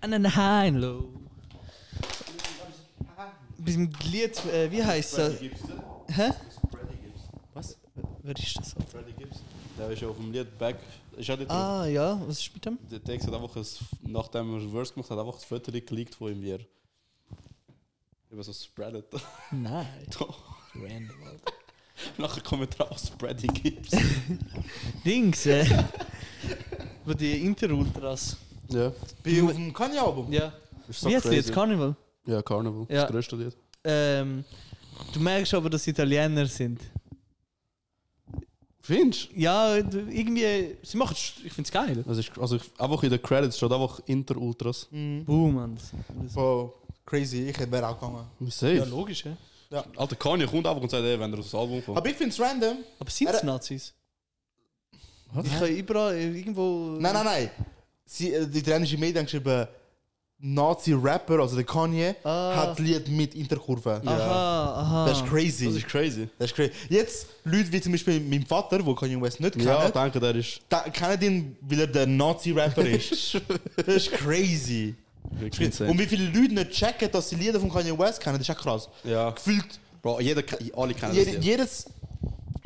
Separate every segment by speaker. Speaker 1: Ananheimlo. Bisschen gliert, äh, wie heißt das?
Speaker 2: Gibson.
Speaker 1: Hä?
Speaker 2: Freddie Gibson.
Speaker 1: Was? Würde ich das auf?
Speaker 2: Freddie Gibson. Der ist ja auf dem Lied Back. Ist auch nicht drauf.
Speaker 1: Ah, ja, was ist mit dem?
Speaker 2: Der Text hat einfach, ein, nachdem er Verse gemacht hat, einfach das Foto geleakt von ihm, wie er über so spreadet.
Speaker 1: Nein.
Speaker 2: Doch.
Speaker 1: Random. Alter.
Speaker 2: Nachher Kommentar auf Freddie Gibson.
Speaker 1: Dings, äh. Wo die Inter-Ultras.
Speaker 2: Ja.
Speaker 3: Bin auf dem Kanye-Album.
Speaker 1: Ja.
Speaker 2: Ist
Speaker 1: Wie heißt die jetzt? Carnival?
Speaker 2: Ja, Carnival.
Speaker 1: Ja.
Speaker 2: Das größte Lied.
Speaker 1: Ähm, du merkst aber, dass sie Italiener sind.
Speaker 2: Findest
Speaker 1: Ja, du- irgendwie, sie machen, sch- ich find's geil.
Speaker 2: du? Also, ich, also ich, einfach in den Credits steht einfach Inter Ultras.
Speaker 1: Boom, Mann.
Speaker 3: Boah, Mhm. Oh, crazy. Ich wäre auch gegangen.
Speaker 2: Safe.
Speaker 1: logisch, hä?
Speaker 2: Alter, Kanye kommt einfach und sagt, ey, wenn er das Album kommt.
Speaker 3: Aber ich finde es random.
Speaker 1: Aber sind's
Speaker 3: Er-
Speaker 1: Nazis? Äh, Ich kann überall, äh, irgendwo...
Speaker 3: Nein, nein, nein. Sie, äh, die italienische Medien haben geschrieben, Nazi-Rapper, also der Kanye,
Speaker 1: Ah.
Speaker 3: hat Lied mit Interkurve.
Speaker 1: Aha, aha.
Speaker 3: Das ist crazy.
Speaker 2: das ist crazy.
Speaker 3: Das ist crazy. Jetzt, Leute wie zum Beispiel mein Vater, wo Kanye West nicht kennt,
Speaker 2: Ja, danke, der ist.
Speaker 3: da, kennen ihn, weil er der Nazi-Rapper ist. das ist crazy.
Speaker 2: wirklich
Speaker 3: Und
Speaker 2: insane.
Speaker 3: wie viele Leute nicht checken, dass sie Lieder von Kanye West kennen, das ist auch krass.
Speaker 2: Ja.
Speaker 3: Gefühlt,
Speaker 2: Bro, jeder, ke- alle kennen
Speaker 3: jede-
Speaker 2: das Lied.
Speaker 3: jedes,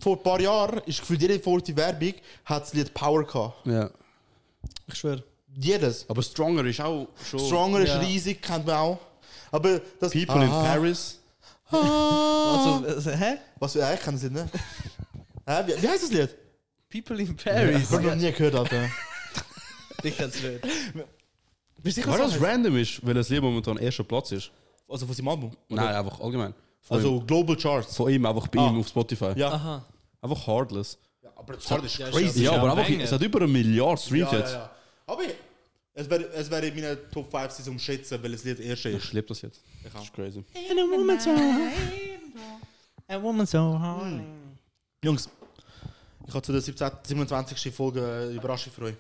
Speaker 3: vor ein paar Jahren, ist gefühlt jede vierte Werbung, hat das Lied Power gehabt.
Speaker 2: Ja.
Speaker 1: Ich schwöre.
Speaker 3: Jedes.
Speaker 2: Aber Stronger ist auch schon.
Speaker 3: Stronger
Speaker 1: Ja.
Speaker 3: ist riesig, kennt man auch. Aber das.
Speaker 2: People in Paris.
Speaker 3: Ah.
Speaker 1: Also, also, hä?
Speaker 3: Was für. Äh, ich kann das Lied nicht. Hä? wie, wie heißt das Lied?
Speaker 1: People in
Speaker 3: Ich
Speaker 1: Paris.
Speaker 3: habe noch nie gehört, Alter.
Speaker 1: Ich kann's nicht.
Speaker 3: Bist du sicher,
Speaker 2: Weil
Speaker 3: was
Speaker 2: das random ist, weil das Lied momentan erster Platz ist.
Speaker 3: Also von seinem Album.
Speaker 2: Nein, einfach allgemein. Von ihm,
Speaker 3: Also Global Charts.
Speaker 2: von ihm einfach bei
Speaker 3: Ah.
Speaker 2: ihm auf Spotify.
Speaker 3: Ja.
Speaker 1: Aha.
Speaker 2: Einfach Heartless.
Speaker 3: aber das Chart ist
Speaker 1: Ja,
Speaker 3: crazy.
Speaker 1: Das ist
Speaker 2: ja,
Speaker 1: ja
Speaker 2: aber
Speaker 1: ein
Speaker 2: einfach,
Speaker 1: Banger.
Speaker 2: es hat über eine Milliarde Streams
Speaker 3: Ja, ja,
Speaker 2: jetzt.
Speaker 3: ja. Aber ich- es wäre es wäre in meiner Top 5 sein, um zu schätzen, welches Lied das erste
Speaker 2: Ich
Speaker 3: ist.
Speaker 2: liebe das jetzt. Das ist crazy.
Speaker 1: And a woman so A woman so horny.
Speaker 3: Jungs, ich habe zu der 17, 27. Folge eine Überraschung für euch.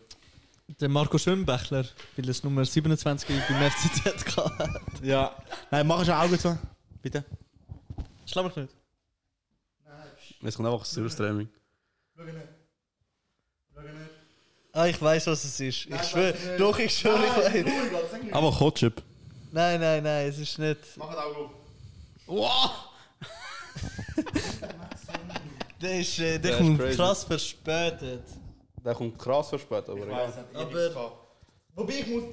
Speaker 1: Der Marco Schönbächler, weil das Nummer 27 beim FCZ hatte.
Speaker 3: Ja. Nein, mach schon Augen zu. Bitte.
Speaker 1: Schlag mich nicht.
Speaker 2: Jetzt kommt einfach Surstreaming.
Speaker 1: Ah, ich weiß, was es ist. Ich
Speaker 3: weiß
Speaker 1: schwöre.
Speaker 3: nicht.
Speaker 1: Doch, ich schwöre. ich weiß.
Speaker 2: Aber Hotchip.
Speaker 1: Nein, nein, nein, es ist nicht.
Speaker 3: Mach Augen auf.
Speaker 2: Wow!
Speaker 1: Der ist, äh, der
Speaker 2: Der ist
Speaker 1: kommt
Speaker 2: crazy.
Speaker 1: krass verspätet.
Speaker 2: Der kommt krass verspätet, aber egal.
Speaker 3: Aber. Wobei ich muss.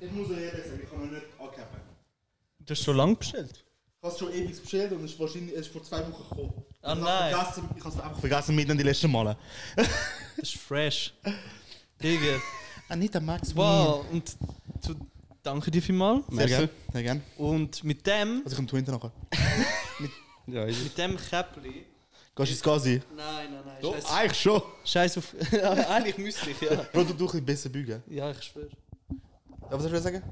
Speaker 3: Ich muss ehrlich sagen, ich kann mir nicht ankämpfen.
Speaker 1: Du hast schon lange bestellt?
Speaker 3: Ich habe es schon ewig bestellt und es ist wahrscheinlich erst vor zwei Wochen gekommen.
Speaker 1: Ah,
Speaker 3: ich
Speaker 1: nein.
Speaker 3: Habe vergessen, ich habe es einfach vergessen mitnehmen die letzten Male.
Speaker 1: Das ist fresh. Digga.
Speaker 3: Anita Ah, Max.
Speaker 1: Wow, und du, danke dir vielmals.
Speaker 3: Sehr
Speaker 2: Merci.
Speaker 3: gerne. Sehr gerne.
Speaker 1: Und mit dem,
Speaker 3: Also ich komme Twitter nachher.
Speaker 2: Ja, easy.
Speaker 1: mit dem Käppli.
Speaker 3: Gehst du ins Gazi?
Speaker 1: Nein, nein, nein.
Speaker 2: So,
Speaker 1: Scheiß,
Speaker 2: eigentlich schon.
Speaker 1: scheiß auf. Eigentlich müsste ich, ja.
Speaker 3: Bro, du du ein bisschen besser bügen.
Speaker 1: Ja, ich schwöre.
Speaker 3: Ja, was soll ich sagen?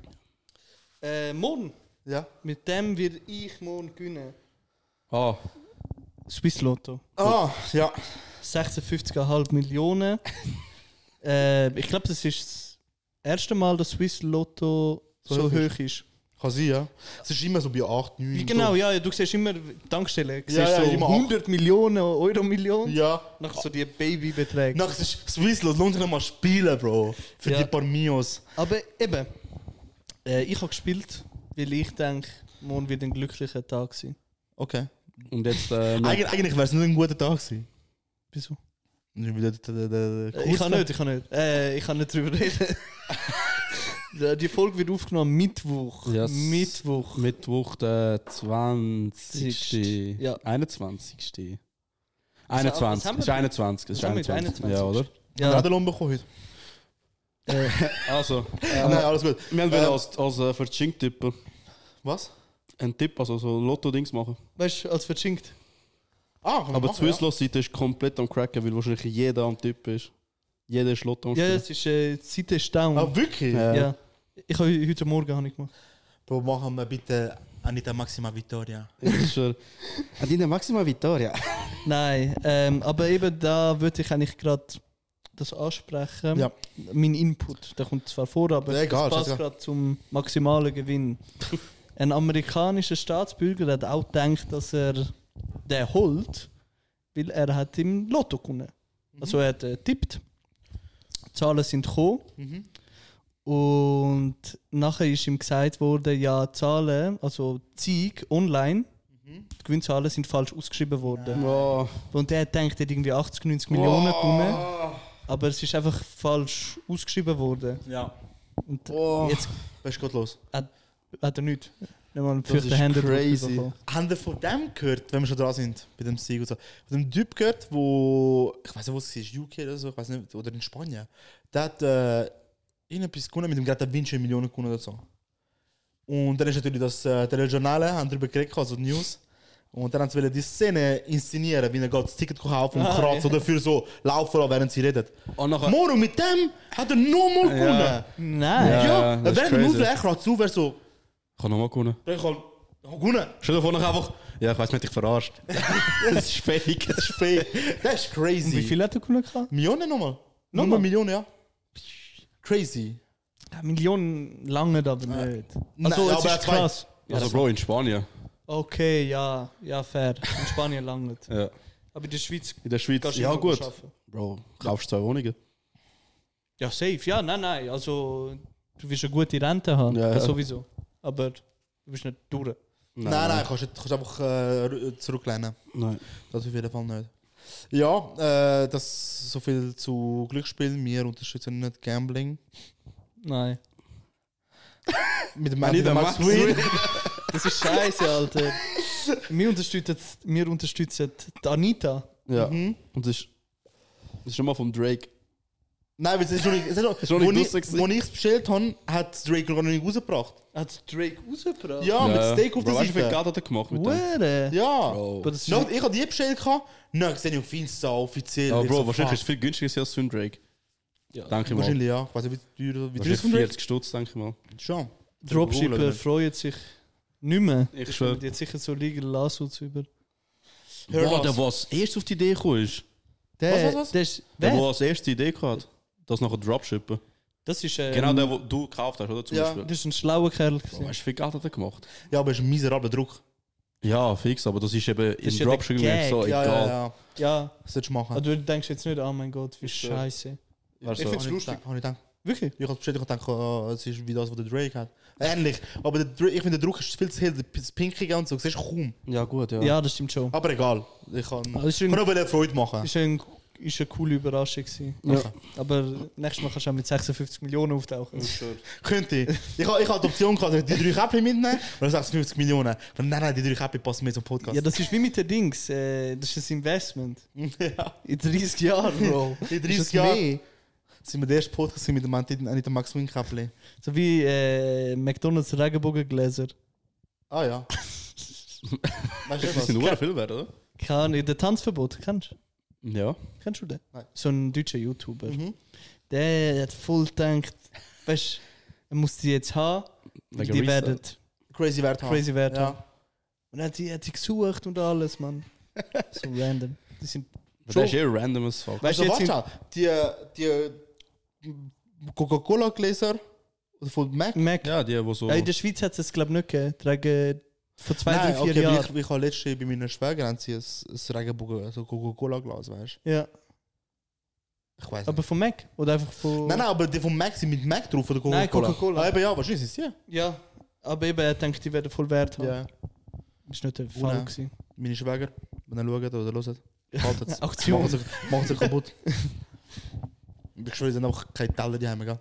Speaker 1: Äh, morgen.
Speaker 3: Ja.
Speaker 1: Mit dem will ich morgen gewinnen.
Speaker 2: Ah,
Speaker 1: Swiss Lotto.
Speaker 3: Ah, ja.
Speaker 1: 56,5 Millionen. äh, ich glaube, das ist das erste Mal, dass Swiss Lotto so,
Speaker 3: So
Speaker 1: hoch ist.
Speaker 3: Kann sein, ja. Es ist immer so bei 8, 9.
Speaker 1: Genau,
Speaker 3: so.
Speaker 1: ja, du siehst immer Tankstellen. Du
Speaker 3: Ja,
Speaker 1: siehst
Speaker 3: ja,
Speaker 1: so
Speaker 3: immer
Speaker 1: 100 Millionen, Euro Millionen.
Speaker 3: Ja.
Speaker 1: Nach so die Babybeträge.
Speaker 3: Nach ist Swiss, los, lohnt sich nochmal spielen, Bro. Für
Speaker 1: Ja.
Speaker 3: die paar Mios.
Speaker 1: Aber eben, äh, ich habe gespielt, weil ich denke, morgen wird ein glücklicher Tag sein.
Speaker 3: Okay.
Speaker 2: und jetzt. Ähm,
Speaker 3: Eig eigentlich wäre es nicht ein guter Tag gewesen.
Speaker 1: Wieso?
Speaker 3: Nicht wieder der- der- der- der-
Speaker 1: Äh, ich kann nicht, ich kann nicht. Äh, ich kann nicht drüber reden. Ja, die Folge wird aufgenommen Mittwoch.
Speaker 2: Yes.
Speaker 1: Mittwoch.
Speaker 2: Mittwoch, der 20.
Speaker 1: Ja. Also,
Speaker 2: 21.
Speaker 1: was
Speaker 2: 21.
Speaker 1: haben wir
Speaker 2: ist
Speaker 1: denn?
Speaker 2: 21.
Speaker 1: Was
Speaker 2: Ist
Speaker 1: haben wir mit
Speaker 2: 21. Ja, oder?
Speaker 3: Ja.
Speaker 1: Ja,
Speaker 3: Den Lohn bekommen heute.
Speaker 2: Also,
Speaker 3: Ah, Nein, alles gut.
Speaker 2: wir haben
Speaker 3: Ähm,
Speaker 2: wieder als, als äh, Verschink-Tipper
Speaker 3: Was?
Speaker 2: einen Tipp, also so Lotto-Dings machen.
Speaker 1: weißt du, als verschinkt.
Speaker 3: Ah, kann man
Speaker 2: Aber die
Speaker 3: machen,
Speaker 2: Swiss-Loss-Seite ist komplett am Cracken, weil wahrscheinlich jeder am Tipp ist. Jeder ist Lotto am
Speaker 1: Ja,
Speaker 2: Spielen.
Speaker 1: es ist äh, die Seite ist down.
Speaker 3: ja. Ah, wirklich?
Speaker 2: Ja.
Speaker 1: ja. Ich habe heute Morgen habe ich gemacht.
Speaker 3: Bro, machen wir bitte eh, Anita Maxima Vittoria.
Speaker 2: Ist, äh, Adina Maxima Vittoria.
Speaker 1: Nein, ähm, aber eben da würde ich eigentlich gerade das ansprechen.
Speaker 3: Ja.
Speaker 1: Mein Input, der kommt zwar vor, aber
Speaker 3: Egal,
Speaker 1: das passt
Speaker 3: scheißegal.
Speaker 1: gerade zum maximalen Gewinn. Ein amerikanischer Staatsbürger hat auch gedacht, dass er den holt, weil er hat im
Speaker 3: Mhm. Mhm.
Speaker 1: Lotto gewonnen. Also er hat äh, tippt, die Zahlen sind gekommen Und nachher ist ihm gesagt worden, ja, die Zahlen, also die Sieg online,
Speaker 3: Mhm.
Speaker 1: die Gewinnzahlen sind falsch ausgeschrieben
Speaker 3: Ah.
Speaker 1: worden.
Speaker 2: Oh.
Speaker 1: Und der hat gedacht, er hat irgendwie 80, 90 Millionen gewonnen, aber es ist einfach falsch ausgeschrieben worden.
Speaker 2: Ja.
Speaker 1: Und
Speaker 3: Oh.
Speaker 1: jetzt
Speaker 3: Was ist gerade los?
Speaker 1: hat er nichts. Nicht mal
Speaker 3: Das
Speaker 1: für
Speaker 3: ist
Speaker 1: die Hände drauf
Speaker 2: crazy.
Speaker 1: bekommen.
Speaker 3: Haben ihr von dem gehört, wenn wir schon dran sind, bei dem Sieg und so? Von dem Typ gehört, wo ich weiß nicht, wo es ist, UK oder so, ich weiß nicht, oder in Spanien. Der hat äh, irgendetwas gewonnen, mit dem gerade Vinci Millionen gewonnen oder so. Und dann ist natürlich das äh, Telejournale, haben darüber geredet, also die News. Und dann wollen sie die Szene inszenieren, wie er geht das Ticket kaufen und
Speaker 1: Ah,
Speaker 3: kratzt
Speaker 1: ja.
Speaker 3: oder für so laufen, lassen, während sie redet.
Speaker 2: Und Ah, nachher.
Speaker 3: Moro, mit dem hat er nochmal gewonnen. Ja,
Speaker 1: Nein.
Speaker 2: Ja,
Speaker 3: ja,
Speaker 2: ja, das
Speaker 3: während
Speaker 2: ist
Speaker 3: er
Speaker 2: crazy.
Speaker 3: auflegt, er kratzt auf, er so,
Speaker 2: Ich kann nochmal gewonnen.
Speaker 3: ich hab ich hab gewonnen.
Speaker 2: Stell dir vor, nachher einfach. Ja, ich weiß nicht, ich verarscht.
Speaker 3: Das ist fake. Das ist fake. Das ist crazy.
Speaker 1: Wie viel hat er gewonnen? gehabt?
Speaker 3: Millionen nochmal? Nochmal
Speaker 1: Nochmal?
Speaker 3: Millionen, ja. Crazy.
Speaker 1: Ja, Millionen lange aber nicht.
Speaker 3: Nein,
Speaker 1: Also,
Speaker 3: aber
Speaker 1: es
Speaker 3: er hat
Speaker 1: ist
Speaker 3: zwei.
Speaker 1: krass.
Speaker 2: Also, Bro, in Spanien.
Speaker 1: Okay, ja, ja, fair. In Spanien lange nicht.
Speaker 2: Ja.
Speaker 1: Aber in der Schweiz
Speaker 2: In der Schweiz.
Speaker 1: kannst du
Speaker 2: Ja,
Speaker 1: immer
Speaker 2: gut.
Speaker 1: arbeiten.
Speaker 2: Bro, kaufst zwei Wohnungen.
Speaker 1: Ja, safe. Ja, nein, nein. Also, du wirst eine gute Rente haben.
Speaker 2: Ja, ja.
Speaker 1: Ja, sowieso. Aber du bist nicht durch.
Speaker 3: Nein, nein, kannst, nicht- kannst einfach äh, r- zurücklehnen.
Speaker 2: Nein.
Speaker 3: Das auf jeden Fall nicht. Ja, äh, das so viel zu Glücksspiel. Wir unterstützen nicht Gambling.
Speaker 1: Nein.
Speaker 3: Mit dem
Speaker 2: Nicht
Speaker 3: mit dem
Speaker 2: der Max Win.
Speaker 1: Das ist scheiße, Alter. wir, unterstützen, wir unterstützen die Anita.
Speaker 2: Ja.
Speaker 3: Mhm.
Speaker 2: Und das ist. Das ist schon mal vom Drake.
Speaker 3: Nein, weil es ist noch nicht. Es ist noch,
Speaker 2: noch nicht
Speaker 3: wo
Speaker 2: draussen
Speaker 3: ich,
Speaker 2: gewesen.
Speaker 3: wo ich's bestellt habe, hat Drake noch nicht rausgebracht.
Speaker 1: Hat Drake rausgebracht?
Speaker 3: Ja, mit Steak
Speaker 2: Äh, Bro,
Speaker 3: auf der
Speaker 2: weißt du, wie viel
Speaker 3: Seite.
Speaker 2: Geld hat er gemacht mit dem?
Speaker 1: Hure.
Speaker 3: Ja.
Speaker 2: Bro.
Speaker 1: Aber das ist
Speaker 3: Noch, ich habe die bestellt. gehabt. Nein, ich sehe auf Insta offiziell.
Speaker 2: Ja,
Speaker 3: Ich
Speaker 2: Bro,
Speaker 3: so,
Speaker 2: wahrscheinlich
Speaker 3: fuck.
Speaker 2: ist es viel günstiger als für einen Drake. Ja. Denke ich mal.
Speaker 3: Wahrscheinlich ja. Ich weiß nicht, wie teuer wie teuer
Speaker 2: Wahrscheinlich
Speaker 3: ist. es
Speaker 2: 40 Stutz, denke ich mal.
Speaker 3: Schon.
Speaker 1: Dropshipper freuen sich nicht mehr.
Speaker 2: Ich
Speaker 1: Das
Speaker 2: schwör.
Speaker 1: kommt Jetzt sicher so Legal Lawsuits über.
Speaker 3: Hör
Speaker 2: Boah, der,
Speaker 3: was.
Speaker 2: der als erst auf die Idee gekommen ist.
Speaker 1: Der,
Speaker 3: was, was?
Speaker 1: Der ist, wer?
Speaker 2: Der, der als erste Idee gehabt hat. Das nachher Dropshippen.
Speaker 1: Das ist, ähm,
Speaker 2: Genau der, Oh, den du gekauft hast, oder? Zum
Speaker 3: Ja.
Speaker 2: Beispiel.
Speaker 1: das ist ein schlauer Kerl. gewesen.
Speaker 2: Bro, weißt du, wie viel Geld hat er gemacht?
Speaker 3: Ja, aber es ist ein miserabler Druck.
Speaker 2: Ja, fix, aber das ist eben
Speaker 1: ist ja
Speaker 2: im
Speaker 1: der
Speaker 2: Dropshipping
Speaker 1: Gag.
Speaker 2: so
Speaker 3: Ja, ja,
Speaker 2: Oh, egal.
Speaker 3: ja.
Speaker 1: Ja,
Speaker 3: Das solltest du machen. Also,
Speaker 1: aber du denkst jetzt nicht, oh mein Gott, wie
Speaker 2: Ist so.
Speaker 1: scheiße.
Speaker 2: Weißt du,
Speaker 3: Ich
Speaker 2: so.
Speaker 3: find's lustig. Hab ich gedacht.
Speaker 1: Wirklich?
Speaker 3: Ich hab's bestätigt, ich hab gedacht, oh, es ist wie das, was der Drake hat. Ähnlich. Aber der Drake, ich finde, der Druck ist viel zu hell. Das Pinkige und so, siehst du kaum.
Speaker 2: Ja, gut, ja. Ah,
Speaker 1: Ja, das stimmt schon.
Speaker 3: Aber egal. Ich kann,
Speaker 1: Also, ist
Speaker 3: ich
Speaker 1: ein-
Speaker 3: kann auch wollen Freude machen.
Speaker 1: Ist, ein, ist eine coole Überraschung. Gewesen.
Speaker 2: Ja.
Speaker 1: Aber nächstes Mal kannst du auch mit 56 Millionen auftauchen.
Speaker 3: Könnte ich. Ich habe ich hab die Option gehabt, dass ich die drei Käppchen mitnehmen oder 56 Millionen. Aber nein, nein, die drei Käppchen passen mir zum Podcast.
Speaker 1: Ja, das ist wie mit den Dings. Äh, das ist ein Investment.
Speaker 3: Ja.
Speaker 1: In 30 Jahren, Bro.
Speaker 3: In
Speaker 1: Ist
Speaker 3: 30
Speaker 1: das
Speaker 3: Jahren
Speaker 1: mehr?
Speaker 3: sind wir der erste Podcast mit dem Anti- Anita Max Win Käppchen.
Speaker 1: So wie äh, McDonalds Regenbogengläser.
Speaker 3: Ah ja. weißt du
Speaker 2: Das
Speaker 3: was?
Speaker 2: sind nur viel wert, oder?
Speaker 1: Kann, der Tanzverbot, kennst du?
Speaker 2: Ja.
Speaker 1: Kennst du den?
Speaker 3: Nein.
Speaker 1: So ein deutscher YouTuber.
Speaker 3: Mhm.
Speaker 1: Der hat voll gedacht, weißt du, er muss die jetzt haben, weil
Speaker 2: Wegen
Speaker 1: die
Speaker 2: Reset.
Speaker 1: werden
Speaker 3: Crazy Wert haben.
Speaker 1: crazy werden.
Speaker 3: Ja. Also
Speaker 1: Und er hat die, hat die gesucht und alles, Mann. so random. Die sind,
Speaker 2: Das ist eher random as fuck.
Speaker 1: weißt
Speaker 3: Weißt
Speaker 1: du,
Speaker 3: du,
Speaker 1: jetzt
Speaker 3: warte
Speaker 1: sind,
Speaker 3: mal, die, die Coca-Cola-Gläser von Mac.
Speaker 1: Mac,
Speaker 2: Ja, die, die so.
Speaker 1: ja, in der Schweiz hat es, glaube ich, nicht gegeben. Die Regen- Vor zwei,
Speaker 3: Nein,
Speaker 1: drei, vier
Speaker 3: okay, aber
Speaker 1: Jahren.
Speaker 3: Ich, ich habe letztens bei meiner Schwägerin haben sie ein, ein Regenbogen, also Coca-Cola-Glas, weißt
Speaker 1: Ja,
Speaker 3: du? Ich weiß nicht.
Speaker 1: aber von Mac? Oder einfach von.
Speaker 3: Nein, nein, aber die von Mac sind mit Mac drauf oder Coca-Cola.
Speaker 1: Nein, Coca-Cola.
Speaker 3: Ah, eben, ja, wahrscheinlich sind sie.
Speaker 1: Ja, aber eben, er denkt, die werden voll wert haben.
Speaker 3: Ja.
Speaker 1: Das war nicht der
Speaker 3: Ohne.
Speaker 1: Fall. Gewesen.
Speaker 3: Meine Schwäger, wenn ihr schaut oder hört, haltet es.
Speaker 1: Aktion.
Speaker 3: Macht sie, macht sie kaputt. Ich schwöre, sie haben einfach keine Teller daheim, gell?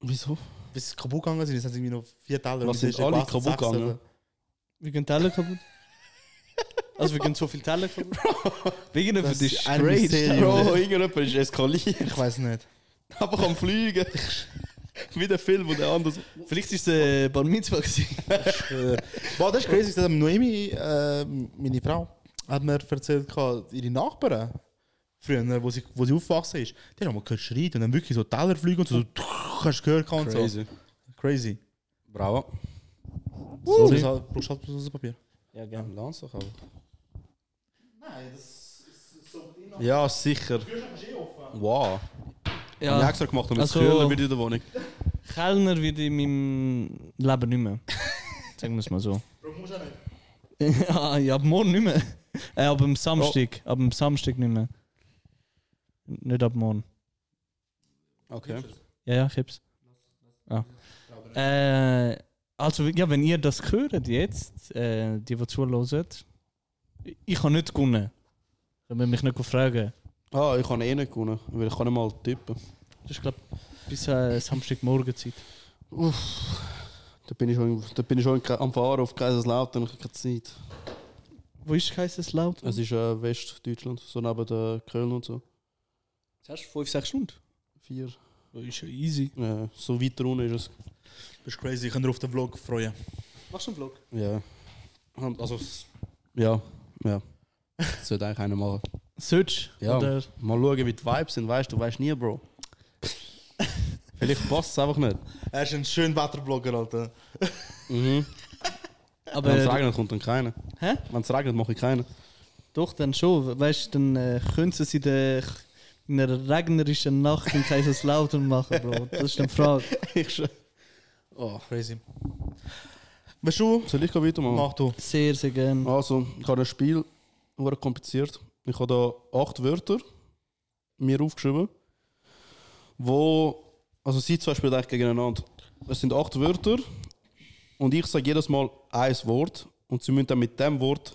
Speaker 2: Wieso?
Speaker 3: Bis sie kaputt gegangen sind, jetzt haben sie irgendwie noch vier Teller. und
Speaker 2: Was sind
Speaker 3: jetzt ist
Speaker 2: alle
Speaker 3: Glas
Speaker 2: kaputt
Speaker 3: sechs,
Speaker 2: gegangen?
Speaker 3: oder?
Speaker 1: Wegen Teller kaputt. Also wegen so viel Teller kaputt. Wegen der
Speaker 3: Das
Speaker 1: das ist
Speaker 3: ist ein
Speaker 1: straight,
Speaker 3: Mysterium.
Speaker 1: Bro.
Speaker 2: Bro, irgendjemand ist eskaliert.
Speaker 3: Ich weiß nicht.
Speaker 2: Aber am Fliegen. Wie der Film, wo der anders.
Speaker 1: Vielleicht ist es äh, Bar Mitzvah gewesen.
Speaker 3: Äh, Boah, das ist crazy. Das hat mir Noemi, äh, meine Frau, hat mir erzählt, gehabt, ihre Nachbarn, früher, wo sie, wo sie aufgewachsen ist, die haben mal gehört schreien und dann wirklich so Teller fliegen und so, so hast du gehört gehabt und so.
Speaker 2: Crazy.
Speaker 3: Crazy.
Speaker 2: Bravo.
Speaker 3: So,
Speaker 2: Sorry.
Speaker 3: das hat- brauchst du halt so ein Papier.
Speaker 2: Ja, gerne. Lance doch aber.
Speaker 3: Nein, das ist so die Nachbarn.
Speaker 2: Ja, sicher. Wow. Ja. Ich
Speaker 1: Ja,
Speaker 2: habe extra gemacht, damit
Speaker 1: Also-
Speaker 2: es kühler wird in der Wohnung.
Speaker 1: Kellner wird in meinem Leben nicht mehr. Sagen wir es mal so. ja, ja, ab morgen nicht mehr. Äh, ab dem Samstag. Ab dem Samstag nicht mehr. Nicht ab morgen.
Speaker 2: Okay.
Speaker 1: Ja, ja, ich hab's. Ah. Äh, also, ja, wenn ihr das hört jetzt, äh, die, die zuhören, ich- ich kann nicht gewonnen. Ihr müsst mich nicht fragen.
Speaker 2: Ah, ich kann eh nicht gewonnen, weil ich kann nicht mal tippen.
Speaker 1: Das ist, glaube ich, bis äh, Samstagmorgen Zeit.
Speaker 2: Da bin ich schon, da bin ich schon am Fahren auf Kaiserslautern, ich habe keine Zeit.
Speaker 1: Wo ist Kaiserslautern?
Speaker 2: Es ist äh, Westdeutschland, so neben der Köln und so.
Speaker 1: Das hast du 5, 6 Stunden.
Speaker 2: Vier.
Speaker 1: Das ist ja easy.
Speaker 2: Ja, so weiter unten ist es.
Speaker 3: Bist crazy, ich kann dir auf den Vlog freuen.
Speaker 1: Machst du einen Vlog?
Speaker 2: Ja. Und Also, es- ja, ja. Das sollte eigentlich einer machen.
Speaker 1: Search?
Speaker 2: Ja.
Speaker 1: Oder?
Speaker 2: Mal schauen, wie die Vibes sind, weißt du, weißt nie, Bro. Vielleicht passt es einfach nicht.
Speaker 3: Er ist ein schöner Wetterblogger, Alter.
Speaker 2: Mhm. Wenn es
Speaker 1: Aber äh,
Speaker 2: regnet, kommt dann keiner.
Speaker 1: Hä?
Speaker 2: Wenn es regnet, mache ich keinen.
Speaker 1: doch, dann schon. Weißt du, dann äh, können sie es in, der, in einer regnerischen Nacht in Kaiserslautern machen, Bro. Das ist eine Frage.
Speaker 2: Ich schon. Oh.
Speaker 3: Crazy. Weißt du,
Speaker 2: Soll ich weitermachen?
Speaker 3: mach du.
Speaker 1: Sehr, sehr gerne.
Speaker 2: Also, ich habe ein Spiel, sehr kompliziert. Ich habe da acht Wörter mir aufgeschrieben, wo, also sie zwei spielen eigentlich gegeneinander. Es sind acht Wörter und ich sage jedes Mal ein Wort und sie müssen dann mit dem Wort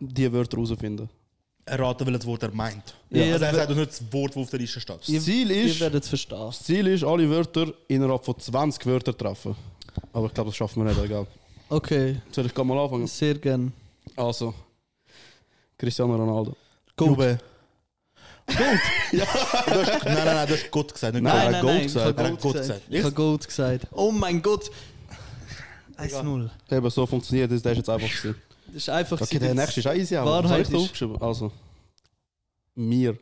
Speaker 2: die Wörter herausfinden.
Speaker 3: Erraten, welches Wort er meint.
Speaker 1: Ja.
Speaker 3: Also er sagt uns nicht das Wort, das auf der Liste steht.
Speaker 2: Das Ziel
Speaker 1: Ihr
Speaker 2: ist,
Speaker 1: werdet es verstehen.
Speaker 2: das Ziel ist, alle Wörter innerhalb von 20 Wörtern treffen. Aber ich glaube, das schaffen wir nicht, egal.
Speaker 1: Okay,
Speaker 2: Soll ich gerade mal anfangen?
Speaker 1: sehr gerne.
Speaker 2: Also, Cristiano Ronaldo.
Speaker 3: Jube. Gut. Du hast- Nein, nein, nein, du hast Gott gesagt. Nicht
Speaker 2: Nein,
Speaker 3: Gold.
Speaker 2: nein, nein,
Speaker 1: ich habe
Speaker 3: Er
Speaker 1: Gold
Speaker 3: hat Gold
Speaker 1: gesagt.
Speaker 3: gesagt.
Speaker 1: Ich habe Gold gesagt. Oh mein Gott. 1-0.
Speaker 2: Eben, so funktioniert das, das ist jetzt einfach gewesen.
Speaker 1: Das ist einfach
Speaker 2: Okay, der nächste ist auch easy, aber
Speaker 1: Wahrheit
Speaker 2: was habe ich da
Speaker 1: ist-
Speaker 2: aufgeschrieben? Also, mir.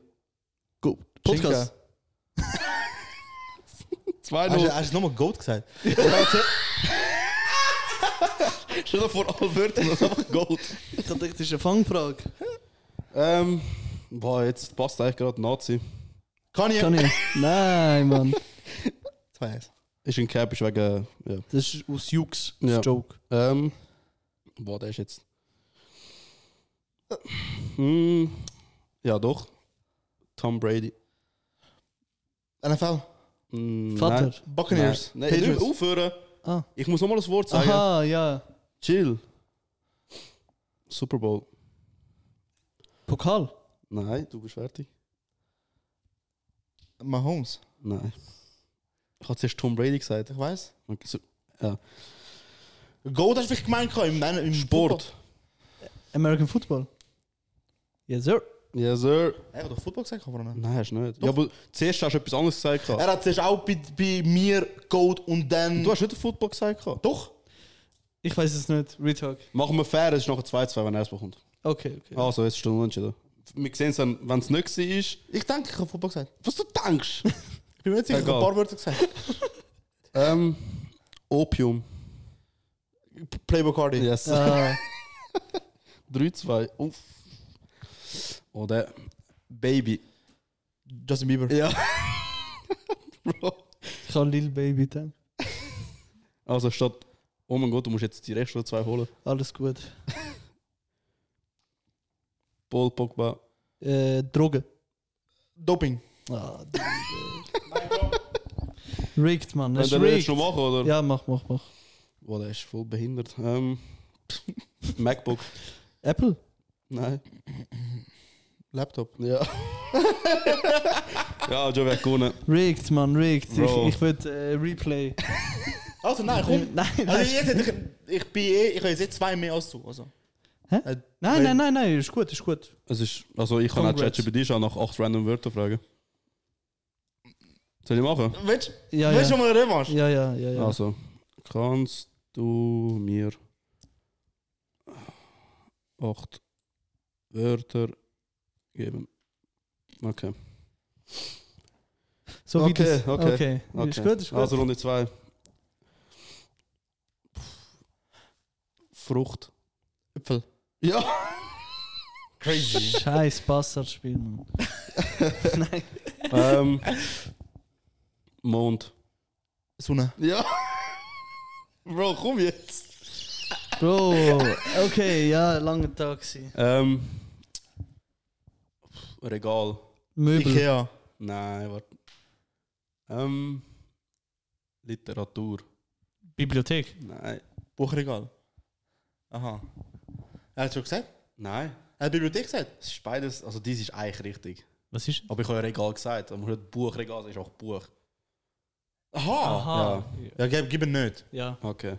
Speaker 2: Gut.
Speaker 1: Podcast. Also,
Speaker 2: Zwei
Speaker 3: Hast du-
Speaker 1: äh,
Speaker 2: Null.
Speaker 3: hast du nochmal Gold gesagt?
Speaker 2: Stell dir vor, alle Wörter sind einfach Gold.
Speaker 1: Ich dachte, das ist eine Fangfrage.
Speaker 2: Ähm, boah, jetzt passt eigentlich gerade Nazi.
Speaker 3: Kann ich?
Speaker 1: Kann ich? Nein, Mann.
Speaker 3: Zwei, eins.
Speaker 2: Ist ein Cap, ist wegen, ja.
Speaker 1: Das ist aus Jux. Das
Speaker 2: Ja.
Speaker 1: ist Joke.
Speaker 2: Ähm, boah, der ist jetzt... Hm, ja doch. Tom Brady.
Speaker 3: NFL.
Speaker 2: Hm,
Speaker 1: Vater.
Speaker 2: Nein,
Speaker 3: Buccaneers.
Speaker 2: nein, nein
Speaker 3: Patriots.
Speaker 2: nicht aufhören.
Speaker 1: Ah.
Speaker 2: Ich muss nochmal das Wort sagen.
Speaker 1: Aha, ja.
Speaker 2: Chill. Super Bowl.
Speaker 1: Pokal.
Speaker 2: Nein, du bist fertig.
Speaker 3: Mahomes.
Speaker 2: Nein. Ich habe zuerst Tom Brady gesagt.
Speaker 3: Ich weiß.
Speaker 2: Okay, so-
Speaker 3: Gold hast du vielleicht gemeint gehabt im, nein, im
Speaker 2: Sport.
Speaker 1: American Football. Yes, sir.
Speaker 2: Yes, sir.
Speaker 3: Football. Er hat doch Football gesagt, aber nicht.
Speaker 2: Nein, hast du nicht. Ja, aber zuerst hast du etwas anderes gesagt.
Speaker 3: Er hat zuerst auch bei, bei mir Gold und dann.
Speaker 2: Du hast nicht den Football gesagt.
Speaker 3: doch.
Speaker 1: Ich weiß es nicht. Retalk.
Speaker 2: Machen wir fair, es ist nachher 2-2, wenn er es bekommt.
Speaker 1: Okay, okay.
Speaker 2: Also, jetzt ist es unentschieden. Wir sehen es dann, wenn es nicht war. ist.
Speaker 3: Ich denke, ich habe Football gesagt.
Speaker 2: Was du denkst?
Speaker 3: Ich bin mir nicht sicher, ich habe ein
Speaker 2: Egal.
Speaker 3: paar Wörter gesagt.
Speaker 2: ähm, Opium.
Speaker 3: Playboy Cardi.
Speaker 2: Yes.
Speaker 1: Ah,
Speaker 2: 3-2. Uff. Oder Baby.
Speaker 3: Justin Bieber.
Speaker 2: Ja. Bro.
Speaker 1: ich kann Lil Baby dann.
Speaker 2: Also statt, oh mein Gott, du musst jetzt die restlichen zwei holen.
Speaker 1: Alles gut.
Speaker 2: Paul Pogba.
Speaker 1: Äh, Drogen.
Speaker 3: Doping.
Speaker 1: Ah, Drogen. rigged, Mann. Das
Speaker 2: Wenn
Speaker 1: ist
Speaker 2: der jetzt schon
Speaker 1: rigged.
Speaker 2: machen, oder?
Speaker 1: Ja, mach, mach, mach.
Speaker 2: Boah, der ist voll behindert. Ähm, MacBook.
Speaker 1: Apple?
Speaker 2: Nein.
Speaker 3: Laptop.
Speaker 2: Ja. ja, Joe wäre gewonnen.
Speaker 1: Rigged, Mann, rigged.
Speaker 2: Bro.
Speaker 1: Ich, ich will äh, Replay.
Speaker 3: Also
Speaker 1: Nou,
Speaker 3: nein, komm.
Speaker 1: Nein,
Speaker 3: Also
Speaker 1: nein.
Speaker 3: jetzt, hätte ich, ich bin eh, ich habe jetzt zwei mehr als du. Also.
Speaker 1: Hä?
Speaker 3: Äh,
Speaker 1: Nein, nein, nein, nein, ist gut, ist gut.
Speaker 2: Es ist, also ich kann auch
Speaker 1: Congrats.
Speaker 2: ChatGPT schon nach acht random Wörtern fragen. Soll ich machen?
Speaker 3: Willst
Speaker 1: Ja,
Speaker 3: willst du
Speaker 1: ja.
Speaker 3: mal eine Revanche?
Speaker 1: Ja, ja, ja, ja.
Speaker 2: Also, kannst du mir acht Wörter geben? Okay.
Speaker 1: So wie
Speaker 2: Okay,
Speaker 1: das.
Speaker 2: okay,
Speaker 1: okay. Ist
Speaker 2: Okay.
Speaker 1: gut, ist gut.
Speaker 2: Also Runde 2. Frucht.
Speaker 3: Äpfel.
Speaker 2: Ja.
Speaker 3: Crazy.
Speaker 1: Scheiß Bastard spielen. Nein.
Speaker 2: ähm, Mond.
Speaker 3: Sonne.
Speaker 2: Ja. Bro, komm jetzt.
Speaker 1: Bro, okay, ja, lange Tag gewesen.
Speaker 2: Ähm, pff, Regal.
Speaker 1: Möbel.
Speaker 3: Ikea.
Speaker 2: Nein, warte. Ähm, Literatur.
Speaker 1: Bibliothek.
Speaker 2: Nein.
Speaker 3: Buchregal. Aha. Er hat schon gesagt?
Speaker 2: Nein.
Speaker 3: Er hat Bibliothek gesagt?
Speaker 2: Es ist beides, also dies ist eigentlich richtig.
Speaker 1: Was ist?
Speaker 2: Aber ich habe ja Regal gesagt. Aber man hört Buchregal, das ist auch Buch.
Speaker 3: Aha.
Speaker 1: Aha.
Speaker 3: Ja, gib, gib ihn nicht. Ähm,
Speaker 1: Ja.
Speaker 2: Okay.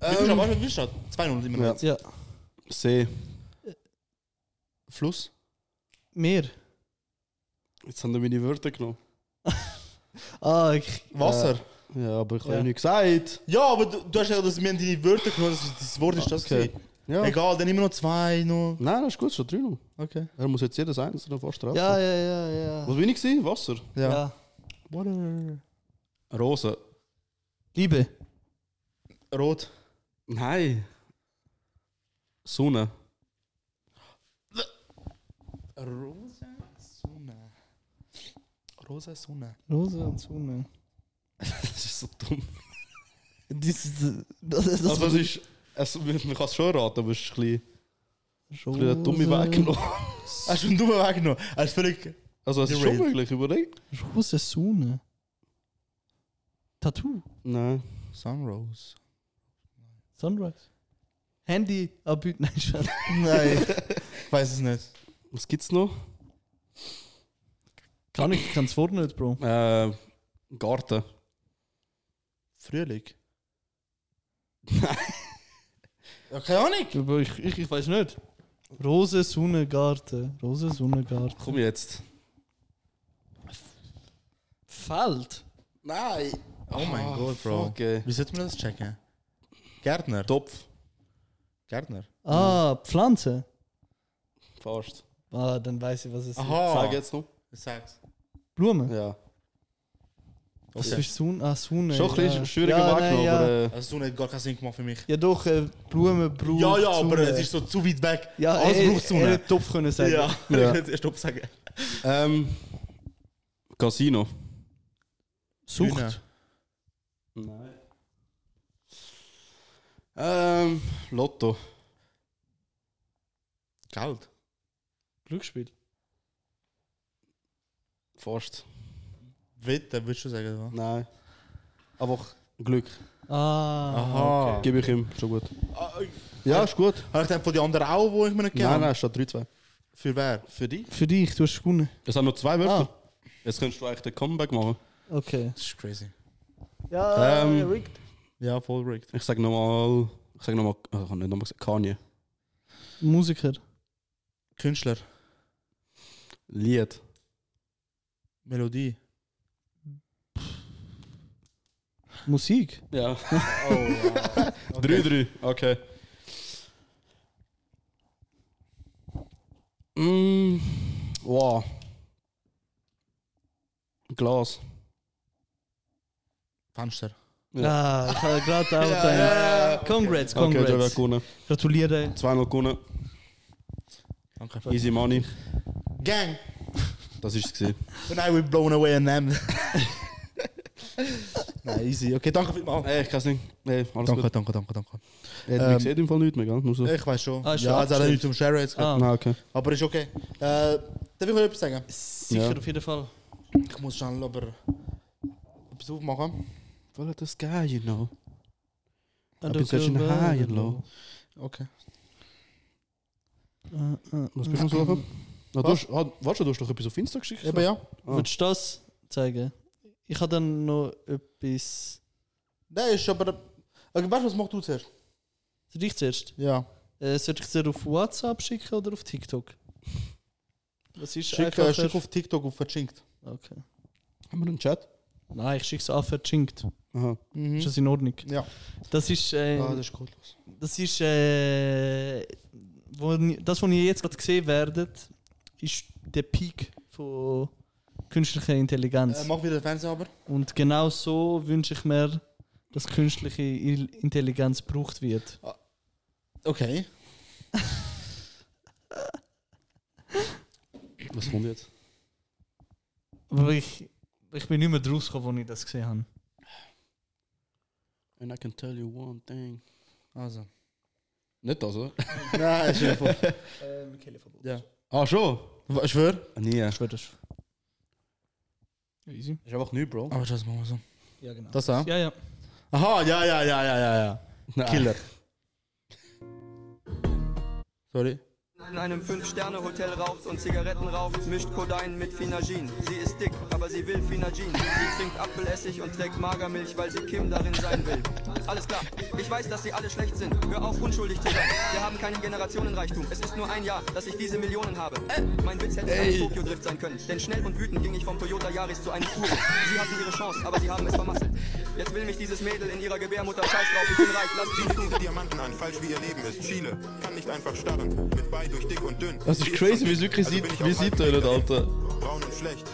Speaker 3: Wie viel Stadt? Wie viel Stadt? 200 immer noch.
Speaker 2: Ja.
Speaker 1: Ja.
Speaker 2: See. Fluss.
Speaker 1: Meer.
Speaker 2: Jetzt haben wir meine Wörter genommen.
Speaker 1: Ah, ich.
Speaker 3: Wasser.
Speaker 2: Ja, aber ich habe
Speaker 1: Ja.
Speaker 2: ja nichts gesagt.
Speaker 3: Ja, aber du, du hast ja gesagt, wir haben deine Wörter genommen, das, das Wort ist das.
Speaker 2: Okay.
Speaker 3: gewesen.
Speaker 2: Ja.
Speaker 3: Egal, dann immer noch zwei, nur.
Speaker 2: Nein, das ist gut, schon drin.
Speaker 3: Okay.
Speaker 2: Er muss jetzt jedes einzelne fast treffen.
Speaker 1: Ja, ja, ja, ja.
Speaker 2: Was bin ich? Gewesen? Wasser.
Speaker 3: Ja.
Speaker 1: ja.
Speaker 3: Water.
Speaker 2: Rose.
Speaker 1: Liebe.
Speaker 3: Rot.
Speaker 2: Nein. Sonne.
Speaker 3: Rosa Sonne. Rosa Sonne.
Speaker 1: Rose und Sonne.
Speaker 2: Das ist so dumm.
Speaker 1: Das ist. Das ist
Speaker 2: also, es ist. Es, man kann es schon raten, aber es ist ein bisschen, ein bisschen einen dumme Weg genommen.
Speaker 1: Ah,
Speaker 3: Hast du einen dummen Weg genommen? Hast du völlig.
Speaker 2: Also, es ist
Speaker 3: Derailed.
Speaker 2: schon möglich, überleg.
Speaker 1: Rose Sonne. Tattoo.
Speaker 2: Nein.
Speaker 3: Sunrose.
Speaker 1: Sunrise. Handy abbieten. Nein, Scheiße.
Speaker 3: Nein. ich weiß es nicht.
Speaker 2: Was gibt's noch?
Speaker 1: Kann ich, kann's vor nicht, Bro.
Speaker 2: Äh, Garten.
Speaker 3: Frühling. Nein. Ja, keine Ahnung.
Speaker 1: Aber ich, ich, ich weiß nicht. Rose Sonne Garten. Rose Sonne Garten.
Speaker 2: Komm jetzt.
Speaker 1: Feld.
Speaker 2: Nein. Ah,
Speaker 3: Oh mein Gott, Bro.
Speaker 2: Okay.
Speaker 3: Wie sollte man das checken? Gärtner.
Speaker 2: Topf.
Speaker 3: Gärtner.
Speaker 1: Ah, Pflanze.
Speaker 2: Fast.
Speaker 1: Ah, dann weiß ich, was es ist.
Speaker 3: Aha.
Speaker 2: Sag jetzt noch.
Speaker 3: Sag's.
Speaker 1: Blume.
Speaker 2: Ja.
Speaker 1: Das
Speaker 3: Okay.
Speaker 1: ist Sonne. Ah, Sonne.
Speaker 2: Schon ein bisschen
Speaker 1: ja.
Speaker 2: schwieriger
Speaker 1: ja,
Speaker 2: Weg
Speaker 1: nein,
Speaker 2: genommen,
Speaker 1: ja.
Speaker 2: aber. Äh,
Speaker 3: Also, so hat gar keinen Sinn gemacht für mich.
Speaker 1: ja, doch, äh, Blume, Blut.
Speaker 3: Ja, ja, aber
Speaker 1: Sonne.
Speaker 3: es ist so zu weit weg.
Speaker 1: Ja,
Speaker 3: Alles
Speaker 1: er-
Speaker 3: braucht Sonne.
Speaker 1: Er hätte Topf können sagen.
Speaker 3: Ja,
Speaker 2: Ja.
Speaker 3: ich hätte erst absagen.
Speaker 2: ähm, Casino.
Speaker 1: Sucht.
Speaker 3: Bühne.
Speaker 2: Nein. Ähm, Lotto.
Speaker 3: Geld.
Speaker 1: Glücksspiel.
Speaker 2: Fast.
Speaker 3: Wetten, würdest du sagen? oder?
Speaker 2: Nein. Einfach Glück.
Speaker 1: Ah.
Speaker 3: Aha.
Speaker 2: Gebe ich ihm. Schon gut.
Speaker 3: Ah, ich-
Speaker 2: Ja, ist gut.
Speaker 1: Äh,
Speaker 3: Habe ich dann von den anderen auch, die ich mir nicht
Speaker 1: genau.
Speaker 3: kenne?
Speaker 2: Nein, nein, statt 3-2.
Speaker 3: Für wer?
Speaker 2: Für dich?
Speaker 1: Für dich, du hast gewonnen.
Speaker 2: Es sind noch zwei Wörter.
Speaker 1: Ah,
Speaker 2: Jetzt könntest du eigentlich den Comeback machen.
Speaker 1: okay.
Speaker 3: Das ist crazy.
Speaker 1: Ja,
Speaker 2: Ähm.
Speaker 1: rigged.
Speaker 3: Ja, voll rigged.
Speaker 2: Ich sag nochmal. Ich sag nochmal. Ich hab nicht nochmal gesagt. Kanye.
Speaker 1: Musiker.
Speaker 3: Künstler.
Speaker 2: Lied.
Speaker 3: Melodie.
Speaker 1: Musik.
Speaker 2: Ja.
Speaker 3: Oh, wow.
Speaker 2: 3-3. Okay. Mm, wow. Glas.
Speaker 3: Fenster.
Speaker 1: Ah, ich habe gerade auch
Speaker 3: Ja,
Speaker 1: deinen.
Speaker 3: ja, ja.
Speaker 1: Congrats,
Speaker 2: Okay, du
Speaker 1: Congrats.
Speaker 2: hast gewonnen.
Speaker 1: Gratuliere.
Speaker 2: 2-0 gewonnen.
Speaker 3: Danke.
Speaker 2: Easy Money.
Speaker 3: Gang.
Speaker 2: Das ist es. gewesen.
Speaker 3: When I will blown away and them. nein, easy. Okay, danke vielmals.
Speaker 2: Ey, ich kann es nicht. Ey, alles
Speaker 3: Oh. Danke,
Speaker 2: gut.
Speaker 3: danke, danke, danke.
Speaker 2: Ey,
Speaker 3: Ähm,
Speaker 2: man sieht im Fall nichts mehr, gell? Nur so.
Speaker 3: Ich weiß schon.
Speaker 1: Ah, ist schon
Speaker 3: ja, es hat
Speaker 1: abgestellt.
Speaker 3: nichts zum Share jetzt.
Speaker 1: Ah,
Speaker 2: Nein, okay.
Speaker 3: Aber ist okay. Äh, darf ich euch etwas sagen?
Speaker 1: sicher
Speaker 2: Ja.
Speaker 1: auf jeden Fall.
Speaker 3: Ich muss schnell aber etwas aufmachen.
Speaker 2: Follow the sky, you know.
Speaker 1: And
Speaker 2: bist du schon
Speaker 1: go
Speaker 2: high
Speaker 1: back.
Speaker 2: and low?
Speaker 3: Okay.
Speaker 1: Äh, äh,
Speaker 2: Was
Speaker 1: äh.
Speaker 2: bist du am suchen? Na, du hast, ah, warte, du hast doch etwas auf Insta geschickt.
Speaker 3: Eben ja.
Speaker 2: Ah.
Speaker 1: Würdest du das zeigen? Ich habe dann noch etwas.
Speaker 3: Nein, ist aber. Okay, weißt du, was machst du zuerst?
Speaker 1: Soll ich zuerst?
Speaker 3: Ja.
Speaker 1: Äh, soll ich es dir auf WhatsApp schicken oder auf TikTok? Was ist
Speaker 3: Schick, äh,
Speaker 1: einfacher?
Speaker 3: schick auf TikTok auf verschinkt.
Speaker 1: Okay.
Speaker 2: Haben wir einen Chat?
Speaker 1: Nein, ich schicke es an verschinkt.
Speaker 2: Aha.
Speaker 3: Hm?
Speaker 1: Ist das in Ordnung?
Speaker 3: Mhm. Ja.
Speaker 1: Das ist. Äh,
Speaker 3: Ah, das ist gut.
Speaker 1: Das ist. Äh, wo, ni- das, was ihr jetzt gerade gesehen werdet, ist der Peak von künstlicher Intelligenz.
Speaker 3: Äh, mach wieder den Fernseher aber.
Speaker 1: Und genau so wünsche ich mir, dass künstliche Il- Intelligenz gebraucht wird.
Speaker 3: Okay.
Speaker 2: Was kommt jetzt?
Speaker 1: Aber
Speaker 3: Mhm.
Speaker 1: ich, ich bin nicht mehr draus gekommen, als ich das gesehen habe.
Speaker 2: And I can tell you one thing.
Speaker 3: Also.
Speaker 2: Nicht das, oder?
Speaker 3: Nein, ist ja voll.
Speaker 1: Äh,
Speaker 3: Ähm,
Speaker 1: Michele Verbot.
Speaker 3: Ja.
Speaker 2: Ah, schon?
Speaker 3: W- Schwör?
Speaker 2: Nie.
Speaker 1: Ich schwöre das. Easy.
Speaker 2: Ist einfach neu, Bro.
Speaker 3: Aber das machen wir so.
Speaker 1: Ja, genau.
Speaker 3: Das auch?
Speaker 1: Ja, ja.
Speaker 3: Aha, ja, ja, ja, ja, ja, ja. Killer. Sorry.
Speaker 4: In einem 5-Sterne-Hotel raucht und Zigaretten raucht, mischt Codein mit Finagin. Sie ist dick, aber sie will Finagin. Sie trinkt Apfelessig und trägt Magermilch, weil sie Kim darin sein will. Alles klar, ich weiß, dass sie alle schlecht sind. Hör auf, unschuldig zu sein. Wir haben keinen Generationenreichtum. Es ist nur ein Jahr, dass ich diese Millionen habe. Mein Witz hätte ein Tokio-Drift sein können. Denn schnell und wütend ging ich vom Toyota Yaris zu einem Fuhren. Sie hatten ihre Chance, aber sie haben es vermasselt. Jetzt will mich dieses Mädel in ihrer Gebärmutter scheiß drauf. Ich bin reich, lass sie tun.
Speaker 5: Stufen Diamanten an, falsch wie ihr Leben ist. Chile kann nicht einfach starren. Mit bei durch dick und dünn.
Speaker 2: Das ist crazy, wie es wirklich sieht-
Speaker 5: Also bin ich
Speaker 2: wie
Speaker 5: auf
Speaker 2: sieht
Speaker 5: halbem
Speaker 2: er das,
Speaker 5: Weg dahin.
Speaker 2: Alter?
Speaker 5: Braun und schlecht.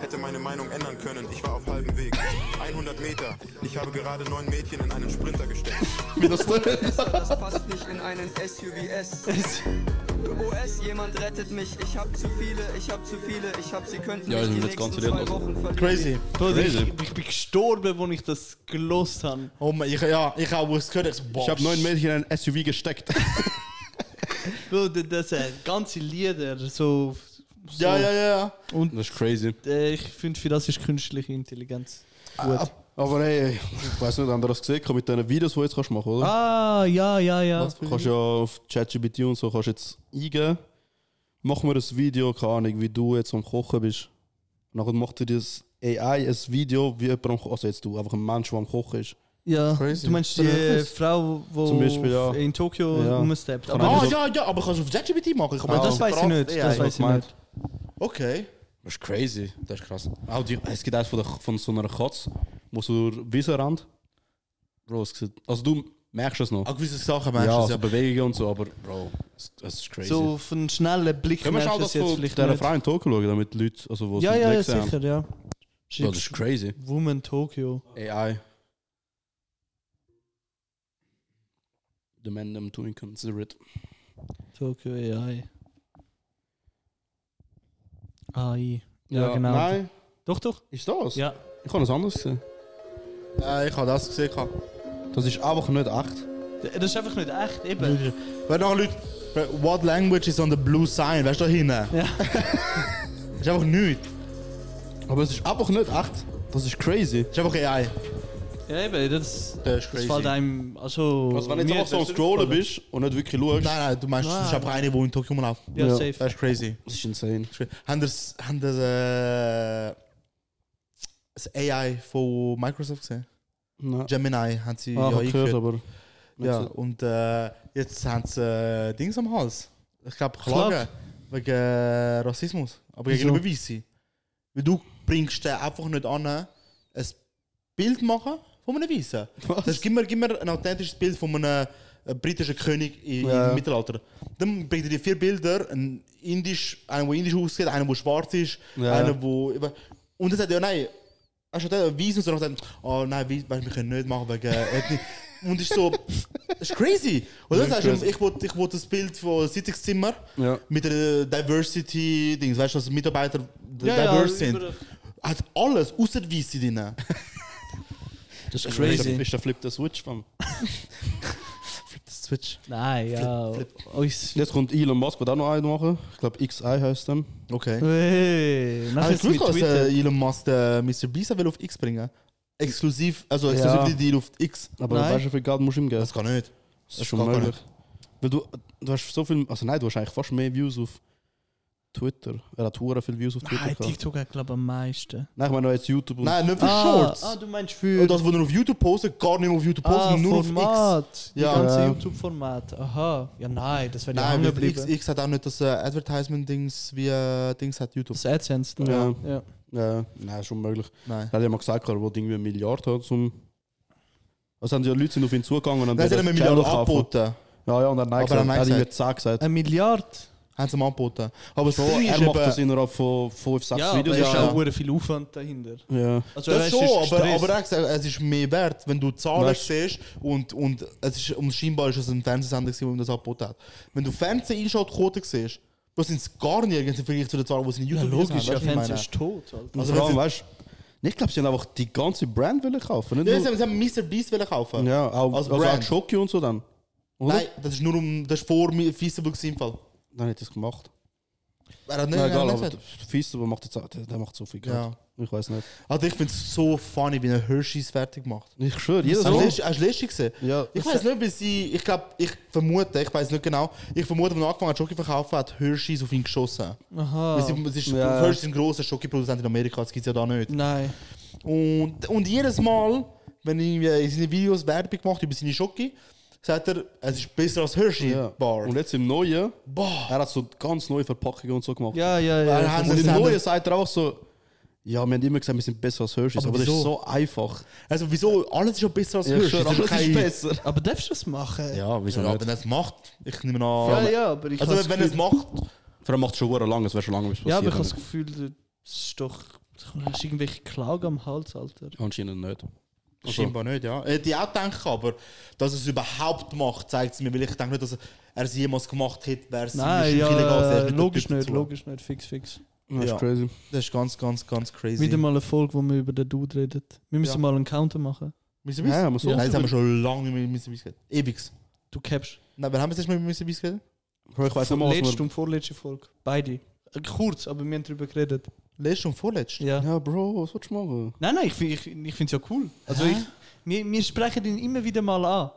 Speaker 5: Hätte meine Meinung ändern können. Ich war auf halbem Weg. 100 Meter. Ich habe gerade neun Mädchen in einen Sprinter gesteckt.
Speaker 2: Wie das
Speaker 4: Das passt nicht in einen SUVS. OS, jemand rettet mich. Ich hab zu viele, ich hab zu viele, ich hab sie könnten
Speaker 2: Ja,
Speaker 4: mich
Speaker 2: ich
Speaker 4: die
Speaker 2: bin jetzt ganz
Speaker 4: nächsten
Speaker 2: ehrlich,
Speaker 4: zwei
Speaker 2: also.
Speaker 4: Wochen verlieren.
Speaker 3: Crazy.
Speaker 2: Crazy.
Speaker 1: Ich, ich bin gestorben, als ich das gelost habe.
Speaker 3: Oh mein, ich, ja, ich habe es gehört. Ich, so, boah,
Speaker 2: Ich habe neun Mädchen in ein SUV gesteckt.
Speaker 1: Bro, das- das sind ganze Lieder. So, so.
Speaker 3: Ja, ja, ja, ja.
Speaker 1: Und
Speaker 2: Das ist crazy.
Speaker 1: äh, ich finde, für das ist künstliche Intelligenz.
Speaker 2: Gut. Aber hey, ich weiß nicht, haben wir das gesehen mit den Videos, die du jetzt kannst machen oder?
Speaker 1: Ah, ja, ja, ja.
Speaker 2: Du kannst ja auf ChatGPT und so kannst jetzt eingeben, mach mir ein Video, keine Ahnung, wie du jetzt am Kochen bist. Und dann macht dir das AI ein Video, wie jemand am Kochen, also jetzt du, einfach ein Mensch, der am Kochen ist.
Speaker 1: Ja,
Speaker 3: Crazy.
Speaker 1: du meinst die äh,
Speaker 2: Ja, krass.
Speaker 1: Frau, die
Speaker 2: Zum Beispiel, ja.
Speaker 1: in Tokio
Speaker 2: Ja.
Speaker 1: rumsteppt.
Speaker 2: Kann
Speaker 1: Aber
Speaker 2: man
Speaker 3: Ah,
Speaker 1: das,
Speaker 2: so-
Speaker 3: ja, ja, aber kannst du auf ChatGPT machen? Ich hab
Speaker 2: Ah,
Speaker 3: jetzt
Speaker 1: das weiß ich
Speaker 3: gefragt.
Speaker 1: nicht.
Speaker 3: Ja,
Speaker 1: Das
Speaker 3: ja.
Speaker 1: weiß ich
Speaker 2: gemeint.
Speaker 1: nicht.
Speaker 3: Okay.
Speaker 2: Das ist crazy. Das ist krass. Auch die, es gibt eins von, der, von so einer Katze, wo so eine Wiese rennt. Bro, es sieht, also du merkst es
Speaker 1: Also
Speaker 2: noch.
Speaker 3: Auch gewisse
Speaker 2: ja,
Speaker 3: Sachen, meinst du?
Speaker 2: also Bewegungen und so, aber Bro, es, es ist crazy.
Speaker 1: so von einen schnellen Blick
Speaker 2: Können wir
Speaker 1: merkst
Speaker 2: schauen,
Speaker 1: du
Speaker 2: dass
Speaker 1: es
Speaker 2: wir
Speaker 1: jetzt
Speaker 2: vielleicht
Speaker 1: vielleicht
Speaker 2: der
Speaker 1: nicht.
Speaker 2: Frau in Tokio schauen, damit die Leute, also wo
Speaker 1: Ja,
Speaker 2: sie
Speaker 1: ja, ja,
Speaker 2: nicht sehen.
Speaker 1: sicher, ja.
Speaker 2: Bro, das ist crazy.
Speaker 1: Woman Tokyo.
Speaker 2: AI. The man them to consider it.
Speaker 1: Tokyo AI. AI. Ja, genau.
Speaker 2: Nein,
Speaker 1: Doch, doch.
Speaker 2: ist das?
Speaker 1: Ja.
Speaker 2: Ich kann es anders sehen.
Speaker 3: Äh, ich habe das gesehen. gehabt.
Speaker 2: Das ist einfach nicht echt.
Speaker 1: Das ist einfach nicht echt, eben.
Speaker 3: Weil nachher Leute, äh, what language is on the blue sign? Weißt du da hinten?
Speaker 1: Ja.
Speaker 3: ist einfach nichts.
Speaker 2: Aber es ist einfach nicht echt. Das ist crazy.
Speaker 3: Ist einfach AI.
Speaker 1: Ja, eben, das,
Speaker 3: Das ist
Speaker 1: das
Speaker 3: crazy.
Speaker 1: fällt einem. Also,
Speaker 2: Also wenn du jetzt
Speaker 1: mir
Speaker 2: einfach so am
Speaker 1: hat's nicht
Speaker 2: Scrollen
Speaker 1: gefallen.
Speaker 2: bist und nicht wirklich schaust,
Speaker 3: Nein, nein, du meinst, es ist
Speaker 1: Ah.
Speaker 3: einfach eine, die in Tokio rumläuft.
Speaker 1: Ja,
Speaker 2: Ja.
Speaker 1: safe.
Speaker 3: Das ist crazy. dus,
Speaker 2: das ist insane.
Speaker 3: Haben das, haben das, äh, das AI von Microsoft gesehen?
Speaker 2: Nein.
Speaker 3: Gemini haben
Speaker 2: Ah, ich
Speaker 3: sie ja
Speaker 2: habe gehört,
Speaker 3: eingeführt.
Speaker 2: aber...
Speaker 3: Ja, und äh, jetzt haben sie äh, Dings am Hals. Ich glaube,
Speaker 1: Klage.
Speaker 3: Klagen wegen äh, Rassismus. Aber
Speaker 1: Wieso?
Speaker 3: gegenüber Weißen. Weil du bringst den einfach nicht an, ein Bild machen von einem Weißen. Das heißt, gib mir, gib mir ein authentisches Bild von einem äh, britischen König i-
Speaker 2: Ja.
Speaker 3: im Mittelalter. Dann bringt er dir vier Bilder: ein indisch, einen, der indisch aussieht, einen, der schwarz ist,
Speaker 2: Ja.
Speaker 3: einen, der. Und dann sagt er, ja, nein, Hast du dann Wiesen und so dann, oh nein, Wiesen, weißt, wir können nicht machen wegen Ethnie. Und ist so, das ist crazy. Und dann
Speaker 2: Ja,
Speaker 3: sagst du,
Speaker 2: crazy.
Speaker 3: ich wollte ich wollt das Bild von Sitzungszimmer
Speaker 2: Ja.
Speaker 3: mit der Diversity-Dings, weißt du, dass Mitarbeiter
Speaker 1: Ja, ja,
Speaker 3: diverse sind.
Speaker 1: überall.
Speaker 3: Hat alles außer Wiese drin.
Speaker 1: Das ist
Speaker 2: Ist der,
Speaker 1: crazy.
Speaker 2: ist der Flip der Switch, fam.
Speaker 3: Das Switch.
Speaker 1: Nein, ja. Oh, Uns-
Speaker 2: Jetzt kommt Elon Musk, wird auch noch einen machen. Ich glaube, XI heißt der.
Speaker 3: Okay.
Speaker 1: Hey, nachher
Speaker 3: Hast
Speaker 1: ist
Speaker 3: du
Speaker 1: mit
Speaker 3: gewusst, dass
Speaker 1: Twitter.
Speaker 3: äh, Elon Musk äh, Mr. Bisa will auf X bringen? Exklusiv, also exklusiv
Speaker 2: Ja.
Speaker 3: die Deal auf X.
Speaker 2: Aber
Speaker 1: Nein.
Speaker 2: weißt du, wie viel Geld musst du ihm geben?
Speaker 3: Das kann nicht.
Speaker 2: Das ist schon
Speaker 3: geht gar
Speaker 2: möglich. Weil du, du hast so viel, also nein, du hast eigentlich fast mehr Views auf Twitter. Er hat hure viele Views auf Twitter.
Speaker 1: Nein,
Speaker 2: Nein, gehabt.
Speaker 1: Ah, TikTok hat, glaube ich, am meisten.
Speaker 2: nein ich meine jetzt YouTube und
Speaker 3: Nein, nicht für Shorts.
Speaker 1: Ah, du meinst
Speaker 3: Und
Speaker 1: für
Speaker 3: das, was er auf YouTube postet, gar nicht mehr auf YouTube postet,
Speaker 1: ah,
Speaker 3: nur auf X.
Speaker 1: Format. Die
Speaker 3: Ja.
Speaker 1: ganze
Speaker 2: Ja.
Speaker 1: YouTube-Format. Aha. Ja, nein, das wäre ja
Speaker 3: Nein,
Speaker 1: hängen
Speaker 3: weil X,
Speaker 1: geblieben.
Speaker 3: X hat auch nicht das äh, Advertisement-Dings wie äh, Dings hat YouTube.
Speaker 1: Das AdSense. ne?
Speaker 2: Ja.
Speaker 1: ja.
Speaker 2: Ja, nein, ist schon möglich.
Speaker 3: Nein.
Speaker 2: Er hat ja mal gesagt, er wollte irgendwie eine Milliarde haben zum. Also haben ja Leute sind auf ihn zugegangen und
Speaker 3: Nein, sie haben
Speaker 2: das
Speaker 3: eine Milliarde
Speaker 2: Channel kaufen.
Speaker 3: angeboten.
Speaker 2: Ja, ja, und er hat nein
Speaker 3: Aber er
Speaker 2: gesagt.
Speaker 3: hat
Speaker 2: Er
Speaker 3: nein
Speaker 2: hat irgendwie 10
Speaker 3: gesagt.
Speaker 2: gesagt.
Speaker 1: Eine Milliarde.
Speaker 3: Haben sie ihm angeboten. Aber das
Speaker 2: So,
Speaker 3: Ding
Speaker 2: er
Speaker 3: ist
Speaker 2: macht
Speaker 3: eben-
Speaker 2: das innerhalb von 5, 6
Speaker 1: Ja,
Speaker 2: Videos.
Speaker 1: aber es ist
Speaker 3: ja.
Speaker 1: auch sehr viel Aufwand dahinter.
Speaker 2: ja.
Speaker 1: Also,
Speaker 3: Das
Speaker 1: er
Speaker 3: schon,
Speaker 1: ist
Speaker 3: aber,
Speaker 1: gestresst.
Speaker 3: aber er hat gesagt, es ist mehr wert, wenn du Zahlen
Speaker 2: Weißt-
Speaker 3: siehst und, und, es ist, und scheinbar ist es ein Fernsehsender, gewesen, der ihm das angeboten hat. Wenn du Fernseh-Einschaltquoten siehst, da sind es gar nirgends im Vergleich zu den Zahlen, die sie in
Speaker 1: Ja,
Speaker 3: YouTube
Speaker 1: logisch, ja,
Speaker 3: haben. weißt du, was ich
Speaker 1: Fenster
Speaker 3: meine?
Speaker 1: ist tot. Alter.
Speaker 2: Also,
Speaker 3: Also,
Speaker 2: vor allem,
Speaker 3: wenn
Speaker 2: weißt du, ich glaube, sie haben einfach die ganze Brand wollen kaufen. Nicht
Speaker 3: Ja,
Speaker 2: nur,
Speaker 3: sie haben sie haben Mr. Beast wollen kaufen.
Speaker 2: ja, auch,
Speaker 3: als
Speaker 2: also auch
Speaker 3: Brand.
Speaker 2: Schoki und so dann. Oder?
Speaker 3: Nein, das ist nur um, das ist vor Mi- Feasible gewesen, im Fall.
Speaker 2: Dann hätte ich es gemacht.
Speaker 3: Er hat nicht,
Speaker 2: Nein,
Speaker 3: er hat
Speaker 2: egal,
Speaker 3: nicht
Speaker 2: aber
Speaker 3: gesagt.
Speaker 2: Fies, aber macht jetzt, auch- der, der macht so viel Geld.
Speaker 3: Ja.
Speaker 2: Ich weiß nicht.
Speaker 3: Alter, Also, ich find's so funny, wie ein Hershey's fertig macht.
Speaker 2: Ich schwöre, jeder
Speaker 3: Hast du
Speaker 2: so.
Speaker 3: Lesti- hast du Lesti gesehen?
Speaker 2: Ja.
Speaker 3: Ich weiß nicht, bis sie. Ich glaube, ich vermute, ich weiß nicht genau. Ich vermute, wenn er angefangen hat, Schoki zu verkaufen, hat Hershey's auf ihn geschossen.
Speaker 1: Aha.
Speaker 3: Weil sie, es ist,
Speaker 2: Ja.
Speaker 3: Hershey's ist ein grosser Schoki-Produzent in Amerika, das gibt's ja da nicht.
Speaker 1: Nein.
Speaker 3: Und, und jedes Mal, wenn er in seinen Videos Werbung macht über seine Schoki, sagt er, es ist besser als Hershey
Speaker 2: Ja.
Speaker 3: Bar.
Speaker 2: Und jetzt im Neuen,
Speaker 3: Boah.
Speaker 2: er hat so ganz neue Verpackungen und so gemacht.
Speaker 1: Ja, ja,
Speaker 3: Weil
Speaker 1: ja.
Speaker 3: haben-
Speaker 2: Und im
Speaker 3: Das ist
Speaker 2: Neuen
Speaker 3: anders.
Speaker 2: sagt er auch so, ja, wir haben immer gesagt, wir sind besser als Hershey's,
Speaker 3: Aber
Speaker 2: aber, das
Speaker 3: wieso?
Speaker 2: ist so einfach.
Speaker 3: Also wieso? Alles ist ja besser als
Speaker 2: Ja,
Speaker 3: Hershey's.
Speaker 2: schwör,
Speaker 3: Das
Speaker 2: alles
Speaker 3: kein-
Speaker 2: ist besser.
Speaker 1: Aber darfst du das machen?
Speaker 2: Ja, wieso
Speaker 3: Ja,
Speaker 2: nicht?
Speaker 3: wenn er es macht, ich nehme an.
Speaker 1: ja, ja, aber ich
Speaker 3: also
Speaker 1: hab's
Speaker 3: wenn, er es
Speaker 1: Gefühl-
Speaker 3: macht,
Speaker 2: Vor allem macht es schon verdammt lang, es wäre schon lange bis passiert.
Speaker 1: Ja, aber ich habe das Gefühl, das ist doch. Du hast irgendwelche Klagen am Hals, Alter.
Speaker 2: Anscheinend nicht.
Speaker 3: scheinbar nicht, ja. Hätte ich auch gedacht, aber dass er es überhaupt macht, zeigt es mir, weil ich denke nicht, dass er es jemals gemacht hätte, wäre es
Speaker 1: Nein,
Speaker 3: wahrscheinlich illegal, er ist
Speaker 1: ja,
Speaker 3: nicht der
Speaker 1: logisch
Speaker 3: Typ
Speaker 1: nicht,
Speaker 3: dazu.
Speaker 1: logisch nicht, fix, fix.
Speaker 2: Das ist
Speaker 3: Ja.
Speaker 2: crazy.
Speaker 3: Das ist ganz, ganz, ganz crazy.
Speaker 1: Wieder mal eine Folge, wo wir über den Dude reden. Wir müssen
Speaker 3: Ja.
Speaker 1: mal einen Counter machen.
Speaker 3: Mr. Beast?
Speaker 2: Ja, aber so.
Speaker 1: Ja.
Speaker 3: Nein, das haben wir schon lange nicht mehr mit Mr. Beast geredet. Ewigs.
Speaker 1: Du capst.
Speaker 3: Nein, wann haben wir das letzte Mal mit Mr. Beast geredet?
Speaker 2: Bro, Ich weiß nicht mal, was
Speaker 1: Letzte
Speaker 2: wir...
Speaker 1: und vorletzte Folge. Beide. Äh, Kurz, aber wir haben darüber geredet.
Speaker 3: Letzte und vorletzte?
Speaker 1: Ja.
Speaker 2: Ja, Bro, was willst du machen?
Speaker 1: Nein, nein, ich, find- ich, ich finde es ja cool. Also ich, wir, wir sprechen ihn immer wieder mal an.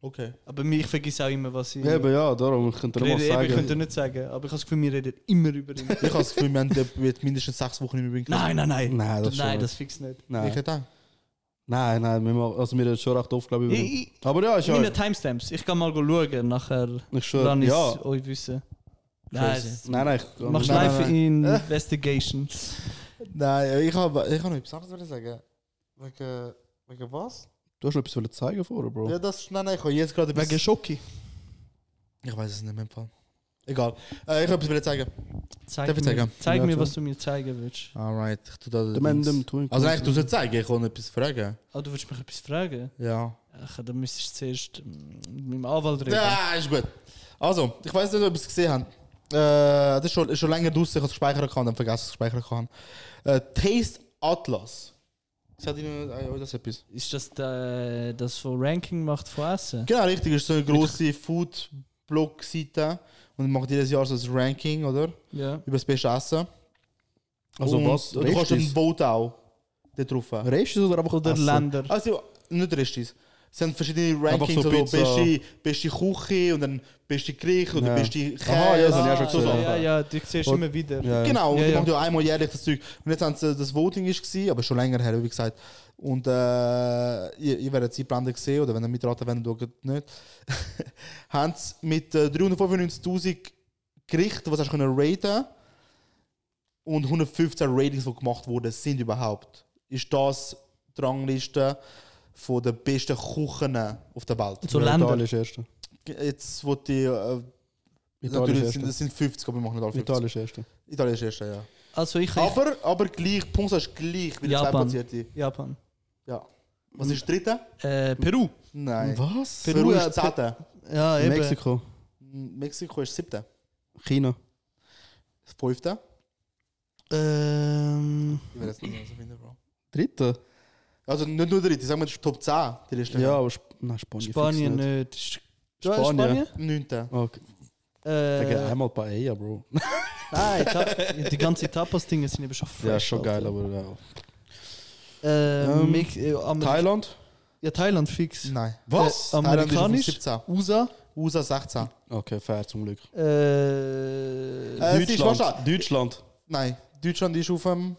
Speaker 3: Okay.
Speaker 1: Aber mir- ich vergesse auch immer, was ich.
Speaker 2: Eben, ja, darum, ich könnte dir mal
Speaker 1: rede, eben, ich könnte
Speaker 2: sagen.
Speaker 1: nicht sagen, aber ich habe das Gefühl, wir reden immer über ihn.
Speaker 3: Ich habe das Gefühl, wir haben jetzt mindestens sechs Wochen nicht mehr geredet.
Speaker 1: nein, nein, nein.
Speaker 2: Nein, das schon
Speaker 1: nein,
Speaker 2: nicht.
Speaker 1: das fix nicht.
Speaker 3: Ich
Speaker 2: Nein,
Speaker 3: hätte auch.
Speaker 2: nein, nein, wir machen- also wir reden schon recht oft, glaube ich, über ihn.
Speaker 1: Ich,
Speaker 2: Aber ja, ist
Speaker 1: ich,
Speaker 2: ja...
Speaker 1: meine Timestamps, ich kann mal schauen, nachher
Speaker 2: Ich schwöre,
Speaker 1: dann ist
Speaker 2: ja.
Speaker 1: euch wissen. Nein, es-
Speaker 2: Nein, nein, Äh. ich...
Speaker 1: machst
Speaker 3: Nein,
Speaker 1: live
Speaker 3: nein,
Speaker 1: Investigation.
Speaker 3: Nein, ich habe ich hab noch etwas anderes sagen. Wegen, wegen was?
Speaker 2: Du hast noch etwas wollen zeigen vorher, Bro.
Speaker 3: Ja, das, nein, nein, ich habe jetzt gerade etwas-
Speaker 1: Schoki.
Speaker 3: Ich weiß es nicht mehr im Fall. Egal. Äh, ich habe etwas wollen zeigen.
Speaker 1: Zeig,
Speaker 3: Darf ich
Speaker 1: mir,
Speaker 3: zeigen?
Speaker 1: zeig
Speaker 2: Ja,
Speaker 1: mir,
Speaker 2: tu.
Speaker 1: was du mir zeigen willst.
Speaker 3: Alright, ich tue da den
Speaker 2: Dem
Speaker 3: Dings.
Speaker 2: Ende, tu ich-
Speaker 3: Also nein, ich tue es nicht zeigen, ich kann etwas fragen.
Speaker 1: Ah, du willst mich etwas fragen?
Speaker 3: Ja.
Speaker 1: Ach, dann müsstest du zuerst mm, mit dem Anwalt reden.
Speaker 3: Ja, ist gut. Also, ich weiß nicht, ob ihr es gesehen habt. Äh, das ist schon, ist schon länger draußen, ich habe es gespeichert kann, dann vergessen, dass ich es gespeichert kann. Äh, Taste Atlas. Sagt Ihnen äh, euch das etwas?
Speaker 1: Ist das der, das, wo Ranking macht von Essen?
Speaker 3: Genau, richtig. Ist so eine grosse Food-Blog-Seite und macht jedes Jahr so ein Ranking, oder?
Speaker 1: Ja.
Speaker 3: Über das beste Essen.
Speaker 2: Also
Speaker 3: und
Speaker 2: was?
Speaker 3: Du kannst einen
Speaker 2: Restis?
Speaker 3: Vote auch da drauf. haben.
Speaker 2: Restis oder einfach...
Speaker 1: Oder
Speaker 2: Essen? Ah,
Speaker 1: Länder.
Speaker 3: Also, nicht richtig. Es sind verschiedene
Speaker 2: Einfach
Speaker 3: Rankings,
Speaker 2: so
Speaker 3: so
Speaker 2: Pizza.
Speaker 3: beste, beste Küche und dann beste Gericht oder
Speaker 2: Ja.
Speaker 3: beste Käse.
Speaker 2: Aha, ja, das hab ich auch schon
Speaker 1: Ah,
Speaker 2: gesehen.
Speaker 1: ja, ja, ja, du siehst immer wieder.
Speaker 2: Ja.
Speaker 3: Genau, und
Speaker 1: Ja,
Speaker 3: die
Speaker 1: ja.
Speaker 3: machen ja einmal jährlich das Zeug. Und jetzt haben sie das Voting ist gewesen, aber schon länger her, wie gesagt. Und äh, ihr, ihr werdet sie blenden sehen, oder wenn ihr mitraten wollt, schaut nicht. haben sie mit äh, 395.000 Gerichten, was hast du können raten und 115 Ratings, die gemacht wurden, sind überhaupt. Ist das die Rangliste von den besten Küchen auf der Welt?
Speaker 1: So
Speaker 2: Ja,
Speaker 1: Länder.
Speaker 2: Italien ist erste.
Speaker 3: Jetzt, wo die. Äh,
Speaker 2: Italien
Speaker 3: natürlich
Speaker 2: ist
Speaker 3: sind,
Speaker 2: erste.
Speaker 3: es sind 50, aber wir machen nicht alle 50.
Speaker 2: Italien ist erste.
Speaker 3: Italien ist erste, ja.
Speaker 1: Also ich, ich
Speaker 3: Aber, aber gleich, Punsa ist gleich wie der
Speaker 1: Japan.
Speaker 3: zweitplatzierte.
Speaker 1: Japan.
Speaker 3: Ja. Was ist dritte?
Speaker 1: Äh, Peru.
Speaker 3: Nein.
Speaker 2: Was?
Speaker 3: Peru,
Speaker 1: Peru
Speaker 3: ist
Speaker 1: ist
Speaker 3: zehnte.
Speaker 1: Ja, eben.
Speaker 2: Mexiko.
Speaker 3: Mexiko ist siebte.
Speaker 2: China.
Speaker 3: Fünfte.
Speaker 1: Ähm,
Speaker 3: Ich werde es nicht mehr so finden, Bro.
Speaker 2: Dritte?
Speaker 3: Also nicht nur dritte, sagen wir, das ist Top 10, die Liste.
Speaker 2: Ja, aber Sp nein, Spanien.
Speaker 1: Spanien
Speaker 2: fix
Speaker 1: nicht. Sch- Du hast
Speaker 2: Spanien.
Speaker 1: Spanien?
Speaker 3: Neunte.
Speaker 2: Okay. Digga,
Speaker 1: Äh,
Speaker 2: einmal Paella, Bro.
Speaker 1: nein, Ta ah, die ganzen Tapas-Dinge sind eben schon fresh.
Speaker 2: Ja, ist schon geil,
Speaker 1: Alter.
Speaker 2: aber ja.
Speaker 1: Äh,
Speaker 2: Ähm,
Speaker 1: Mex äh, Amer-
Speaker 2: Thailand?
Speaker 1: ja, Thailand fix.
Speaker 3: Nein.
Speaker 2: Was?
Speaker 1: Äh,
Speaker 3: Thailand ist auf dem
Speaker 1: Amerikanisch?
Speaker 3: 17.
Speaker 1: USA?
Speaker 3: USA 16.
Speaker 2: Okay, fair zum Glück.
Speaker 1: Äh,
Speaker 2: Eh,
Speaker 3: Äh, es ist
Speaker 2: Deutschland.
Speaker 3: wahrscheinlich-
Speaker 2: Deutschland.
Speaker 3: Nein. Deutschland ist auf dem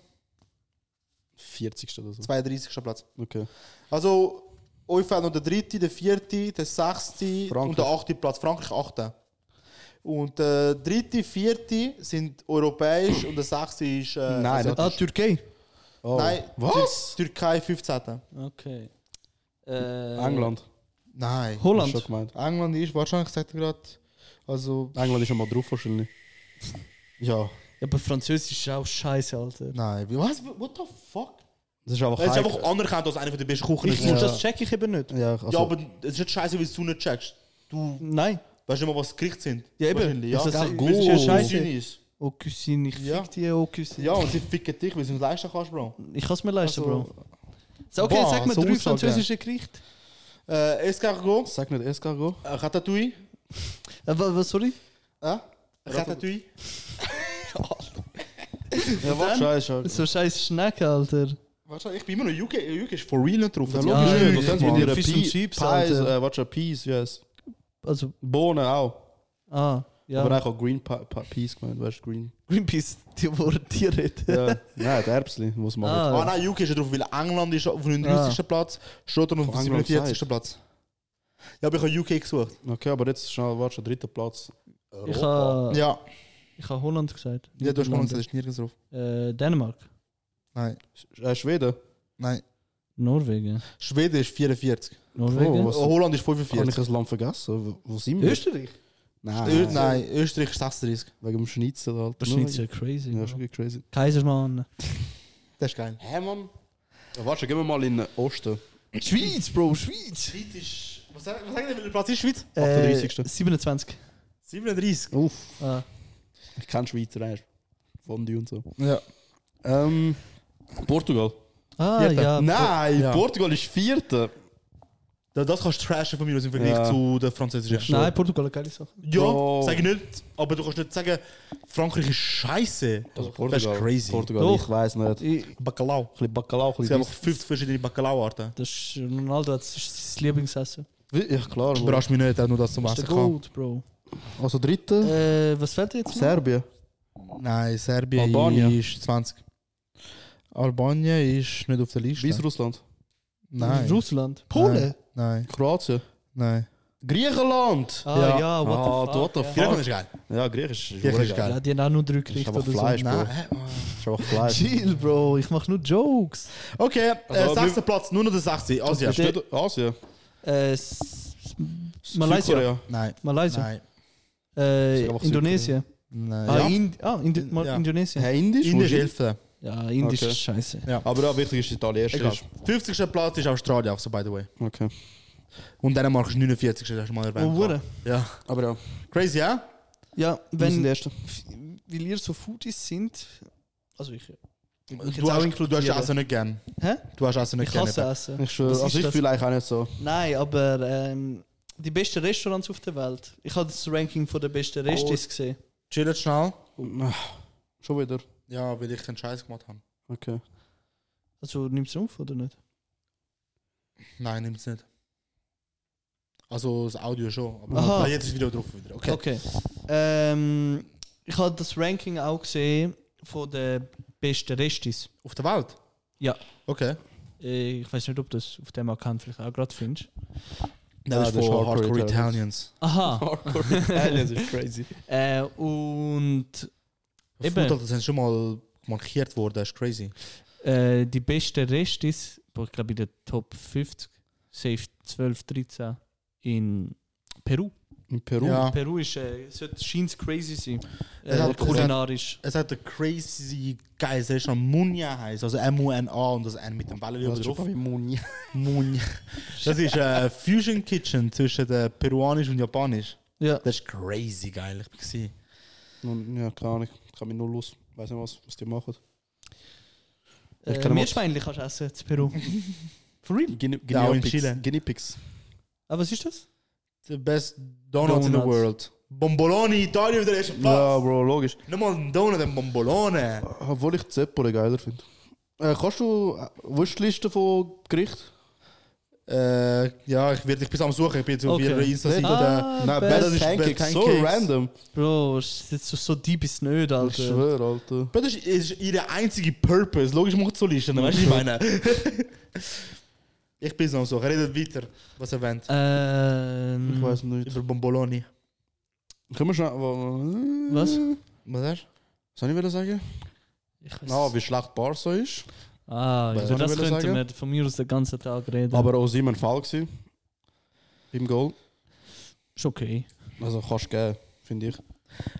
Speaker 2: 40. oder so.
Speaker 3: 32. Platz.
Speaker 2: Okay.
Speaker 3: Also, euch fehlt noch der dritte, der vierte, der sechste
Speaker 2: Frankreich.
Speaker 3: und der achte Platz. Frankreich achte. Und der dritte, vierte sind europäisch und der sechste ist. Äh,
Speaker 2: Nein,
Speaker 3: asiatisch.
Speaker 2: nicht
Speaker 1: ah, Türkei.
Speaker 2: Oh.
Speaker 3: Nein.
Speaker 2: Was?
Speaker 3: Tür Türkei 15.
Speaker 1: Okay. Äh,
Speaker 2: England.
Speaker 3: Nein.
Speaker 2: Hast du
Speaker 1: Holland.
Speaker 2: schon gemeint.
Speaker 3: England ist wahrscheinlich, sagt er gerade. Also.
Speaker 2: England ist schon mal drauf wahrscheinlich.
Speaker 3: Ja.
Speaker 1: Ja, aber Französisch ist auch scheiße, Alter.
Speaker 3: Nein. wie- Was? What the fuck?
Speaker 2: Das ist einfach
Speaker 3: Es ist
Speaker 2: Hype.
Speaker 3: einfach anerkannt als einer der besten Kuchen.
Speaker 1: Ich, Das check ich eben nicht.
Speaker 2: Ja, also,
Speaker 3: ja, aber es ist nicht scheiße, weil du nicht checkst. Du
Speaker 1: Nein.
Speaker 3: weißt nicht mal, was Gericht sind.
Speaker 1: Ja, eben.
Speaker 3: Wahrscheinlich, Ja,
Speaker 1: Das ist ja
Speaker 3: Weil
Speaker 1: gut.
Speaker 3: es
Speaker 1: Das ist ja scheiße.
Speaker 3: Cuisine ist.
Speaker 1: Oh, Cousine, ich
Speaker 3: Ja.
Speaker 1: fick die, oh, Cousine.
Speaker 3: Ja, und sie ficken dich, weil sie es nicht leisten kannst, Bro.
Speaker 1: Ich kann es mir leisten,
Speaker 3: Also-
Speaker 1: Bro. So, okay,
Speaker 3: Boah,
Speaker 1: sag mir
Speaker 3: so
Speaker 1: drei
Speaker 3: Aussagen.
Speaker 1: französische Gerichte.
Speaker 3: Äh, Escargot,
Speaker 2: Sag nicht Escargot.
Speaker 3: äh, Ratatouille.
Speaker 1: Äh, wa- wa- sorry?
Speaker 3: Äh? Ratatouille.
Speaker 2: Ja, was scheiße.
Speaker 1: So scheiß Schnecke, Alter.
Speaker 3: Warte, ich bin immer noch UK. UK ist for real nicht drauf.
Speaker 2: Ja,
Speaker 3: Das
Speaker 1: Ja,
Speaker 2: logisch,
Speaker 1: ja,
Speaker 2: das sind
Speaker 1: ja.
Speaker 2: mit ihrer
Speaker 1: Fish and Chips,
Speaker 2: Pies,
Speaker 1: Alter.
Speaker 2: äh, was schon Peas, yes.
Speaker 1: Also,
Speaker 2: Bohnen auch.
Speaker 1: ah, ja.
Speaker 2: Aber eigentlich auch Green Pa- Pa- Peas gemeint, weißt du, Green.
Speaker 1: Greenpeace, die wo Tiere redet.
Speaker 2: Ja, nein, der Erbsli, was man
Speaker 1: Ah.
Speaker 2: ah.
Speaker 3: Ah nein, UK ist ja drauf, weil England ist auf dem
Speaker 1: Ah.
Speaker 3: 39. Platz, Schottland auf dem
Speaker 2: England
Speaker 3: 47. Platz. Ja, aber ich habe UK gesucht.
Speaker 2: Okay, aber jetzt schnell, warte, dritter Platz.
Speaker 1: Ich
Speaker 2: Ah.
Speaker 1: habe
Speaker 3: Ja,
Speaker 1: ich ha Holland gesagt.
Speaker 3: ja du hast mal gesagt, ist nirgends drauf.
Speaker 1: Äh, Dänemark.
Speaker 3: Nein,
Speaker 2: Sch äh, Schweden?
Speaker 3: nein.
Speaker 1: Norwegen.
Speaker 3: Schweden ist 44.
Speaker 1: Norwegen. Oh,
Speaker 2: was-
Speaker 3: Holland ist
Speaker 2: Habe ich
Speaker 3: 45.
Speaker 2: ein Land vergessen? Wo- Wo sind wir?
Speaker 1: Österreich?
Speaker 3: Ö-
Speaker 2: Nein,
Speaker 3: Nein, Österreich ist 36.
Speaker 2: wegen dem Schnitzel, Alter.
Speaker 1: Das ist nicht so crazy.
Speaker 2: Ja,
Speaker 1: Mann.
Speaker 2: ist wirklich crazy.
Speaker 1: Kaisermann.
Speaker 3: Das ist geil.
Speaker 2: Hä, Mann? Ja, warte, gehen wir mal in den Osten.
Speaker 1: Schweiz, Bro, Schweiz.
Speaker 3: Schweiz ist. Was sagen was sagen die, welcher Platz ist Schweiz?
Speaker 2: 38..
Speaker 1: 27.
Speaker 3: 37.
Speaker 2: Uff,
Speaker 1: Äh, Ah.
Speaker 2: ich kenne Schweizer, weißt du. Fondue und so.
Speaker 3: Ja.
Speaker 2: Ähm, Portugal.
Speaker 1: Ah,
Speaker 3: Vierter.
Speaker 1: ja.
Speaker 2: Nein,
Speaker 3: Ja.
Speaker 2: Portugal ist Vierter.
Speaker 3: Da- Das kannst du trashen von mir aus im Vergleich
Speaker 2: Ja.
Speaker 3: zu der französischen.
Speaker 1: Nein, Portugal, eine geile Sache.
Speaker 3: Ja,
Speaker 2: Bro.
Speaker 3: sag ich nicht, aber du kannst nicht sagen, Frankreich ist scheiße. Das ist crazy.
Speaker 2: Portugal,
Speaker 1: Doch.
Speaker 2: ich weiß nicht. Ein
Speaker 3: Bacalhau.
Speaker 2: bisschen Bacalao, ein
Speaker 3: Sie
Speaker 2: bisschen
Speaker 3: haben 50 verschiedene Bacalao-Arten.
Speaker 1: Das ist Ronaldo, das ist sein Lieblingsessen.
Speaker 2: Wie- Ja, klar. Mann.
Speaker 3: Überrascht mich nicht, auch nur das zum
Speaker 1: Das
Speaker 3: Essen
Speaker 1: ist der
Speaker 3: kann.
Speaker 1: Gold, Bro.
Speaker 2: Also dritte,
Speaker 1: Äh, was fällt dir jetzt? noch?
Speaker 2: Serbien.
Speaker 3: Nein, Serbien
Speaker 2: Albanien.
Speaker 3: ist 20. Albanien ist nicht auf der Liste.
Speaker 2: Weißrussland.
Speaker 3: Nein.
Speaker 1: Russland.
Speaker 3: Polen? Nein,
Speaker 2: Kroatien.
Speaker 3: nein.
Speaker 2: Griechenland!
Speaker 1: Ah,
Speaker 3: Ja.
Speaker 1: ja, what
Speaker 2: Ah,
Speaker 1: the fuck.
Speaker 2: what the
Speaker 1: ja.
Speaker 2: fuck.
Speaker 3: Griechenland ist geil.
Speaker 2: Ja, Griechisch ist
Speaker 3: Griechisch ist
Speaker 2: geil.
Speaker 3: geil.
Speaker 1: Ja, die haben auch nur drei
Speaker 2: Ist
Speaker 1: Gerichte
Speaker 2: einfach
Speaker 1: oder so.
Speaker 2: Fleisch, Bro.
Speaker 3: Nein.
Speaker 2: Ist einfach Fleisch.
Speaker 1: Chill, Bro, ich mach nur Jokes.
Speaker 3: Okay, äh,
Speaker 2: Also,
Speaker 3: sechster Platz, nur noch der 60. Asien.
Speaker 1: Bitte.
Speaker 2: Steht Asien.
Speaker 1: Äh, S- Malaysia.
Speaker 2: Südkorea.
Speaker 3: Nein,
Speaker 1: Malaysia.
Speaker 3: nein,
Speaker 1: Äh,
Speaker 2: Sag einfach
Speaker 1: Indonesien.
Speaker 3: nein.
Speaker 1: Ah,
Speaker 3: Ja.
Speaker 1: Ind ah Indi
Speaker 3: In-
Speaker 1: mal
Speaker 3: ja.
Speaker 1: Indonesien.
Speaker 2: Hä, Indisch?
Speaker 3: Indisch
Speaker 2: Wo ist-
Speaker 3: 11.
Speaker 1: Ja, Indisch
Speaker 2: Okay.
Speaker 1: ist scheiße.
Speaker 3: Ja.
Speaker 2: Aber ja, wichtig ist Italien.
Speaker 3: Egal.
Speaker 2: Ist.
Speaker 3: 50. Platz ist Australien, also by the way.
Speaker 2: Okay.
Speaker 3: Und Dänemark ist 49. Das hast du mal erwähnt.
Speaker 1: Oh, Hure.
Speaker 3: ja.
Speaker 2: Aber ja,
Speaker 3: Crazy, ja?
Speaker 1: Ja,
Speaker 2: wir sind
Speaker 1: wenn,
Speaker 2: der Erste.
Speaker 1: weil ihr so Foodies sind, also ich, jetzt
Speaker 3: Du
Speaker 1: auch
Speaker 3: hast, du hast
Speaker 1: inkludieren.
Speaker 3: Essen nicht gern.
Speaker 1: Hä?
Speaker 3: Du hast Essen nicht
Speaker 1: ich
Speaker 3: gern.
Speaker 1: hasse
Speaker 3: eben.
Speaker 1: Essen.
Speaker 2: Ich schwöre,
Speaker 1: Was ist
Speaker 2: also ich
Speaker 1: das?
Speaker 2: fühle eigentlich auch nicht so.
Speaker 1: Nein, aber ähm, die besten Restaurants auf der Welt. Ich habe das Ranking von der besten Restis gesehen.
Speaker 3: Chillen schnell.
Speaker 2: Ach, Schon wieder.
Speaker 3: Ja, weil ich keinen Scheiß gemacht habe.
Speaker 2: Okay.
Speaker 1: Also nimmst du auf oder nicht?
Speaker 3: Nein, nimm's nicht. Also das Audio schon. Aber
Speaker 1: Aha.
Speaker 3: Ah, jetzt ist wieder drauf wieder. Okay.
Speaker 1: Okay. Ähm, ich habe das Ranking auch gesehen von den besten Restis.
Speaker 3: Auf der Welt?
Speaker 1: Ja.
Speaker 3: Okay.
Speaker 1: Äh, Ich weiß nicht, ob du das auf dem Account vielleicht auch gerade findest.
Speaker 3: Nein, das ist von Hardcore Italians.
Speaker 2: Ah.
Speaker 1: Aha.
Speaker 2: Hardcore Italians ist crazy.
Speaker 1: äh, und
Speaker 3: Eben.
Speaker 1: Eben.
Speaker 3: Food, das sind schon mal markiert worden, das ist crazy.
Speaker 1: äh, die besten Restis, boah, ich glaube in der Top 50, safe 12, 13 in Peru.
Speaker 2: In Peru.
Speaker 3: Ja.
Speaker 1: Peru ist, äh, sollte scheint crazy sein.
Speaker 3: Es
Speaker 1: Äh,
Speaker 3: hat-
Speaker 1: kulinarisch.
Speaker 3: Es hat ein crazy geiles Restaurant, Munya heißt, also M-U-N-A und das N mit dem Ball
Speaker 2: Das
Speaker 3: oben
Speaker 2: ist schon
Speaker 3: drauf.
Speaker 2: wie Moni.
Speaker 3: Munya. Das ist ein Fusion Kitchen zwischen der Peruanisch und Japanisch.
Speaker 1: Ja.
Speaker 3: Das ist crazy geil, ich bin gesehen.
Speaker 2: Nun, Ja, keine Ahnung. Ich kann mich nur los. Weiß nicht, was, was die machen. Ich
Speaker 1: Äh,
Speaker 2: kann mal-
Speaker 1: Meerschweinchen kannst du essen in Peru. For real?
Speaker 2: Guinea
Speaker 3: Ja, auch
Speaker 2: Guinea
Speaker 3: in
Speaker 2: Pigs.
Speaker 3: Chile.
Speaker 2: Guinea Pigs.
Speaker 1: Ah, was ist das?
Speaker 3: The best donuts, in the
Speaker 1: Donuts.
Speaker 3: world. Bombolone, Italien wieder ersten
Speaker 2: Ja,
Speaker 3: Platz.
Speaker 2: Bro, logisch.
Speaker 3: Nicht mal ein Donut, ein Bombolone.
Speaker 2: Obwohl ich Zeppole geiler finde. Äh, kannst du. äh, Wo ist die Liste von Gericht?
Speaker 3: Äh, ja, ich, werd, ich bin am Suchen, ich bin jetzt auf
Speaker 1: Okay.
Speaker 3: ihrer Insta-Seite.
Speaker 1: Ah.
Speaker 3: oder-
Speaker 2: Nein,
Speaker 1: Best
Speaker 2: Best, Pancakes.
Speaker 3: Pancakes.
Speaker 2: So random.
Speaker 1: Bro, ist jetzt so, so deep ist nicht,
Speaker 2: Ich
Speaker 1: Alter.
Speaker 2: schwöre, Alter.
Speaker 3: Das ist, ist ihre einzige Purpose. Logisch macht so Listen,
Speaker 1: Mm.
Speaker 3: weißt du, ich meine. ich bin am Suchen, redet weiter, was erwähnt.
Speaker 2: Ich
Speaker 1: Ähm,
Speaker 2: weiß nicht.
Speaker 3: Über Bombolone.
Speaker 2: Können wir schnell. wa-
Speaker 1: Was?
Speaker 3: Was sagst
Speaker 2: Soll ich wieder sagen?
Speaker 1: Ich weiß.
Speaker 2: Na, wie schlecht Barca ist.
Speaker 1: Ah,
Speaker 2: Was
Speaker 1: über
Speaker 2: soll ich
Speaker 1: das
Speaker 2: wollen
Speaker 1: könnten
Speaker 2: sagen?
Speaker 1: wir von mir aus den ganzen Tag reden.
Speaker 2: Aber auch sie ein Fall gewesen. Beim Goal.
Speaker 1: ist okay.
Speaker 2: Also kannst du geben, finde ich.
Speaker 3: du?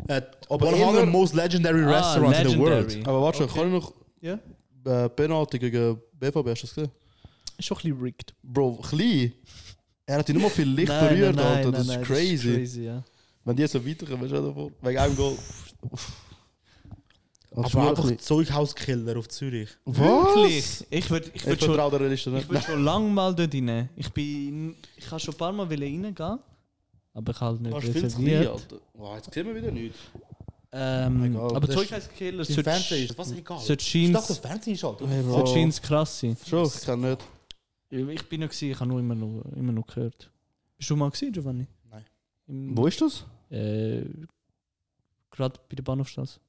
Speaker 3: Äh, aber
Speaker 2: eher-
Speaker 3: one of the most legendary
Speaker 1: Ah,
Speaker 3: restaurants in the
Speaker 1: legendary.
Speaker 3: world.
Speaker 2: Aber warte, schon, kann ich noch.
Speaker 1: Ja?
Speaker 2: Äh, Penalty gegen BVB, hast du das gesehen?
Speaker 1: Ist schon ein bisschen rigged.
Speaker 2: Bro, klein. Er hat ihn nur viel Licht berührt, Alter. Das ist crazy.
Speaker 1: crazy ja.
Speaker 2: Wenn die so weiterkommen, weißt du davor? Wegen einem Goal. Uff. Das ist
Speaker 3: Aber
Speaker 2: wirklich-
Speaker 3: einfach Zeughauskiller auf Zürich.
Speaker 1: Wirklich? Ich würde ich
Speaker 2: Ich,
Speaker 1: würd schon,
Speaker 2: vertraue der Liste ne?
Speaker 1: ich
Speaker 2: nicht.
Speaker 1: würd schon lange mal dort rein. Ich bin. Ich habe schon ein paar Mal wollen reingehen. Aber ich halt nicht
Speaker 2: Warst viel zu klein,
Speaker 1: reserviert.
Speaker 2: Alter. Wow, jetzt sehen wir wieder nichts.
Speaker 1: Ähm,
Speaker 2: Egal.
Speaker 1: aber
Speaker 3: Das
Speaker 1: Zeug
Speaker 3: ist-
Speaker 1: heißt Kehl,
Speaker 3: Im Fernsehen ist
Speaker 1: sollte
Speaker 3: das was egal.
Speaker 1: sollte
Speaker 3: Ich
Speaker 1: Jeans-
Speaker 3: dachte, das Fernsehen ist
Speaker 1: Oh,
Speaker 3: halt.
Speaker 2: Hey, Bro.
Speaker 1: sollte Jeans krass sein.
Speaker 2: Schon, ich kann nicht.
Speaker 1: Ich bin noch gewesen, ich habe nur immer noch, immer noch gehört. Bist du mal gesehen, Giovanni?
Speaker 3: Nein.
Speaker 1: Im,
Speaker 2: Wo ist das?
Speaker 1: Äh, Gerade bei der Bahnhofstraße.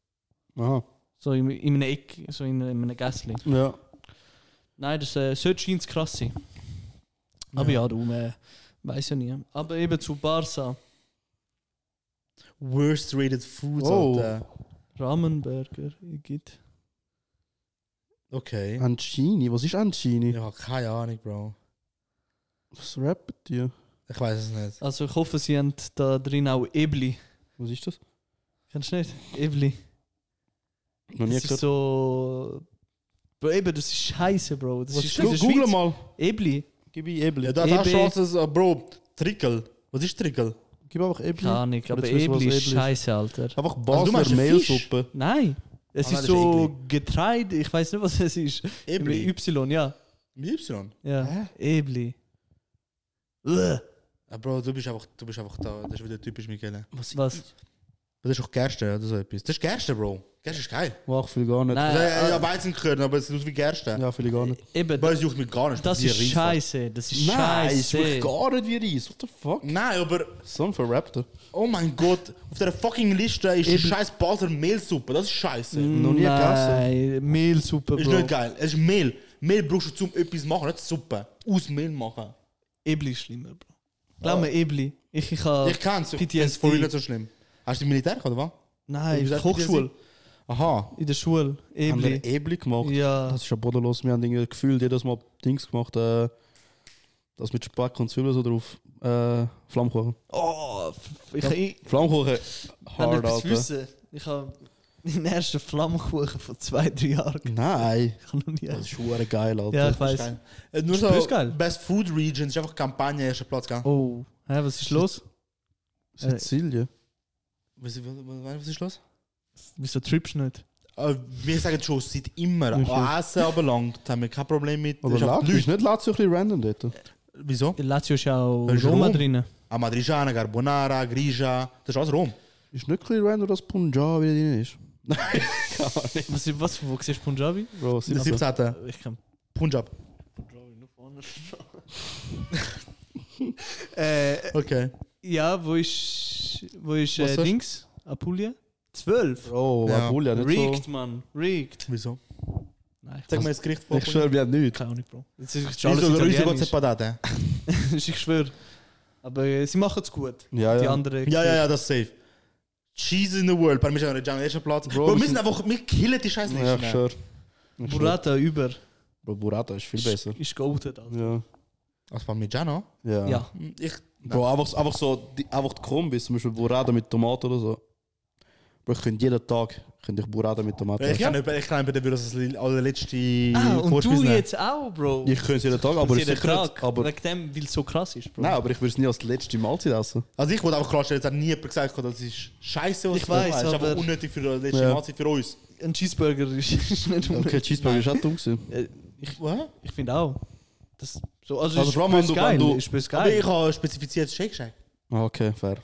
Speaker 2: Aha.
Speaker 1: So in, in einem Eck, so in, in einem Gässli.
Speaker 2: Ja.
Speaker 1: Nein, das äh, sollte Jeans krass sein. Aber ja, du äh, weiß ja nie. Aber eben zu Barca,
Speaker 3: Worst rated food.
Speaker 2: Oh.
Speaker 3: Alter.
Speaker 1: Ramenberger, gibt.
Speaker 2: Ah.
Speaker 3: Okay.
Speaker 2: Ancini, was ist Ancini?
Speaker 3: Ich habe keine Ahnung, Bro.
Speaker 2: Was rappt ihr?
Speaker 3: Ich weiß es nicht.
Speaker 1: Also ich hoffe, sie haben da drin auch Ebli.
Speaker 2: Was ist das?
Speaker 1: Kennst du nicht? Ebli.
Speaker 2: Noch nie
Speaker 1: das ist
Speaker 2: gehört.
Speaker 1: so. Bro, eben, das ist scheiße, Bro. Das
Speaker 2: Was
Speaker 1: ist
Speaker 2: ist
Speaker 1: in der
Speaker 2: das? Google
Speaker 1: Schweiz.
Speaker 2: mal.
Speaker 1: Ebli.
Speaker 2: Gib ich Ebli.
Speaker 3: Ja, da hast
Speaker 1: EB.
Speaker 3: du Chancen, äh, Bro. Trickel. Was ist Trickel?
Speaker 2: Gib einfach Ebli.
Speaker 1: Keine Ahnung, aber
Speaker 2: jetzt wissen wir, was
Speaker 1: Ebli ist
Speaker 2: Ebli
Speaker 1: scheiße, Alter.
Speaker 2: Einfach
Speaker 3: Also du meinst
Speaker 2: Basler
Speaker 3: einen
Speaker 2: Mehlsuppe.
Speaker 1: Nein. Es
Speaker 3: Ah,
Speaker 1: ist
Speaker 3: nein, das ist
Speaker 1: so Getreide, ich weiß nicht, was es ist.
Speaker 3: Ebli.
Speaker 1: Y, ja.
Speaker 3: Mit Y.
Speaker 1: ja.
Speaker 2: Hä?
Speaker 1: Ebli. Ugh.
Speaker 3: Ah, Bro, du bist einfach, du bist einfach da. Das ist wieder typisch Michele.
Speaker 1: Was?
Speaker 3: Das ist auch Gerste oder so etwas. Das ist Gerste, Bro. Gerste ist geil.
Speaker 2: Wo auch viel gar nicht.
Speaker 1: Nein.
Speaker 3: Also,
Speaker 1: Äh,
Speaker 3: äh,
Speaker 1: äh,
Speaker 3: ich habe Weizen gehört, aber es ist wie Gerste.
Speaker 2: Ja, viel gar nicht.
Speaker 1: Eben,
Speaker 3: Weil es juckt mich gar nicht.
Speaker 1: das
Speaker 3: die
Speaker 1: ist
Speaker 3: Reis.
Speaker 1: scheiße. Das ist
Speaker 2: Nein, es
Speaker 1: scheiße.
Speaker 2: schmeckt gar nicht wie Reis. What the fuck?
Speaker 3: Nein, aber
Speaker 2: So ein Verrappter.
Speaker 3: oh mein Gott, auf der fucking Liste ist die
Speaker 1: Eben.
Speaker 3: scheiß Basler Mehlsuppe. Das ist scheiße.
Speaker 2: Noch nie
Speaker 1: Nein, Mehlsuppe,
Speaker 3: Ist
Speaker 1: Mm, Bro.
Speaker 3: nicht geil. Es ist Mehl. Mehl brauchst du zum etwas machen, nicht Suppe. Aus Mehl machen.
Speaker 1: Ebli ist schlimmer, Bro. Glaub mir, Ebli. Ich, ich habe
Speaker 3: Ich kenn's. Ich find's
Speaker 1: PTSD.
Speaker 3: voll nicht so schlimm. Hast du im Militär gehabt, oder was? Wie
Speaker 1: Nein,
Speaker 3: gesagt,
Speaker 1: Hochschule.
Speaker 3: Aha.
Speaker 1: In der Schule.
Speaker 2: Haben wir
Speaker 1: Ebli.
Speaker 2: Ebli gemacht?
Speaker 1: Ja.
Speaker 2: Das ist ja bodenlos. Wir haben irgendwie gefühlt jedes Mal Dings gemacht. Äh, das mit Speck und Zwiebeln so drauf. Äh, Flammkuchen.
Speaker 1: Oh, ich, ich, Wenn
Speaker 2: Flammkuchen.
Speaker 1: ihr
Speaker 2: Hard,
Speaker 1: etwas
Speaker 2: Alter.
Speaker 1: wissen, ich habe meinen ersten Flammkuchen von zwei, drei Jahren.
Speaker 2: Nein.
Speaker 1: Ich habe noch nie.
Speaker 2: Das ist schon geil, Alter.
Speaker 1: Ja, ich
Speaker 3: Das ist
Speaker 1: weiß.
Speaker 3: geil. Äh, Nur
Speaker 1: Ist
Speaker 3: so
Speaker 1: bloß geil.
Speaker 3: Best Food Regions, ist einfach Kampagne, erster Platz, gell?
Speaker 1: Oh, hä, was ist los?
Speaker 2: Sizilien.
Speaker 3: Was, was, was, was ist los?
Speaker 1: Wieso trippst du nicht?
Speaker 3: Äh, wir sagen schon seit immer,
Speaker 1: Nicht
Speaker 3: an Essen anbelangt, haben wir kein Problem mit.
Speaker 2: Oder
Speaker 3: Ist einfach
Speaker 2: Lazio. Ist nicht Lazio ein bisschen random dort?
Speaker 3: Leute. Wieso?
Speaker 1: In Lazio ist ja auch
Speaker 3: Ist
Speaker 1: Roma
Speaker 3: Rom.
Speaker 1: drin.
Speaker 3: Amatriciana, Carbonara, Grigia, das ist alles Rom.
Speaker 2: Ist nicht ein bisschen random, dass Punjab wieder drin ist?
Speaker 1: Was, was, wo siehst du Punjabi?
Speaker 2: Bro,
Speaker 3: Der
Speaker 2: Sizilien.
Speaker 3: 17.
Speaker 1: Ich kann
Speaker 3: Punjab.
Speaker 1: Punjabi nur vorne äh,
Speaker 3: Okay.
Speaker 1: Ja, wo ist, wo ist
Speaker 3: Was
Speaker 1: äh,
Speaker 3: sagst du?
Speaker 1: Dings? Apulia? Zwölf?
Speaker 2: Bro,
Speaker 3: Ja.
Speaker 2: Apulia, nicht
Speaker 1: Rigged,
Speaker 2: so.
Speaker 1: man. Rigged.
Speaker 3: Wieso?
Speaker 1: Nein,
Speaker 3: Sag mir das Gericht vor.
Speaker 2: Ich schwöre, wir haben nichts.
Speaker 1: keine Ahnung, Bro. Jetzt ist es alles
Speaker 3: Wieso wieso geht's
Speaker 1: italienisch.
Speaker 3: separat? hä?
Speaker 1: Ich schwöre. Aber äh, sie machen es gut.
Speaker 2: Ja,
Speaker 1: Die
Speaker 2: ja.
Speaker 1: anderen.
Speaker 3: Ja, ja, ja, das ist safe. Cheese in the world, Parmigiano Reggiano, erster Platz. Bro, wir
Speaker 2: wir
Speaker 3: müssen
Speaker 2: sind-
Speaker 3: einfach, wir killen die ne? Scheiße
Speaker 2: Ja, ich schwöre. Ich schwöre.
Speaker 1: Burrata über.
Speaker 2: Bro, Burrata ist viel besser.
Speaker 1: Ist golden. Alter.
Speaker 2: Ja.
Speaker 3: Als Parmigiano?
Speaker 2: Ja.
Speaker 1: Ja.
Speaker 3: Hm, Ich,
Speaker 2: Bro, einfach, einfach so die, einfach die Kombis, zum Beispiel Burrata mit Tomaten oder so. Bro, ich könnte jeden Tag könnte ich Burrata mit Tomaten
Speaker 3: ich
Speaker 2: essen.
Speaker 3: kann nicht, ich kann nicht, würde das li- allerletzte
Speaker 1: Ah, und
Speaker 3: Vorspeise
Speaker 1: du
Speaker 3: nehmen.
Speaker 1: jetzt auch, Bro.
Speaker 2: Ich könnte es jeden Tag, aber
Speaker 1: aber
Speaker 2: sicher
Speaker 1: jeden Tag.
Speaker 2: nicht. Aber,
Speaker 1: Wegen dem, weil es so krass ist, Bro.
Speaker 2: nein, aber ich würde es nie als letzte Mahlzeit essen.
Speaker 3: Also ich wollte einfach klarstellen, jetzt hat nie jemand gesagt, das ist scheiße, was
Speaker 1: Ich
Speaker 3: du machst.
Speaker 1: weiß,
Speaker 3: Das ist einfach
Speaker 1: aber-
Speaker 3: unnötig für die letzte
Speaker 2: Ja.
Speaker 3: Mahlzeit für uns.
Speaker 1: Ein Cheeseburger ist, ist nicht
Speaker 2: Okay, Cheeseburger ist auch dumm gewesen.
Speaker 1: Äh,
Speaker 3: What?
Speaker 1: Ich finde auch. Das, so, also,
Speaker 2: Also
Speaker 1: ist
Speaker 2: vor allem, wenn
Speaker 1: bös
Speaker 2: du-
Speaker 1: geil.
Speaker 2: wenn du-
Speaker 1: ist bös
Speaker 3: Aber
Speaker 1: geil.
Speaker 3: ich habe spezifiziert Shake Shack.
Speaker 2: Ah, Okay, fair.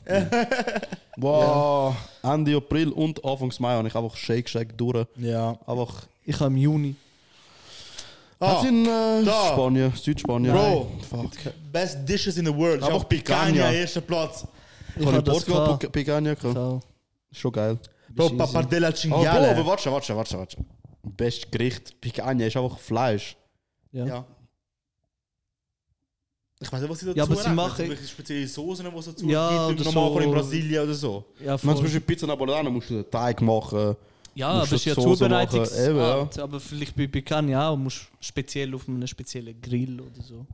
Speaker 2: Wow, Ende April und Anfangs Mai habe ich einfach Shake Shack durch.
Speaker 3: Ja.
Speaker 2: Einfach.
Speaker 1: Ich habe im Juni.
Speaker 2: Ah,
Speaker 3: Ah,
Speaker 2: in äh,
Speaker 3: da.
Speaker 2: Spanien, Südspanien.
Speaker 3: Bro.
Speaker 2: Fuck.
Speaker 3: best dishes in the world.
Speaker 2: Aber
Speaker 3: Einfach
Speaker 2: auch Picanha.
Speaker 3: Picanha, erster Platz.
Speaker 1: Ich
Speaker 2: Ich habe
Speaker 1: habe
Speaker 2: in
Speaker 1: das
Speaker 2: Portugal
Speaker 1: gehabt.
Speaker 2: Pic- Picanha gehabt.
Speaker 1: So,
Speaker 2: Schon geil.
Speaker 3: Bro,
Speaker 1: easy.
Speaker 3: Pappardella
Speaker 2: Oh, Bro, aber
Speaker 3: Cinghiale.
Speaker 2: warte, warte, warte, warte. Bestes Gericht, Picanha ist einfach Fleisch.
Speaker 1: ja. Ja.
Speaker 3: ja. Ich weiß nicht, was sie dazu
Speaker 1: Ja, aber sie
Speaker 3: rechnen.
Speaker 1: machen-
Speaker 3: Irgendwelche spezielle Soßen, die es dazu
Speaker 1: Ja,
Speaker 3: gibt.
Speaker 1: oder
Speaker 3: Normal
Speaker 1: so.
Speaker 3: in Brasilien oder so.
Speaker 2: Wenn du
Speaker 1: voll.
Speaker 2: zum Beispiel Pizza Napoletana musst du den Teig machen.
Speaker 1: ja
Speaker 2: musst
Speaker 1: aber es ist
Speaker 2: du
Speaker 1: ja
Speaker 2: die Soße
Speaker 1: Zubereitungs-
Speaker 2: machen, eben, ja.
Speaker 1: Art, Aber vielleicht bei Picanha ja auch. Musst speziell auf einem speziellen Grill oder so.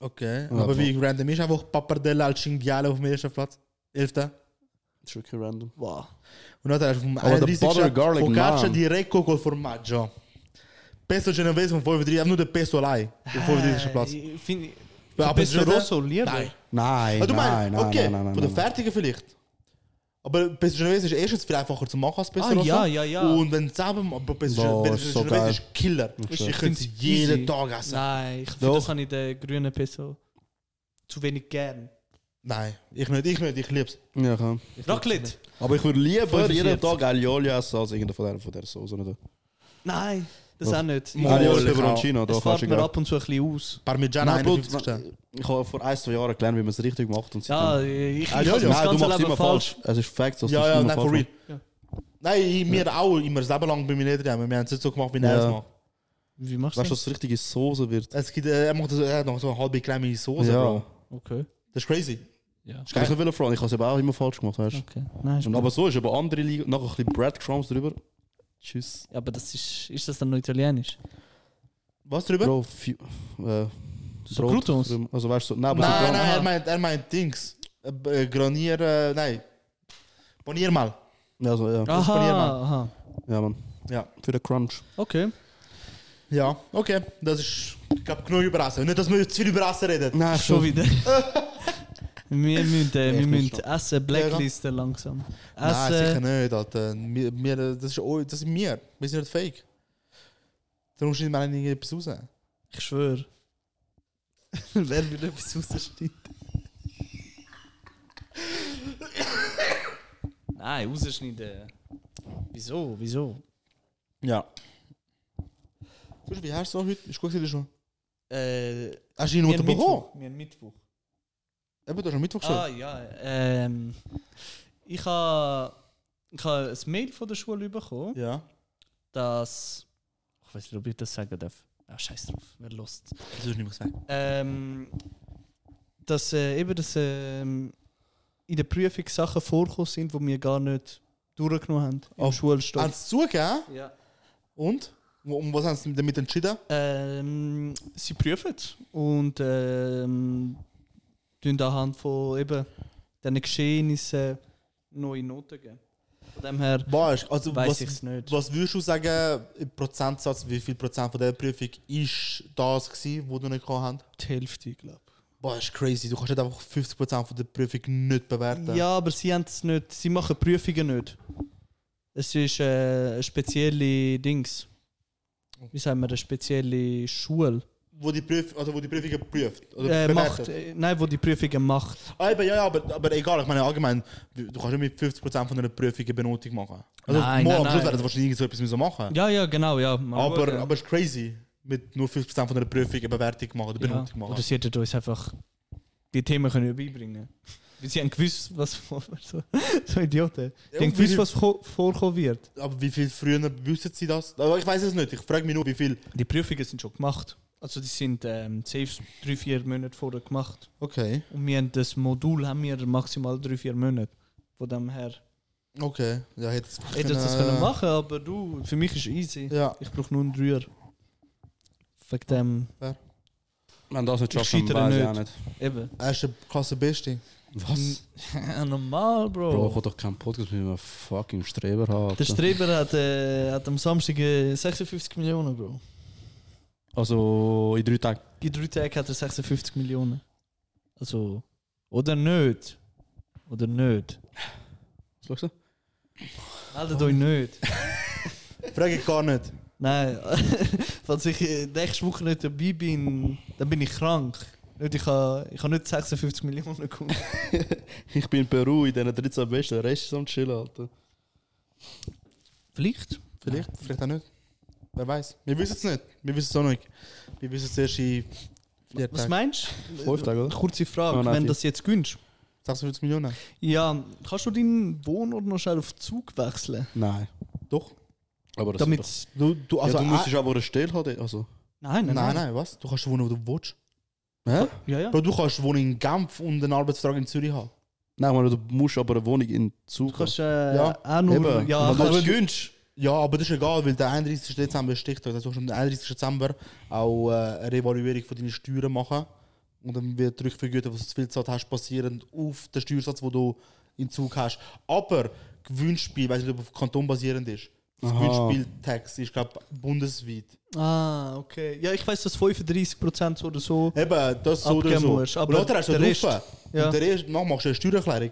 Speaker 3: Okay.
Speaker 2: Ja,
Speaker 3: aber
Speaker 2: Bro.
Speaker 3: wie random ist einfach Pappardella al Cinghiale auf dem ersten Platz? Elfter.
Speaker 2: Das ist wirklich random.
Speaker 1: Wow.
Speaker 3: Und dann hast du vom
Speaker 2: Aber der
Speaker 3: 31.
Speaker 2: Butter Garlic
Speaker 3: Focaccia
Speaker 2: Naan.
Speaker 3: di Recco col formaggio. Pesto genovese vom 35, einfach nur der e Pesto allein. Auf 35. Platz.
Speaker 1: Äh, Ich finde.
Speaker 3: Aber
Speaker 1: Pesto
Speaker 3: es ist-
Speaker 1: Rosso lieber.
Speaker 3: Nein.
Speaker 2: Nein,
Speaker 3: Ah, du
Speaker 2: nein,
Speaker 3: meinst,
Speaker 2: nein,
Speaker 3: okay,
Speaker 2: nein, nein,
Speaker 3: von der
Speaker 2: nein, nein.
Speaker 3: Fertigen vielleicht. Aber Pesto Genovese ist erstens viel einfacher zu machen als Pesto
Speaker 1: Ah,
Speaker 3: Rosso.
Speaker 1: ja, ja, ja.
Speaker 3: Und wenn du zusammen, aber Pesto
Speaker 2: Boah,
Speaker 3: Genovese
Speaker 2: ist
Speaker 3: Pesto
Speaker 2: so
Speaker 3: Genovese
Speaker 2: geil.
Speaker 3: ist Killer. Ich,
Speaker 2: schwör.
Speaker 3: könnte sie jeden
Speaker 1: Easy.
Speaker 3: Tag essen.
Speaker 1: Nein, ich
Speaker 2: Doch.
Speaker 1: finde, das habe ich den grünen Peso zu wenig gern.
Speaker 3: Nein, ich nicht, ich nicht, ich lieb's.
Speaker 2: Ja, kann.
Speaker 1: Raclette?
Speaker 2: Aber ich würde lieber
Speaker 1: 45.
Speaker 2: jeden Tag Alioli essen als irgendeine von der, von der Soße. Nicht?
Speaker 1: Nein, das auch nicht.
Speaker 2: Alioli
Speaker 3: ich genau. auch.
Speaker 2: Peperoncino, da
Speaker 1: Das
Speaker 2: kannst
Speaker 1: fährt
Speaker 2: du
Speaker 1: mir
Speaker 2: gerne.
Speaker 1: ab und zu ein bisschen aus.
Speaker 3: Parmigiano
Speaker 2: Nein, Bro,
Speaker 3: 51 Stellen.
Speaker 2: ich habe vor ein, zwei Jahren gelernt, wie man es richtig macht. Und
Speaker 1: Ja,
Speaker 2: seitdem-
Speaker 1: ich, ich
Speaker 3: Ah, ja,
Speaker 1: hab's
Speaker 3: ja.
Speaker 1: das
Speaker 2: Nein, du
Speaker 1: ganze
Speaker 2: machst
Speaker 1: Leben
Speaker 2: immer falsch. Es ist Facts, dass
Speaker 3: Ja,
Speaker 2: du es
Speaker 3: ja,
Speaker 2: immer
Speaker 3: nein, for
Speaker 2: falsch
Speaker 3: real.
Speaker 2: machst.
Speaker 1: Ja.
Speaker 3: Nein, ich, mir auch immer selber lang bei mir nicht drin. Wir haben es nicht so gemacht, wie er
Speaker 2: Ja.
Speaker 3: es macht.
Speaker 1: Wie machst du
Speaker 2: Weißt du,
Speaker 1: das?
Speaker 2: dass es richtige Soße wird?
Speaker 3: Es gibt, äh, er macht das, er hat noch so eine halbe kleine Soße,
Speaker 2: Ja.
Speaker 3: Bro.
Speaker 1: Okay.
Speaker 3: Das ist crazy.
Speaker 1: Ja.
Speaker 2: Ich kann es nicht wollen, Freund. Ich habe es eben auch immer falsch gemacht, weißt du.
Speaker 1: okay. Nein, ist
Speaker 2: Und
Speaker 1: gut.
Speaker 2: Aber so ist eben andere Liga. Nachher ein bisschen Breadcrumbs drüber. Tschüss.
Speaker 1: Ja, aber das ist, ist das dann noch italienisch?
Speaker 3: Was drüber?
Speaker 2: Bro, fi- äh,
Speaker 1: So
Speaker 2: Brot
Speaker 1: Croutons?
Speaker 2: drüber. Also weißt du, so- nein, aber so
Speaker 3: nein,
Speaker 2: Brot-
Speaker 3: nein,
Speaker 1: aha.
Speaker 3: er meint, er meint Dings. Äh, äh, Granier, äh, nein. Panier mal.
Speaker 2: Ja, so, ja.
Speaker 1: Ah.
Speaker 3: ist von ihr, Mann.
Speaker 1: Aha, aha.
Speaker 2: ja, Mann.
Speaker 3: Ja.
Speaker 2: Für den Crunch.
Speaker 1: Okay.
Speaker 3: Ja, okay. Das ist, ich glaube, genug über Essen. Nicht, dass wir zu viel über Essen reden.
Speaker 2: Nein,
Speaker 1: Schon wieder. wir müssen, äh, wir
Speaker 2: ich muss
Speaker 1: müssen Essen blacklisten langsam.
Speaker 3: Nein, sicher
Speaker 1: Essen.
Speaker 3: nicht, Alter. Wir, wir, das, ist, eu- das sind wir. Wir sind nicht fake. Darum schneiden wir auch nicht etwas raus.
Speaker 1: Ich schwöre. Wer will etwas rausschneiden? Nein, rausschneiden. Wieso? Wieso?
Speaker 2: Ja.
Speaker 3: Sonst, Wie hast du heute? Ist gut gewesen schon.
Speaker 1: Äh,
Speaker 3: Hast du ihn
Speaker 1: wir haben
Speaker 3: unterbrochen?
Speaker 1: Mittwoch. Wir haben Mittwoch.
Speaker 3: Eben, du hast am Mittwoch schon.
Speaker 1: Ah ja, ähm, ich habe ich ha ein Mail von der Schule bekommen,
Speaker 3: Ja.
Speaker 1: dass ich weiß nicht, ob ich das sagen darf. Ah, scheiß drauf, wer lust.
Speaker 3: Das ist nicht mehr gesagt.
Speaker 1: Ähm, dass äh, eben das ähm, in der Prüfung Sachen vorgekommen sind, die wir gar nicht durchgenommen haben im
Speaker 3: Haben
Speaker 1: Schulstoff.
Speaker 3: sie zugegeben?
Speaker 1: Ja.
Speaker 3: Und? Wo- Um was haben sie damit entschieden?
Speaker 1: Ähm, sie prüfen und ähm, tun anhand von eben diesen Geschehnissen neue Noten geben. Von dem her
Speaker 3: Boah, ist- also
Speaker 1: Weiss
Speaker 3: was,
Speaker 1: ich's nicht.
Speaker 3: was würdest du sagen, im Prozentsatz, wie viel Prozent von der Prüfung ist das gewesen, wo du nicht gehabt hast?
Speaker 1: die Hälfte, glaube
Speaker 3: Boah, ist crazy. Du kannst nicht einfach 50 Prozent von der Prüfung nicht bewerten.
Speaker 1: Ja, aber sie haben es nicht, sie machen Prüfungen nicht. Es ist äh, eine spezielle Dings. Wie sagen wir, eine spezielle Schule.
Speaker 3: Wo die Prüfung, also wo die Prüfung geprüft oder
Speaker 1: Äh, macht,
Speaker 3: bewertet.
Speaker 1: äh, nein, wo die Prüfungen macht.
Speaker 3: Ah, eben, ja, ja, aber, aber egal, ich meine allgemein, du du kannst nicht mit 50 Prozent von einer Prüfung eine Benotung machen. Also
Speaker 1: Nein,
Speaker 3: mal
Speaker 1: nein,
Speaker 3: am Schluss
Speaker 1: nein.
Speaker 3: werden sie wahrscheinlich irgend so etwas müssen machen.
Speaker 1: Ja, ja, genau, ja. Mal
Speaker 3: aber
Speaker 1: schauen.
Speaker 3: aber ist crazy, mit nur 50% von einer Prüfung eine Bewertung machen oder
Speaker 1: ja.
Speaker 3: Benotung machen.
Speaker 1: Oder sie hätten uns einfach die Themen können beibringen Weil sie haben gewusst, was so, so Idioten. Die
Speaker 3: Ja,
Speaker 1: haben
Speaker 3: und wie-
Speaker 1: gewusst, was vor- vorkommen wird.
Speaker 3: Aber wie viel früher wissen sie das? Also ich weiß es nicht. Ich frage mich nur, wie viel.
Speaker 1: Die Prüfungen sind schon gemacht. Also die sind ähm, safe drei, vier Monate vorher gemacht.
Speaker 3: Okay.
Speaker 1: Und wir haben das Modul haben wir maximal drei, vier Monate. Von dem her dus
Speaker 3: Okay. Ja, hätte es äh,
Speaker 1: hätte ich das können machen aber du, für mich ist easy.
Speaker 3: eh, Ja.
Speaker 1: Ich brauche nur einen Dreier. Wegen dem,
Speaker 2: Wenn das nicht
Speaker 1: Ich
Speaker 2: schaffst, dann
Speaker 1: scheitere
Speaker 2: weiß ich auch nicht.
Speaker 1: eben.
Speaker 3: Er ist eine klasse Beste.
Speaker 2: Was?
Speaker 1: Normal,
Speaker 2: Bro, ich
Speaker 1: Bro.
Speaker 2: will doch keinen Podcast mit einem fucking Streber haben.
Speaker 1: Der
Speaker 2: Alter.
Speaker 1: Streber hat, äh, hat am Samstag äh, 56 Millionen, Bro.
Speaker 2: Also in drei Tagen.
Speaker 1: In drei Tagen hat er 56 Millionen. Also, oder nicht. Oder nicht.
Speaker 2: Was sagst du?
Speaker 1: Meldet euch nicht.
Speaker 3: Frage ich gar nicht.
Speaker 1: Nein, falls ich äh, nächste Woche nicht dabei bin, dann bin ich krank. Nicht, ich habe ich ha nicht 56 Millionen gekommen.
Speaker 2: Ich bin in Peru in diesen 13 besten Rest am Chillen, Alter.
Speaker 1: Vielleicht.
Speaker 3: Vielleicht, vielleicht auch nicht. Wer weiß. Wir wissen es nicht. Wir wissen es auch nicht. Wir wissen es erst in vier
Speaker 1: Was
Speaker 3: Tagen.
Speaker 1: meinst
Speaker 2: Fünf Tage,
Speaker 1: du?
Speaker 2: oder?
Speaker 1: Kurze Frage,
Speaker 2: Ah, nein,
Speaker 1: wenn
Speaker 2: vier.
Speaker 1: das jetzt gönnst.
Speaker 3: 56 Millionen.
Speaker 1: Ja, kannst du deinen Wohnort noch schnell auf Zug wechseln?
Speaker 2: Nein.
Speaker 3: Doch.
Speaker 2: Aber das
Speaker 1: Damit.
Speaker 2: Ist
Speaker 3: Du, du,
Speaker 2: doch, also
Speaker 3: also,
Speaker 2: ja, du
Speaker 3: äh,
Speaker 2: musst aber eine Stelle haben. Also.
Speaker 1: Nein, nein,
Speaker 3: nein, nein,
Speaker 1: nein.
Speaker 3: was? Du kannst wohnen, wo du willst.
Speaker 2: Hä?
Speaker 1: Ja, ja.
Speaker 3: Bro, du kannst wohnen in Genf und einen Arbeitsvertrag in Zürich haben.
Speaker 2: Nein, man, du musst aber eine Wohnung in Zug
Speaker 1: Du kannst äh,
Speaker 3: Ja,
Speaker 1: auch nur.
Speaker 2: Eben.
Speaker 1: Ja,
Speaker 2: Wenn du
Speaker 1: kannst,
Speaker 2: es gönnst.
Speaker 3: Ja, aber das ist egal, weil der 31. Dezember ist Stichtag. Das heißt, du kannst am 31. Dezember auch äh, eine Revaluierung von deinen Steuern machen. Und dann wird die Rückvergütung, was du zu viel gezahlt hast, basierend auf den Steuersatz, den du in Zug hast. Aber Gewinnspiel, weiß nicht, ob auf Kanton basierend ist. Das
Speaker 2: Aha.
Speaker 3: Gewinnspieltax ist, glaube ich, bundesweit.
Speaker 1: ah, okay. Ja, ich weiß, dass 35% oder so.
Speaker 3: Eben, das so oder
Speaker 1: Abgeben
Speaker 3: so.
Speaker 1: musst, aber
Speaker 3: Und nachher hast du
Speaker 1: der Rest-
Speaker 3: drauf.
Speaker 1: Ja.
Speaker 3: Und der Rest, noch machst du eine Steuererklärung.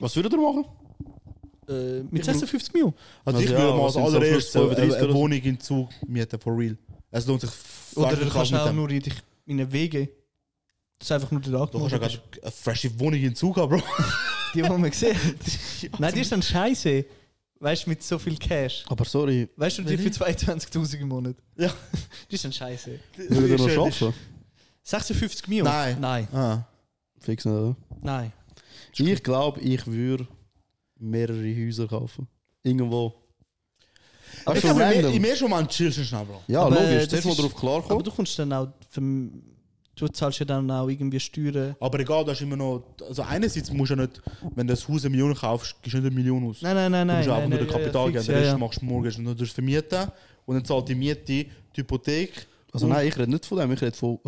Speaker 2: Was würdet ihr machen?
Speaker 1: Äh, mit 56 Millionen.
Speaker 3: Also,
Speaker 2: Also
Speaker 3: ich
Speaker 2: ja,
Speaker 3: würde mal
Speaker 2: was sind
Speaker 3: als
Speaker 2: so am Schluss
Speaker 3: allererstes eine,
Speaker 2: 32
Speaker 3: eine
Speaker 2: oder so?
Speaker 3: Wohnung in Zug mieten, for real. Es lohnt sich
Speaker 1: Oder
Speaker 3: fucking
Speaker 1: du
Speaker 3: krass
Speaker 1: kannst
Speaker 3: mit
Speaker 1: auch
Speaker 3: dem.
Speaker 1: nur in, dich, in eine WG. Das ist einfach nur der Tag.
Speaker 3: Du hast ja gerade eine frische Wohnung in Zug, Bro.
Speaker 1: Die, die man gesehen hat. Nein, die ist dann scheiße. Weißt du, mit so viel Cash.
Speaker 2: Aber Ah, sorry,
Speaker 1: Weißt du, die für 22.000 im Monat.
Speaker 3: Ja.
Speaker 1: Die ist dann scheiße.
Speaker 2: würde er noch arbeiten?
Speaker 1: 56 Mio?
Speaker 3: Nein.
Speaker 1: Nein.
Speaker 3: Ah.
Speaker 2: Fix nou, nicht, oder?
Speaker 1: Nein.
Speaker 2: Ich glaube, ich würde mehrere Häuser kaufen. Irgendwo.
Speaker 1: Aber
Speaker 2: Weißt
Speaker 3: Ich
Speaker 2: du,
Speaker 3: habe
Speaker 2: random.
Speaker 3: mir schon mal einen chillsten schnell, Bro.
Speaker 2: Ja,
Speaker 1: Aber das
Speaker 2: logisch. Zuerst mal
Speaker 1: ist-
Speaker 2: darauf
Speaker 1: Aber
Speaker 2: klarkommen.
Speaker 1: du kommst dann auch. Vom, du zahlst ja dann auch irgendwie Steuern.
Speaker 3: Aber egal, da ist immer noch. Also, einerseits musst du ja nicht, wenn du ein Haus eine Million kaufst, gibst du nicht eine Million aus.
Speaker 1: Nein, nein, nein,
Speaker 3: Du
Speaker 1: nein.
Speaker 3: musst einfach
Speaker 1: nein,
Speaker 3: nur
Speaker 1: nein,
Speaker 3: den Kapital
Speaker 1: fix,
Speaker 3: geben. Den Rest
Speaker 1: ja, ja.
Speaker 3: machst du morgen. Und dann tust du es vermieten und dann zahlt die Miete, die Hypothek.
Speaker 2: Also nein, ich rede nicht von dem, ich rede von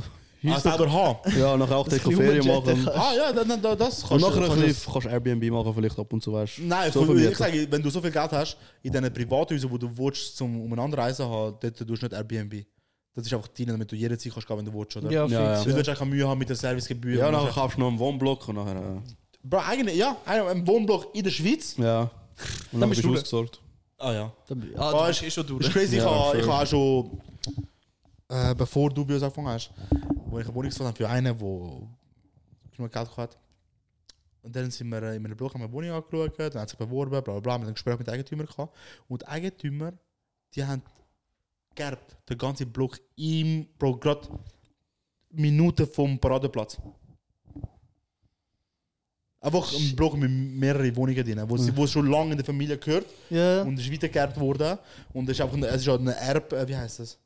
Speaker 3: Ah,
Speaker 2: Häusern.
Speaker 3: selber haben.
Speaker 2: Ja, nachher auch
Speaker 1: Das
Speaker 2: Deko-Ferien
Speaker 1: kleine
Speaker 2: machen.
Speaker 1: Budget.
Speaker 3: ah, ja, dann, dann, dann, das
Speaker 2: Und
Speaker 3: kannst
Speaker 2: nachher ein
Speaker 3: kannst
Speaker 2: bisschen kannst du Airbnb machen, vielleicht ab und zu, weißt du.
Speaker 3: Nein,
Speaker 2: so
Speaker 3: von,
Speaker 2: vermieten.
Speaker 3: ich sage, wenn du so viel Geld hast, in diesen Privathäusern, wo du willst, zum um umeinander reisen haben, dort tust du nicht Airbnb. Das ist einfach dein, damit du jederzeit kannst gehen, wenn du willst, oder?
Speaker 1: Ja,
Speaker 2: Ja,
Speaker 1: fix.
Speaker 3: Du
Speaker 1: Ja,
Speaker 3: willst auch keine Mühe haben mit der Servicegebühr.
Speaker 2: Ja,
Speaker 3: Und
Speaker 2: nachher
Speaker 3: nachher-
Speaker 2: kaufst du noch einen Wohnblock und nachher.
Speaker 3: Bro, eigentlich, ja, ein Wohnblock in der Schweiz.
Speaker 2: äh, Ja. Und dann
Speaker 1: bist
Speaker 2: bist
Speaker 1: du
Speaker 2: du ausgesorgt.
Speaker 3: Ah ja.
Speaker 1: Dann- Ah,
Speaker 3: Ah,
Speaker 1: du
Speaker 3: ist-
Speaker 1: bist eh schon
Speaker 3: Das
Speaker 1: durch.
Speaker 3: ist crazy,
Speaker 2: Ja,
Speaker 3: ich habe
Speaker 2: fair.
Speaker 3: ich hab auch schon, äh, bevor du bei uns angefangen hast, wo ich eine Wohnung gesucht habe für einen, der genug Geld gehabt hat. Und dann sind wir äh, in einem Block haben wir eine Wohnung angeschaut, dann hat sich beworben, bla bla bla, wir haben ein Gespräch mit den Eigentümern gehabt. Und die Eigentümer, die haben gerbt, den ganzen Block im, bro, gerade Minuten vom Paradeplatz. Einfach ein Block mit mehreren Wohnungen drin, wo, sie, wo es schon lange in der Familie gehört
Speaker 1: Ja.
Speaker 3: und ist weitergeerbt worden. Und es ist einfach ein, es ist halt eine Erb, äh, wie heißt das?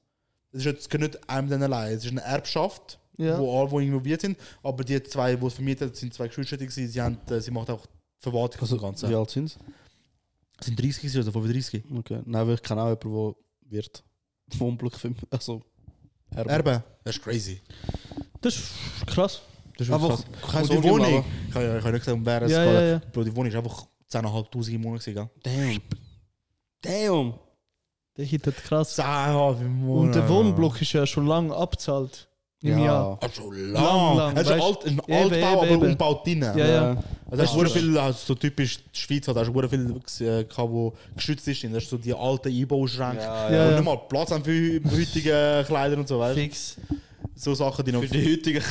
Speaker 3: Es ist jetzt nicht einem dann allein, es ist eine Erbschaft,
Speaker 1: Ja.
Speaker 3: wo alle wo involviert sind. Aber die zwei, die es vermietet haben, sind zwei Geschwister, gewesen. sie, haben, äh, sie macht auch die Verwaltung
Speaker 2: Also,
Speaker 3: also, des Ganzen.
Speaker 2: wie alt sind sie?
Speaker 3: Sind 30 gewesen oder 35?
Speaker 2: Okay. Nein, weil ich kenne auch jemanden, der wird Wohnblock für Also. Erbe.
Speaker 3: Erben? Das ist crazy.
Speaker 1: Das ist krass.
Speaker 3: Das ist
Speaker 2: Einfach keine
Speaker 3: krass. Und die
Speaker 2: Sorge im
Speaker 3: Wohnung,
Speaker 2: Leben.
Speaker 3: ich habe ja- ich habe nicht gesagt, um wer es
Speaker 1: Ja,
Speaker 3: geht.
Speaker 1: ja, ja.
Speaker 3: Bro, die Wohnung ist einfach 10.500 im Monat. gewesen, gell?
Speaker 2: Damn. Damn.
Speaker 1: Der hittet krass.
Speaker 3: 10.500 im Monat.
Speaker 1: Und der Wohnblock ist ja schon lange abzahlt. Im Jahr.
Speaker 3: Ah, schon
Speaker 1: Lang,
Speaker 3: lang.
Speaker 1: lang,
Speaker 3: lang es ist ein,
Speaker 1: weißt-
Speaker 3: Alt, ein
Speaker 1: Eben, eben,
Speaker 3: Altbau,
Speaker 1: eben.
Speaker 3: aber umbaut drin.
Speaker 1: Ja, ja.
Speaker 3: Also hast du viel, also so typisch die Schweiz hat, hast du viel, äh, gehabt, wo geschützt ist, das ist so die alten Einbauschränke,
Speaker 1: ja.
Speaker 2: Ja,
Speaker 1: Ja.
Speaker 3: wo nicht mal Platz haben für heutige Kleider und so, weißt du?
Speaker 1: Fix.
Speaker 3: So Sachen, die noch...
Speaker 2: heutigen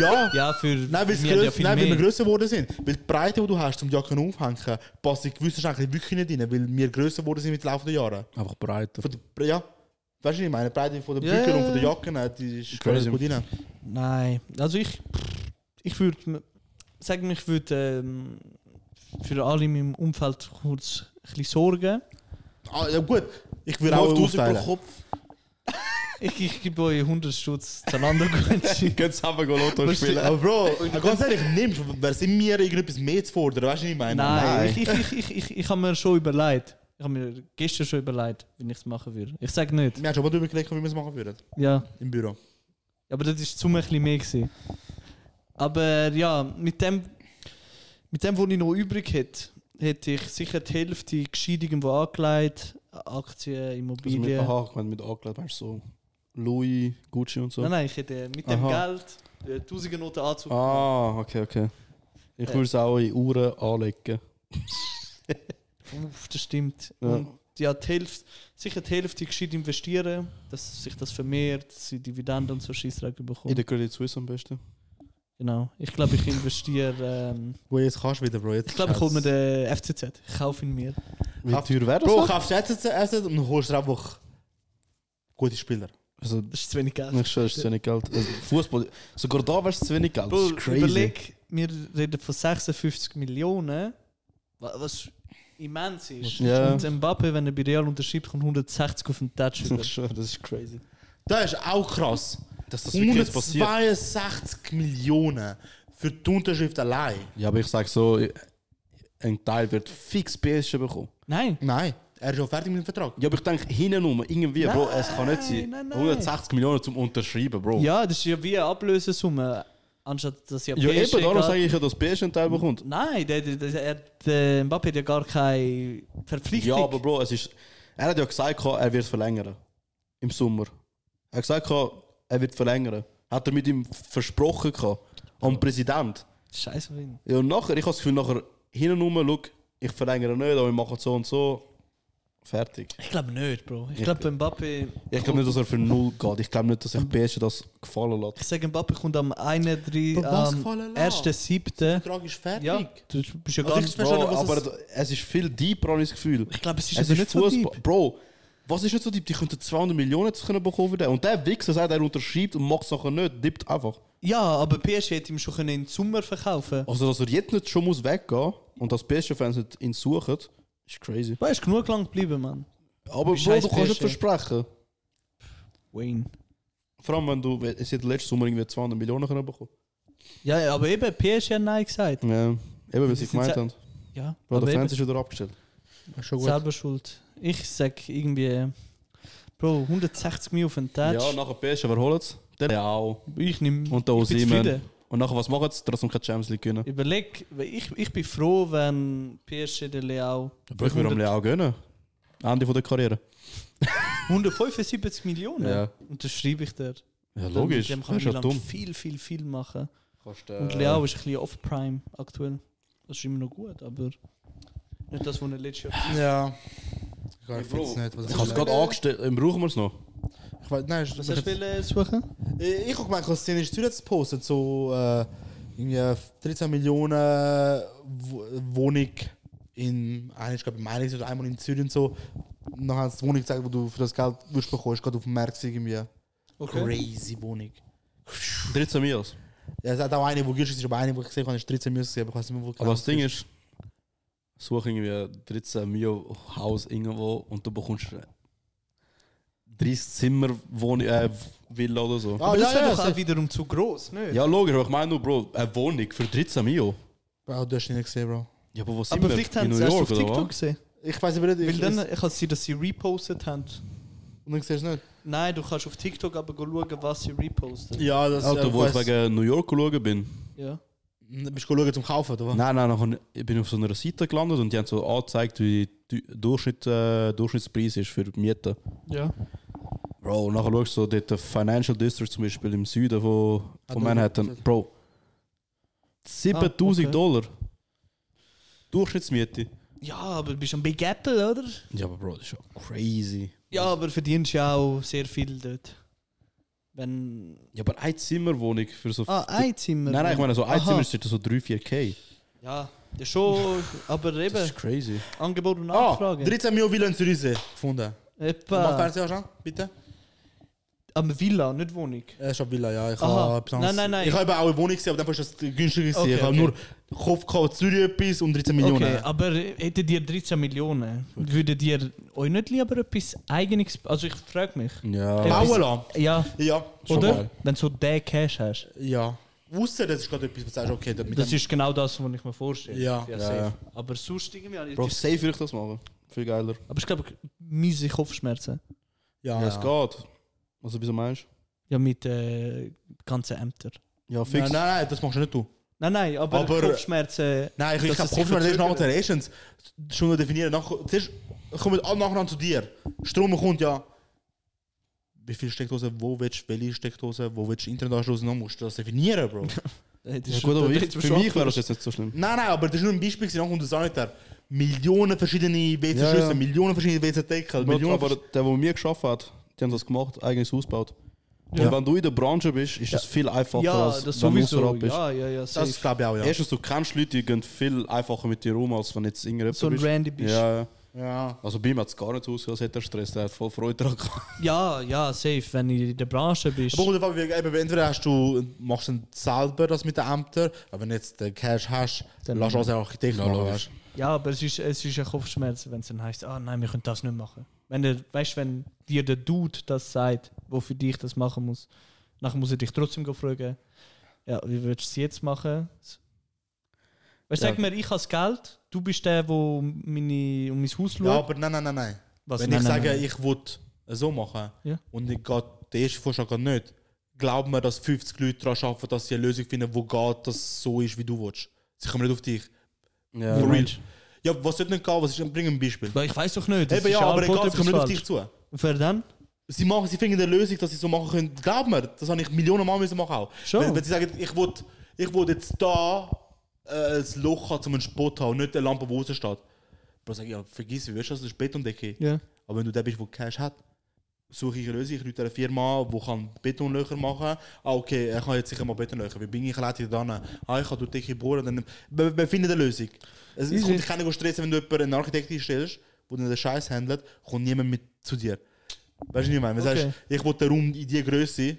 Speaker 3: ja!
Speaker 1: Ja, für.
Speaker 3: Nein, weil,
Speaker 1: wir
Speaker 3: es
Speaker 1: haben
Speaker 3: gröss,
Speaker 1: ja viel
Speaker 3: nein, weil wir
Speaker 1: mehr.
Speaker 3: grösser geworden sind. Weil die Breite, die du hast, um die Jacken aufhängen, passt in gewissen Schränken wirklich nicht rein, weil wir grösser geworden sind mit den laufenden Jahren.
Speaker 2: Einfach breiter.
Speaker 3: Von der, ja, weißt du, was ich meine, die Breite von den
Speaker 1: Ja,
Speaker 3: Büchern
Speaker 1: ja,
Speaker 3: und von den
Speaker 1: ja.
Speaker 3: Jacken, äh, die ist
Speaker 2: Crazy.
Speaker 3: crazy gut rein.
Speaker 1: Nein. Also ich. Ich würde. Sagen ich würde ähm, für alle in meinem Umfeld kurz ein bisschen sorgen.
Speaker 3: Ah, ja gut, ich würde auch
Speaker 2: 5000
Speaker 3: aufteilen.
Speaker 2: pro Kopf.
Speaker 1: Ich, ich gebe euch 100 Stutz zueinander. Quincy.
Speaker 2: Geht's haben, go Lotto spielen.
Speaker 3: Aber Bro, ganz ehrlich, nimmst du, wer sind mir irgendetwas mehr zu fordern, weißt du, was ich meine?
Speaker 1: Nein, ich, ich, ich, ich, ich, ich habe mir schon überlegt. Ich habe mir gestern schon überlegt, wie ich es machen würde. Ich sage nicht.
Speaker 3: Wir haben schon mal darüber geredet, wie wir es machen würden
Speaker 1: Ja,
Speaker 3: im Büro.
Speaker 1: aber das ist zu ein bisschen mehr. Gewesen. Aber ja, mit dem, mit dem, was ich noch übrig hätte, hätte ich sicher die Hälfte gescheit irgendwo angelegt. Aktien,
Speaker 2: Also mit,
Speaker 1: Immobilien.
Speaker 2: aha, ich meine, mit angelegt meinst du so Louis, Gucci und so.
Speaker 1: Nein, nein, ich hätte mit dem
Speaker 2: Aha.
Speaker 1: Geld äh, tausende Noten anzug.
Speaker 2: Ah, okay, okay. Ich
Speaker 1: Äh.
Speaker 2: würde es auch in Uhren anlegen.
Speaker 1: Uff, das stimmt.
Speaker 2: Ja.
Speaker 1: Und ja, die Hälfte, sicher die Hälfte gescheit investieren, dass sich das vermehrt, dass sie Dividenden und so Scheißdreck
Speaker 2: In
Speaker 1: bekommen.
Speaker 2: der Credit Suisse am besten.
Speaker 1: Genau. Ich glaube, ich investiere. Ähm,
Speaker 3: Wo jetzt kannst du wieder, Bro. Jetzt
Speaker 1: ich glaube, ich hole mir den FCZ. Ich kaufe ihn mir.
Speaker 2: Wie
Speaker 3: Kauf-
Speaker 2: teuer wäre das?
Speaker 3: Bro,
Speaker 2: noch?
Speaker 3: kaufst du jetzt Asset und dann holst du einfach gute Spieler.
Speaker 2: also,
Speaker 1: Das ist zu wenig Geld.
Speaker 2: nicht schön, ist zu wenig Geld. Also, Fußball, sogar da wärst du zu wenig Geld. Das
Speaker 1: Bull,
Speaker 2: ist crazy.
Speaker 1: überleg, wir reden von 56 Millionen, wa- was immens ist.
Speaker 2: Ja.
Speaker 1: Und Mbappe, wenn er bei Real unterschreibt, kommt 160 auf den Touch.
Speaker 2: Ich schwöre, das ist crazy.
Speaker 3: Das ist auch krass.
Speaker 2: Dass das wirklich jetzt passiert.
Speaker 3: 162 Millionen für die Unterschrift allein.
Speaker 2: Ja, aber ich sage so, ein Teil wird fix PSG bekommen.
Speaker 1: Nein.
Speaker 3: Nein, er ist schon fertig mit dem Vertrag.
Speaker 2: Ja, aber ich denke, hinten rum, irgendwie, Bro, es kann nicht sein.
Speaker 1: nein, nein.
Speaker 2: 160 Millionen zum Unterschreiben, Bro.
Speaker 1: Ja, das ist ja wie eine Ablösesumme. Anstatt dass ja
Speaker 2: Ja, eben,
Speaker 1: PSG
Speaker 2: darum
Speaker 1: geht.
Speaker 2: sage ich ja, dass PSG einen Teil bekommt.
Speaker 1: Nein, der, der, der, er- der Mbappe hat ja gar keine Verpflichtung.
Speaker 2: Ja, aber Bro, es ist, er hat ja gesagt, er wird verlängern. Im Sommer. Er hat gesagt, er wird verlängern. Hat er mit ihm versprochen gehabt, am Präsident.
Speaker 1: Scheiße für ihn.
Speaker 2: Ja, und nachher, ich habe das Gefühl, nachher hinten rum, schau, ich verlängere nicht, aber ich mache so und so. Fertig.
Speaker 1: Ich glaube nicht, Bro. Ich glaube, Mbappe.
Speaker 2: Ich glaube nicht, dass er für null geht. Ich glaube nicht, dass sich PSG das gefallen lässt.
Speaker 1: Ich sage, Mbappe kommt am 31.
Speaker 3: Bro, was
Speaker 1: am
Speaker 3: gefallen lässt?
Speaker 1: 1.7.
Speaker 3: Der Trag ist fertig.
Speaker 1: Ja, du bist ja
Speaker 3: Also
Speaker 1: gar
Speaker 3: ich
Speaker 1: nicht.
Speaker 3: verstehe
Speaker 2: Bro,
Speaker 3: nicht, was
Speaker 2: aber
Speaker 3: es-
Speaker 2: d- es ist viel deeper, habe ich das Gefühl.
Speaker 1: Ich glaube, es ist
Speaker 2: Es
Speaker 1: aber
Speaker 2: ist
Speaker 1: nicht so
Speaker 2: Fußball.
Speaker 1: deep.
Speaker 2: Bro, was ist jetzt so deep? Die könnten 200 Millionen jetzt können bekommen für den. Und der Wichser sagt, er unterschreibt und macht es nachher nicht. Dippt einfach.
Speaker 1: Ja, aber PSG hätte ihm schon können in den Sommer verkaufen
Speaker 2: Also, dass er jetzt nicht schon muss weggehen und dass PSG-Fans nicht ihn suchen, ist crazy.
Speaker 1: Du hast genug lang geblieben, Mann.
Speaker 2: Aber Bro,
Speaker 1: bist
Speaker 2: du
Speaker 1: scheiß
Speaker 2: kannst nicht
Speaker 1: PSG.
Speaker 2: versprechen.
Speaker 1: Wayne.
Speaker 2: Vor allem, wenn du wenn- es hätte letzten Sommer irgendwie 200 Millionen können bekommen.
Speaker 1: Ja, ja, aber eben, PSG hat Nein gesagt.
Speaker 2: Ja, eben, wie sie
Speaker 1: sind
Speaker 2: gemeint
Speaker 1: sehr-
Speaker 2: haben.
Speaker 1: Ja,
Speaker 2: Bro,
Speaker 1: aber
Speaker 2: der
Speaker 1: eben,
Speaker 2: Fans ist wieder abgestellt.
Speaker 3: Schon gut.
Speaker 1: selber schuld. Ich sag irgendwie, äh, Bro, 160 Mio für den Touch.
Speaker 2: Ja, nachher PSG, wer holt es? Der Real.
Speaker 1: ich nehme.
Speaker 2: Und der
Speaker 1: ich bin
Speaker 2: Osimhen.
Speaker 1: zufrieden.
Speaker 2: Und nachher, was machen sie? Trotzdem keine Champions League gewinnen.
Speaker 1: Überleg, weil ich, ich bin froh, wenn PSG den Leao
Speaker 2: Bro, ich würde am Leao gönnen. Ende von der Karriere.
Speaker 1: 175 Millionen
Speaker 2: Ja.
Speaker 1: und das schreibe ich dir.
Speaker 2: Ja, logisch.
Speaker 1: Mit dem
Speaker 2: Das
Speaker 1: kann
Speaker 2: ist ja
Speaker 1: Milan
Speaker 2: dumm.
Speaker 1: viel, viel, viel machen.
Speaker 2: Kannst,
Speaker 1: Und
Speaker 2: äh,
Speaker 1: Leao ist ein bisschen off-prime aktuell. Das ist immer noch gut, aber nicht das, was er letztes Jahr.
Speaker 3: Ja. Egal, Ich
Speaker 2: Bro,
Speaker 3: weiß nicht. was
Speaker 2: Ich
Speaker 3: es
Speaker 2: habe es
Speaker 3: ist.
Speaker 2: gerade angestellt. Ähm, brauchen wir es noch?
Speaker 3: Ich weiß- Nein, ist-
Speaker 1: Was
Speaker 3: ich-
Speaker 1: hast du wollen suchen?
Speaker 3: Äh, Ich habe gemeint, ich habe szenisch Zürich jetzt gepostet, so äh, irgendwie 13 Millionen äh, Wo- Wohnung in einer ist glaub ich in Mainz oder einmal in Zürich und so. Und dann haben sie die Wohnung gezeigt, wo du für das Geld wirst bekommst, gerade auf dem Markt gewesen, irgendwie. Crazy Wohnung.
Speaker 2: 13 Mios.
Speaker 3: Ja, es hat auch eine, wo günstig ist, aber eine, wo ich gesehen habe, ist 13 Millionen, aber ich weiß nicht mehr, wo genau
Speaker 2: Aber das Ding ist, suche irgendwie 13 Mio Haus irgendwo und du bekommst äh, 30 Zimmer Wohnung, äh, Villa oder so.
Speaker 3: Ah,
Speaker 1: Aber
Speaker 3: ja,
Speaker 1: das wäre
Speaker 3: ja,
Speaker 1: doch
Speaker 3: das-
Speaker 1: auch wiederum zu gross, nicht?
Speaker 2: Ja, logisch, aber ich meine nur, Bro, eine Wohnung für 13 Mio.
Speaker 3: Bro, du hast ihn nicht gesehen, Bro.
Speaker 2: Ja, aber was sind
Speaker 1: Aber
Speaker 2: wir?
Speaker 1: vielleicht
Speaker 2: In
Speaker 1: haben
Speaker 2: New
Speaker 1: sie es erst
Speaker 2: York,
Speaker 1: auf
Speaker 2: oder
Speaker 1: TikTok
Speaker 2: was?
Speaker 1: gesehen.
Speaker 3: Ich weiß aber nicht,
Speaker 1: Weil
Speaker 3: ich,
Speaker 1: dann
Speaker 3: ich,
Speaker 1: ich habe sie, dass sie repostet haben.
Speaker 3: und dann siehst du es nicht.
Speaker 1: Nein, du kannst auf TikTok aber schauen, was sie reposten.
Speaker 3: Ja, das
Speaker 2: Alter, wo ich wegen New York geschaut bin.
Speaker 1: Ja.
Speaker 3: Bist du schauen zum Kaufen, oder was?
Speaker 2: Nein, nein, nachher, ich bin auf so einer Seite gelandet und die haben so angezeigt, wie der Durchschnitt, äh, Durchschnittspreis ist für Mieten.
Speaker 1: ja.
Speaker 2: Bro, nachher schaust du dort den Financial District zum Beispiel im Süden von,
Speaker 3: Ah,
Speaker 2: von Manhattan.
Speaker 3: dort.
Speaker 2: Bro, 7000
Speaker 1: Ah, okay.
Speaker 2: Dollar. Durchschnittsmiete.
Speaker 1: Ja, aber du bist ein Big Apple, oder?
Speaker 2: Ja, aber Bro, das ist ja crazy.
Speaker 1: Ja, aber verdienst ja auch sehr viel dort. Wenn.
Speaker 2: Ja, aber eine Zimmerwohnung für so.
Speaker 1: Ah, ein Zimmer.
Speaker 2: nein, nein, ich meine, so ein
Speaker 1: Aha.
Speaker 2: Zimmer ist dort so 3-4K.
Speaker 1: Ja, ja schon, aber
Speaker 2: Das
Speaker 1: eben,
Speaker 2: ist crazy.
Speaker 1: Angebot und
Speaker 3: Ah,
Speaker 1: Nachfrage.
Speaker 3: 13 Millionen Villa in Zürich sehen, gefunden. Mach
Speaker 1: Etwa.
Speaker 3: Fernseher schon, bitte.
Speaker 1: Aber Villa, nicht Wohnung.
Speaker 3: Ja, ist eine Äh, Villa, ja. Ich
Speaker 1: Aha.
Speaker 3: habe etwas anderes-
Speaker 1: Nein, nein, nein.
Speaker 3: Ich habe eben auch eine Wohnung gesehen, aber dann war das günstiger. gewesen.
Speaker 1: Okay,
Speaker 3: ich habe
Speaker 1: okay.
Speaker 3: nur Kopf gehabt, Zürich etwas und 13 Millionen.
Speaker 1: Okay, ah, aber hättet ihr 13 Millionen, würdet ihr euch nicht lieber etwas eigenes. Also, ich frage mich.
Speaker 2: Ja.
Speaker 1: Ja.
Speaker 3: Bauen lassen?
Speaker 1: Ja,
Speaker 3: Ja.
Speaker 2: Schon
Speaker 1: oder?
Speaker 2: mal.
Speaker 1: Wenn du so den Cash hast.
Speaker 3: Ja. Außer das ist gerade etwas, was du sagst, okay, damit
Speaker 1: Das ist genau das, was ich mir vorstelle.
Speaker 3: Ja.
Speaker 1: safe.
Speaker 2: Ja.
Speaker 1: Aber sonst irgendwie. habe ich-
Speaker 2: Bro, safe würde ich das machen. Viel geiler.
Speaker 1: Aber ich glaube, miese Kopfschmerzen.
Speaker 3: ja,
Speaker 2: Ja,
Speaker 3: ja.
Speaker 2: es geht. Also, wieso meinst
Speaker 1: Ja, mit äh, ganzen Ämtern.
Speaker 2: du? Ja, fix.
Speaker 3: Nein, nein, nein, das machst du nicht du.
Speaker 1: Nein, nein, aber,
Speaker 3: Aber-
Speaker 1: Kopfschmerzen. äh,
Speaker 3: Nein, ich, ich
Speaker 1: Dass
Speaker 3: habe
Speaker 1: es sich
Speaker 3: Kopfschmerzen, das ist nachher
Speaker 1: verzögert.
Speaker 3: Erstens, schon noch definieren. Nach, zuerst kommen alle nacheinander zu dir. Strom kommt, ja. Wie viel Steckdosen, wo willst du, welche Steckdosen, wo willst du Internet anschließen, dann musst du das definieren, Bro.
Speaker 1: Äh, das
Speaker 2: Ja,
Speaker 1: ist-
Speaker 2: gut,
Speaker 1: da-
Speaker 2: aber
Speaker 1: da-
Speaker 2: ich,
Speaker 1: da-
Speaker 2: für mich wäre das jetzt nicht so schlimm.
Speaker 3: Nein, nein, aber das ist nur ein Beispiel, gewesen, dann kommt der Sanitär. Millionen verschiedene WC-Schüsse,
Speaker 2: Ja, ja.
Speaker 3: Millionen verschiedene WC-Deckel,
Speaker 2: Bro,
Speaker 3: Millionen
Speaker 2: aber der, der mir geschafft hat, die haben das gemacht, eigenes Haus gebaut.
Speaker 1: Ja.
Speaker 2: Und wenn du in der Branche bist, ist das viel einfacher,
Speaker 1: Ja,
Speaker 2: als
Speaker 1: das
Speaker 2: wenn du
Speaker 1: sowieso.
Speaker 2: außerhalb bist.
Speaker 1: Ja, ja, ja.
Speaker 3: Das
Speaker 1: Safe.
Speaker 3: glaube ich auch, ja.
Speaker 2: Erstens, du kennst Leute, die gehen viel einfacher mit dir um, als wenn jetzt irgendjemand
Speaker 1: So ein
Speaker 2: bist.
Speaker 1: Randy bist.
Speaker 2: Ja, ja.
Speaker 3: ja.
Speaker 2: Also bei ihm hat es gar nicht ausgesehen, als hätte er Stress, der hat voll Freude daran gehabt.
Speaker 1: Ja, ja, safe, wenn du in der Branche bist.
Speaker 3: Aber gut, Fall, eben, entweder hast du, machst du selber das mit den Ämtern, aber wenn du jetzt den Cash hast,
Speaker 1: Dann-
Speaker 3: dann lass uns Architekt
Speaker 2: Ja,
Speaker 3: machen.
Speaker 2: logisch.
Speaker 3: weißt
Speaker 1: Ja, aber es ist, es ist ein Kopfschmerz, wenn es dann heißt, ah nein, wir können das nicht machen. Wenn der, weißt, wenn dir der Dude das sagt, wo für dich das machen muss, nachher muss er dich trotzdem go fragen, ja, wie würdest du es jetzt machen? Weißt,
Speaker 2: Ja.
Speaker 1: sag mir, ich habe das Geld, du bist der, der um meine, um mein Haus
Speaker 3: du.
Speaker 1: schaut.
Speaker 3: Ja, aber nein, nein, nein, nein.
Speaker 1: Was?
Speaker 3: wenn
Speaker 1: Nein,
Speaker 3: ich
Speaker 1: nein,
Speaker 3: sage,
Speaker 1: nein.
Speaker 3: ich will so machen
Speaker 1: Ja.
Speaker 3: und ich gehe den ersten Vorschlag geht nicht, glaub mir, dass 50 Leute daran arbeiten, dass sie eine Lösung finden, die geht, dass es so ist, wie du willst. Sie kommen nicht auf dich.
Speaker 2: Ja.
Speaker 3: For real.
Speaker 1: meinst
Speaker 3: Ja, was sollte nicht gehen? Was ist, bring ein Beispiel.
Speaker 1: Weil ich weiß doch nicht. das
Speaker 3: Eben
Speaker 1: ist
Speaker 3: ja,
Speaker 1: auch
Speaker 3: aber egal, sie kommen nicht auf
Speaker 1: Protokoll.
Speaker 3: dich zu.
Speaker 1: Und wer dann?
Speaker 3: sie, machen, sie finden eine Lösung, dass sie so machen können. Glaub mir, das habe ich Millionen Mal müssen machen auch.
Speaker 1: Schon.
Speaker 3: Wenn, wenn sie sagen, ich will, ich will jetzt da äh, ein Loch haben, um einen Spot zu haben, und nicht eine Lampe, die raussteht. Bro, sag ich, ja, vergiss, wie wirst du das? Das ist Betondecke.
Speaker 1: Ja.
Speaker 3: Aber wenn du der bist, der Cash hat, suche ich eine Lösung. Ich rufe eine Firma an, die kann Betonlöcher machen Ah, okay, er kann jetzt sicher mal Betonlöcher. Wie bin ich relativ dran? Ah, ich kann durch die Decke bohren. Dann, wir, wir finden eine Lösung. Es, es
Speaker 1: Easy.
Speaker 3: kommt dich keiner stressen, wenn du jemanden einen Architekt stellst, der dann den Scheiß handelt, kommt niemand mit zu dir. Weißt du, was ich meine? Wenn du
Speaker 1: Okay.
Speaker 3: sagst, ich will den Raum in dieser Größe, sie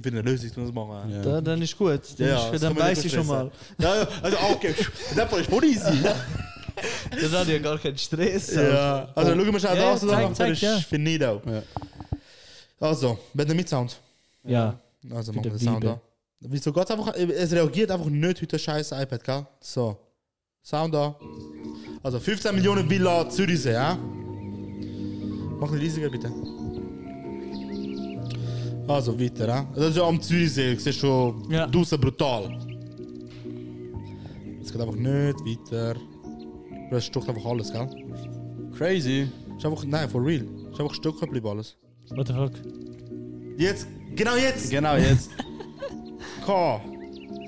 Speaker 3: finden eine Lösung, um das zu machen.
Speaker 2: Ja.
Speaker 1: Da, dann ist gut. Dann,
Speaker 3: Ja,
Speaker 1: ist-
Speaker 3: ja, das
Speaker 1: dann
Speaker 3: kann man
Speaker 1: weiß
Speaker 3: nicht
Speaker 1: ich schon mal.
Speaker 3: Ja, ja, also ah, okay, in dem Fall ist voll easy.
Speaker 1: Dann hat ja gar keinen Stress.
Speaker 3: Ja. Also schauen wir schnell
Speaker 1: Oh. Ja,
Speaker 3: das
Speaker 1: ja, zeig,
Speaker 3: an, nachher
Speaker 1: zeig,
Speaker 3: ist
Speaker 1: ja.
Speaker 3: für Nido.
Speaker 2: Ja.
Speaker 3: Also, wenn der mit Sound.
Speaker 1: ja.
Speaker 3: Also
Speaker 1: Für
Speaker 3: machen wir
Speaker 1: den
Speaker 3: den Sound
Speaker 1: Bibel.
Speaker 3: an. Wieso geht's einfach. Es reagiert einfach nicht heute scheiß iPad, gell? So. Sound an. Also 15 Millionen Villa Zürichsee, ja? Mach ein leisiger bitte. Also weiter, ja? Das ist ja am Zürichsee, du siehst schon
Speaker 1: Ja.
Speaker 3: draußen brutal. Es geht einfach nicht weiter. Bro, Es stockt einfach alles, gell?
Speaker 2: Crazy.
Speaker 3: Ist einfach, nein, for real. Ist einfach stocken geblieben alles.
Speaker 1: What the fuck?
Speaker 3: Jetzt, genau jetzt!
Speaker 2: Genau, jetzt.
Speaker 3: K.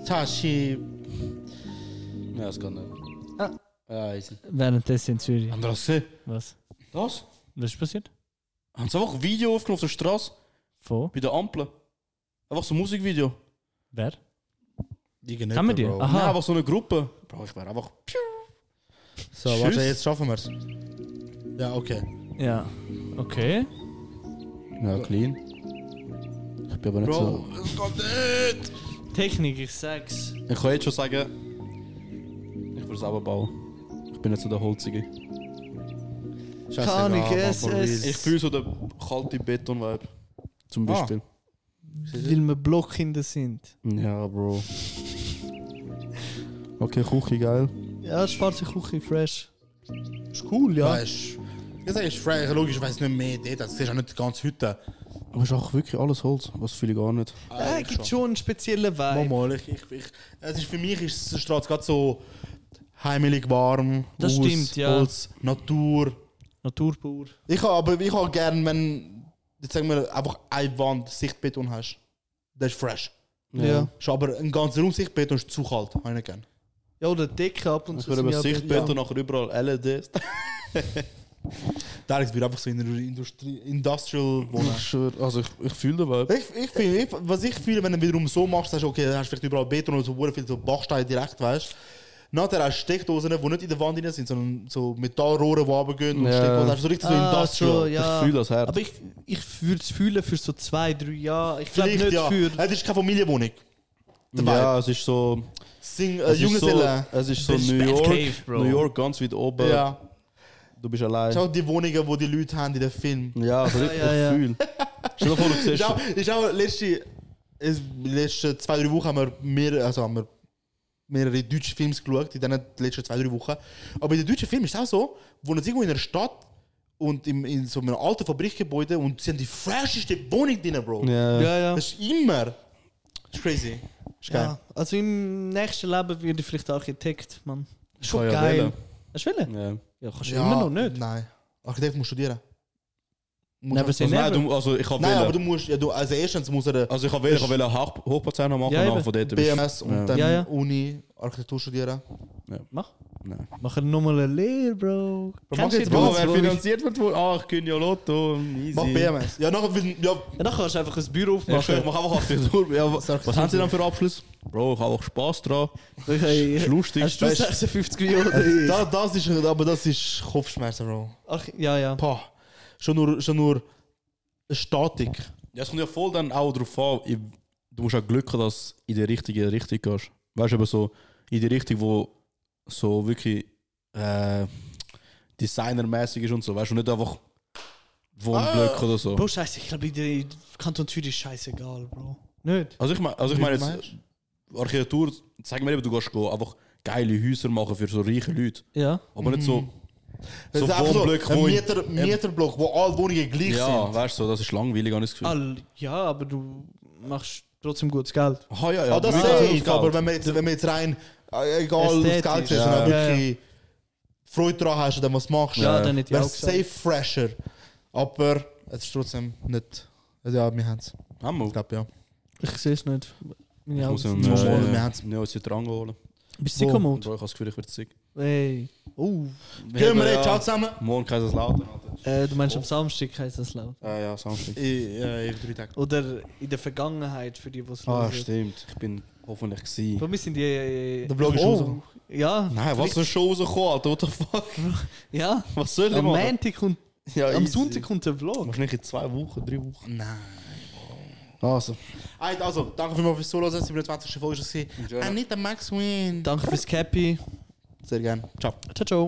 Speaker 3: Tashi.
Speaker 2: ja, es geht nicht.
Speaker 1: Ah.
Speaker 2: Ja, easy.
Speaker 1: Währenddessen in Zürich.
Speaker 2: Haben wir das gesehen?
Speaker 1: Was?
Speaker 2: Das?
Speaker 1: Was ist passiert?
Speaker 2: Haben sie einfach ein Video aufgenommen auf der Straße?
Speaker 1: Von?
Speaker 2: Bei der Ampel? Einfach so ein Musikvideo?
Speaker 1: Wer?
Speaker 3: Die gehen
Speaker 1: Kann man
Speaker 3: nicht,
Speaker 1: die?
Speaker 3: Bro.
Speaker 1: Aha.
Speaker 2: Nein, einfach so eine Gruppe. Bro, ich wäre einfach...
Speaker 3: So,
Speaker 2: Tschüss.
Speaker 3: warte, jetzt schaffen wir es. Ja, okay.
Speaker 1: Ja. Okay.
Speaker 2: Ja, clean. Ich bin aber nicht
Speaker 3: Bro,
Speaker 2: so...
Speaker 1: Technik, ich sag's.
Speaker 2: Ich kann jetzt schon sagen... Ich würde es selber bauen. Ich bin nicht so der Holzige.
Speaker 3: scheiße.
Speaker 1: Kann ich es, es-
Speaker 2: Ich fühle so den kalten Beton-Vibe. Zum
Speaker 3: Ah.
Speaker 2: Beispiel.
Speaker 1: Weil wir Blockkinder sind.
Speaker 2: Ja, Bro. Okay, Küche, geil.
Speaker 1: Ja, schwarze Küche, fresh.
Speaker 2: Ist cool,
Speaker 3: Ja. Weißt, ich sage, ist frei. Logisch, ich weiß nicht mehr dort. Das siehst du auch nicht die ganze Hütte.
Speaker 2: Aber ist auch wirklich alles Holz, was fühle ich gar nicht.
Speaker 1: Ja, gibt schon einen speziellen
Speaker 3: Mal,
Speaker 1: Vibe.
Speaker 3: mal, ich, ich, ich, es ist für mich ist die Straße gerade so heimelig warm.
Speaker 1: Das
Speaker 3: Haus,
Speaker 1: stimmt, ja.
Speaker 3: Holz, Natur.
Speaker 1: Naturbauer.
Speaker 3: Ich habe aber ich habe gern, wenn jetzt sagen wir einfach eine Wand Sichtbeton hast. Das ist fresh.
Speaker 1: Ja.
Speaker 3: Ist aber ein ganzer Raum Sichtbeton ist zu kalt. Habe ich nicht gern.
Speaker 1: Ja, oh, oder Decke ab und
Speaker 2: Ich
Speaker 1: zu.
Speaker 2: würde über
Speaker 1: sind ja-
Speaker 2: Also Sichtbeton nachher überall E LED.
Speaker 3: Da ist wieder einfach so in einer Industrie, Industrial wohnen.
Speaker 2: Ich schwör, also ich, ich fühle den Vibe.
Speaker 3: Ich, ich finde, ich, was ich fühle, wenn du wiederum so machst, sagst du, okay, dann hast du vielleicht überall Beton oder so, hure viel so Bachstein direkt, weißt du. Nachher hast du Steckdosen, die nicht in der Wand drin sind, sondern so Metallrohre, die runtergehen und
Speaker 2: Ja.
Speaker 3: Steckdosen. Hast du so richtig
Speaker 1: Ah,
Speaker 3: so Industrial.
Speaker 1: so, ja.
Speaker 2: Ich fühle das Herz.
Speaker 1: Aber ich, ich würde es fühlen für so zwei, drei Jahre. Ich glaube
Speaker 3: Vielleicht,
Speaker 1: nicht
Speaker 3: ja.
Speaker 1: für.
Speaker 3: Es ist keine Familienwohnung. Der Vibe.
Speaker 2: ja, es ist so.
Speaker 3: Sing, äh,
Speaker 2: Es
Speaker 3: junge
Speaker 2: ist so,
Speaker 3: Seele.
Speaker 2: es ist so
Speaker 1: Bist
Speaker 2: New York.
Speaker 1: Batcave, Bro.
Speaker 2: New York ganz weit
Speaker 1: äh,
Speaker 2: oben.
Speaker 3: Ja.
Speaker 2: Du bist allein.
Speaker 3: Schau die Wohnungen, die die Leute haben in den Filmen.
Speaker 2: Ja, also ich
Speaker 1: ja, ja.
Speaker 2: fühle. Stell dir vor, du siehst.
Speaker 3: Ich auch, ich auch letzte, es- die letzten zwei, drei Wochen haben wir, mehr, also haben wir mehrere deutsche Filme geschaut, in den letzten zwei, drei Wochen. Aber in den deutschen Filmen ist es auch so, wo man irgendwo in einer Stadt und im, in so einem alten Fabrikgebäude und sie haben die fresheste Wohnung drin, Bro.
Speaker 2: Ja.
Speaker 1: Ja, ja.
Speaker 3: Das ist immer. Das ist crazy. Das ist geil.
Speaker 1: ja. Also im nächsten Leben würde ich vielleicht Architekt, Mann. Ist Schon
Speaker 2: kann ja
Speaker 1: geil.
Speaker 2: wählen.
Speaker 1: Hast du willen?
Speaker 2: Ja.
Speaker 1: Ja, kannst du
Speaker 3: Ja,
Speaker 1: immer noch nicht.
Speaker 3: Nein. Architekt muss studieren. Muss
Speaker 1: Never
Speaker 3: er-
Speaker 1: say
Speaker 2: Also, nein,
Speaker 1: never.
Speaker 2: du, also ich habe
Speaker 3: nein, aber du
Speaker 2: wählen.
Speaker 3: musst, ja, du, also erstens muss er
Speaker 2: Also ich habe wählen, ich habe wählen Hoch- Hochparteien machen
Speaker 1: Ja,
Speaker 2: und
Speaker 1: eben.
Speaker 2: dann von dort bist du-
Speaker 3: BMS und
Speaker 2: Ja.
Speaker 3: dann
Speaker 1: Ja, ja.
Speaker 3: Uni, Architektur studieren.
Speaker 1: Mach.
Speaker 2: Nein.
Speaker 1: Mach nochmal eine Lehre, Bro.
Speaker 3: mach
Speaker 1: Kennst du
Speaker 3: jetzt
Speaker 1: die
Speaker 3: mal,
Speaker 1: Leute,
Speaker 3: wer
Speaker 1: wo-
Speaker 2: finanziert wird wohl? Ah, ich gönne ja Lotto. Easy.
Speaker 3: Mach BMS. Ja, nachher, ja,
Speaker 1: Ja, dann kannst du einfach ein Büro
Speaker 2: Ja, ich
Speaker 1: aufmachen.
Speaker 2: mache
Speaker 3: Oh,
Speaker 2: einfach Architektur. Ja, was,
Speaker 3: Sag-
Speaker 2: was haben Sie denn für Abschluss? Bro, ich habe auch Spaß dran.
Speaker 1: Okay.
Speaker 2: Ist lustig.
Speaker 1: Hast du Äh,
Speaker 2: Weißt-
Speaker 1: 56 Millionen?
Speaker 3: Das, das ist, aber das ist Kopfschmerzen, Bro.
Speaker 1: Ach, ja, ja.
Speaker 3: Pah. Schon nur, schon nur Statik.
Speaker 2: Ja, es kommt ja voll dann auch darauf an, in- du musst auch Glück haben, dass du in die richtige Richtung gehst. Weißt du, aber so in die Richtung, wo so wirklich äh, designermäßig ist und so. Weißt du, nicht einfach Wohnblöcke oder so.
Speaker 1: Bro, scheiße, ich glaube, in der Kanton Zürich ist scheißegal, Bro. Nicht?
Speaker 2: Also ich meine also ich meine
Speaker 3: Wie
Speaker 2: jetzt, Architektur, sag mir eben, du gehst go, einfach geile Häuser machen für so reiche Leute.
Speaker 1: Ja.
Speaker 2: Aber nicht so,
Speaker 3: Mhm. Das
Speaker 2: so
Speaker 3: ist einfach
Speaker 2: Wohnblöcke,
Speaker 3: ein
Speaker 2: wo... in-
Speaker 3: Mieter, Mieterblock, wo alle Wohnungen gleich
Speaker 2: ja,
Speaker 3: sind.
Speaker 2: weißt du, so, das ist langweilig, habe ich das Gefühl.
Speaker 1: All, ja, aber du machst trotzdem gutes Geld.
Speaker 2: Ah, ja, ja.
Speaker 3: Ah, das
Speaker 2: wir-
Speaker 3: sehe
Speaker 2: wir-
Speaker 3: ich, aber wenn wir jetzt, wenn wir jetzt rein, äh, egal, auf
Speaker 1: Ästhetisch.
Speaker 3: Geld
Speaker 1: Ja.
Speaker 3: ja. sondern
Speaker 1: Ja,
Speaker 3: wirklich Freude daran hast, dann was machst
Speaker 1: Ja, dann hätte ich
Speaker 3: Wäre
Speaker 1: auch gesagt.
Speaker 3: safe fresher. Aber es ist trotzdem nicht. Ja, wir haben es.
Speaker 2: Hammer.
Speaker 3: Ich glaube, ja.
Speaker 1: Ich sehe es nicht. Meine
Speaker 2: Ich muss
Speaker 1: Augen
Speaker 2: ihn
Speaker 1: sind
Speaker 3: Muss
Speaker 2: äh,
Speaker 3: holen, wir haben's.
Speaker 2: ja, jetzt hier dran holen.
Speaker 1: Bist
Speaker 3: Wo?
Speaker 1: du
Speaker 2: Bro,
Speaker 1: kommod?
Speaker 2: ich habe das Gefühl, ich werde sick.
Speaker 1: Ey. Oh,
Speaker 3: Gehen wir, ey, ciao zusammen.
Speaker 2: Morgen Kaiserslautern, Alter.
Speaker 1: äh, du meinst am Samstag heißt das laut.
Speaker 2: Ah ja, Samstag.
Speaker 3: Ich, ja, ich drei Tage.
Speaker 1: Oder in der Vergangenheit, für die, die es
Speaker 2: Ah,
Speaker 1: hören.
Speaker 2: stimmt. Ich bin hoffentlich gewesen.
Speaker 1: Warum sind die. Äh, Oh.
Speaker 3: Der Vlog ist raus.
Speaker 1: Ja,
Speaker 2: Nein, was für eine Show rausgekommen, Alter? What the fuck?
Speaker 1: ja.
Speaker 2: Was soll ich
Speaker 1: Am
Speaker 2: machen?
Speaker 1: Montag kommt.
Speaker 2: Ja,
Speaker 1: am
Speaker 2: easy.
Speaker 1: Sonntag kommt der Vlog.
Speaker 2: Wahrscheinlich in zwei Wochen, drei Wochen.
Speaker 3: Nein.
Speaker 2: Also.
Speaker 3: Alright, Also, danke vielmals fürs Solo, das war die 20. Folge. Anita äh, Max Win.
Speaker 1: Danke fürs Cappy.
Speaker 3: Sehr gerne. Ciao.
Speaker 1: Ciao, ciao.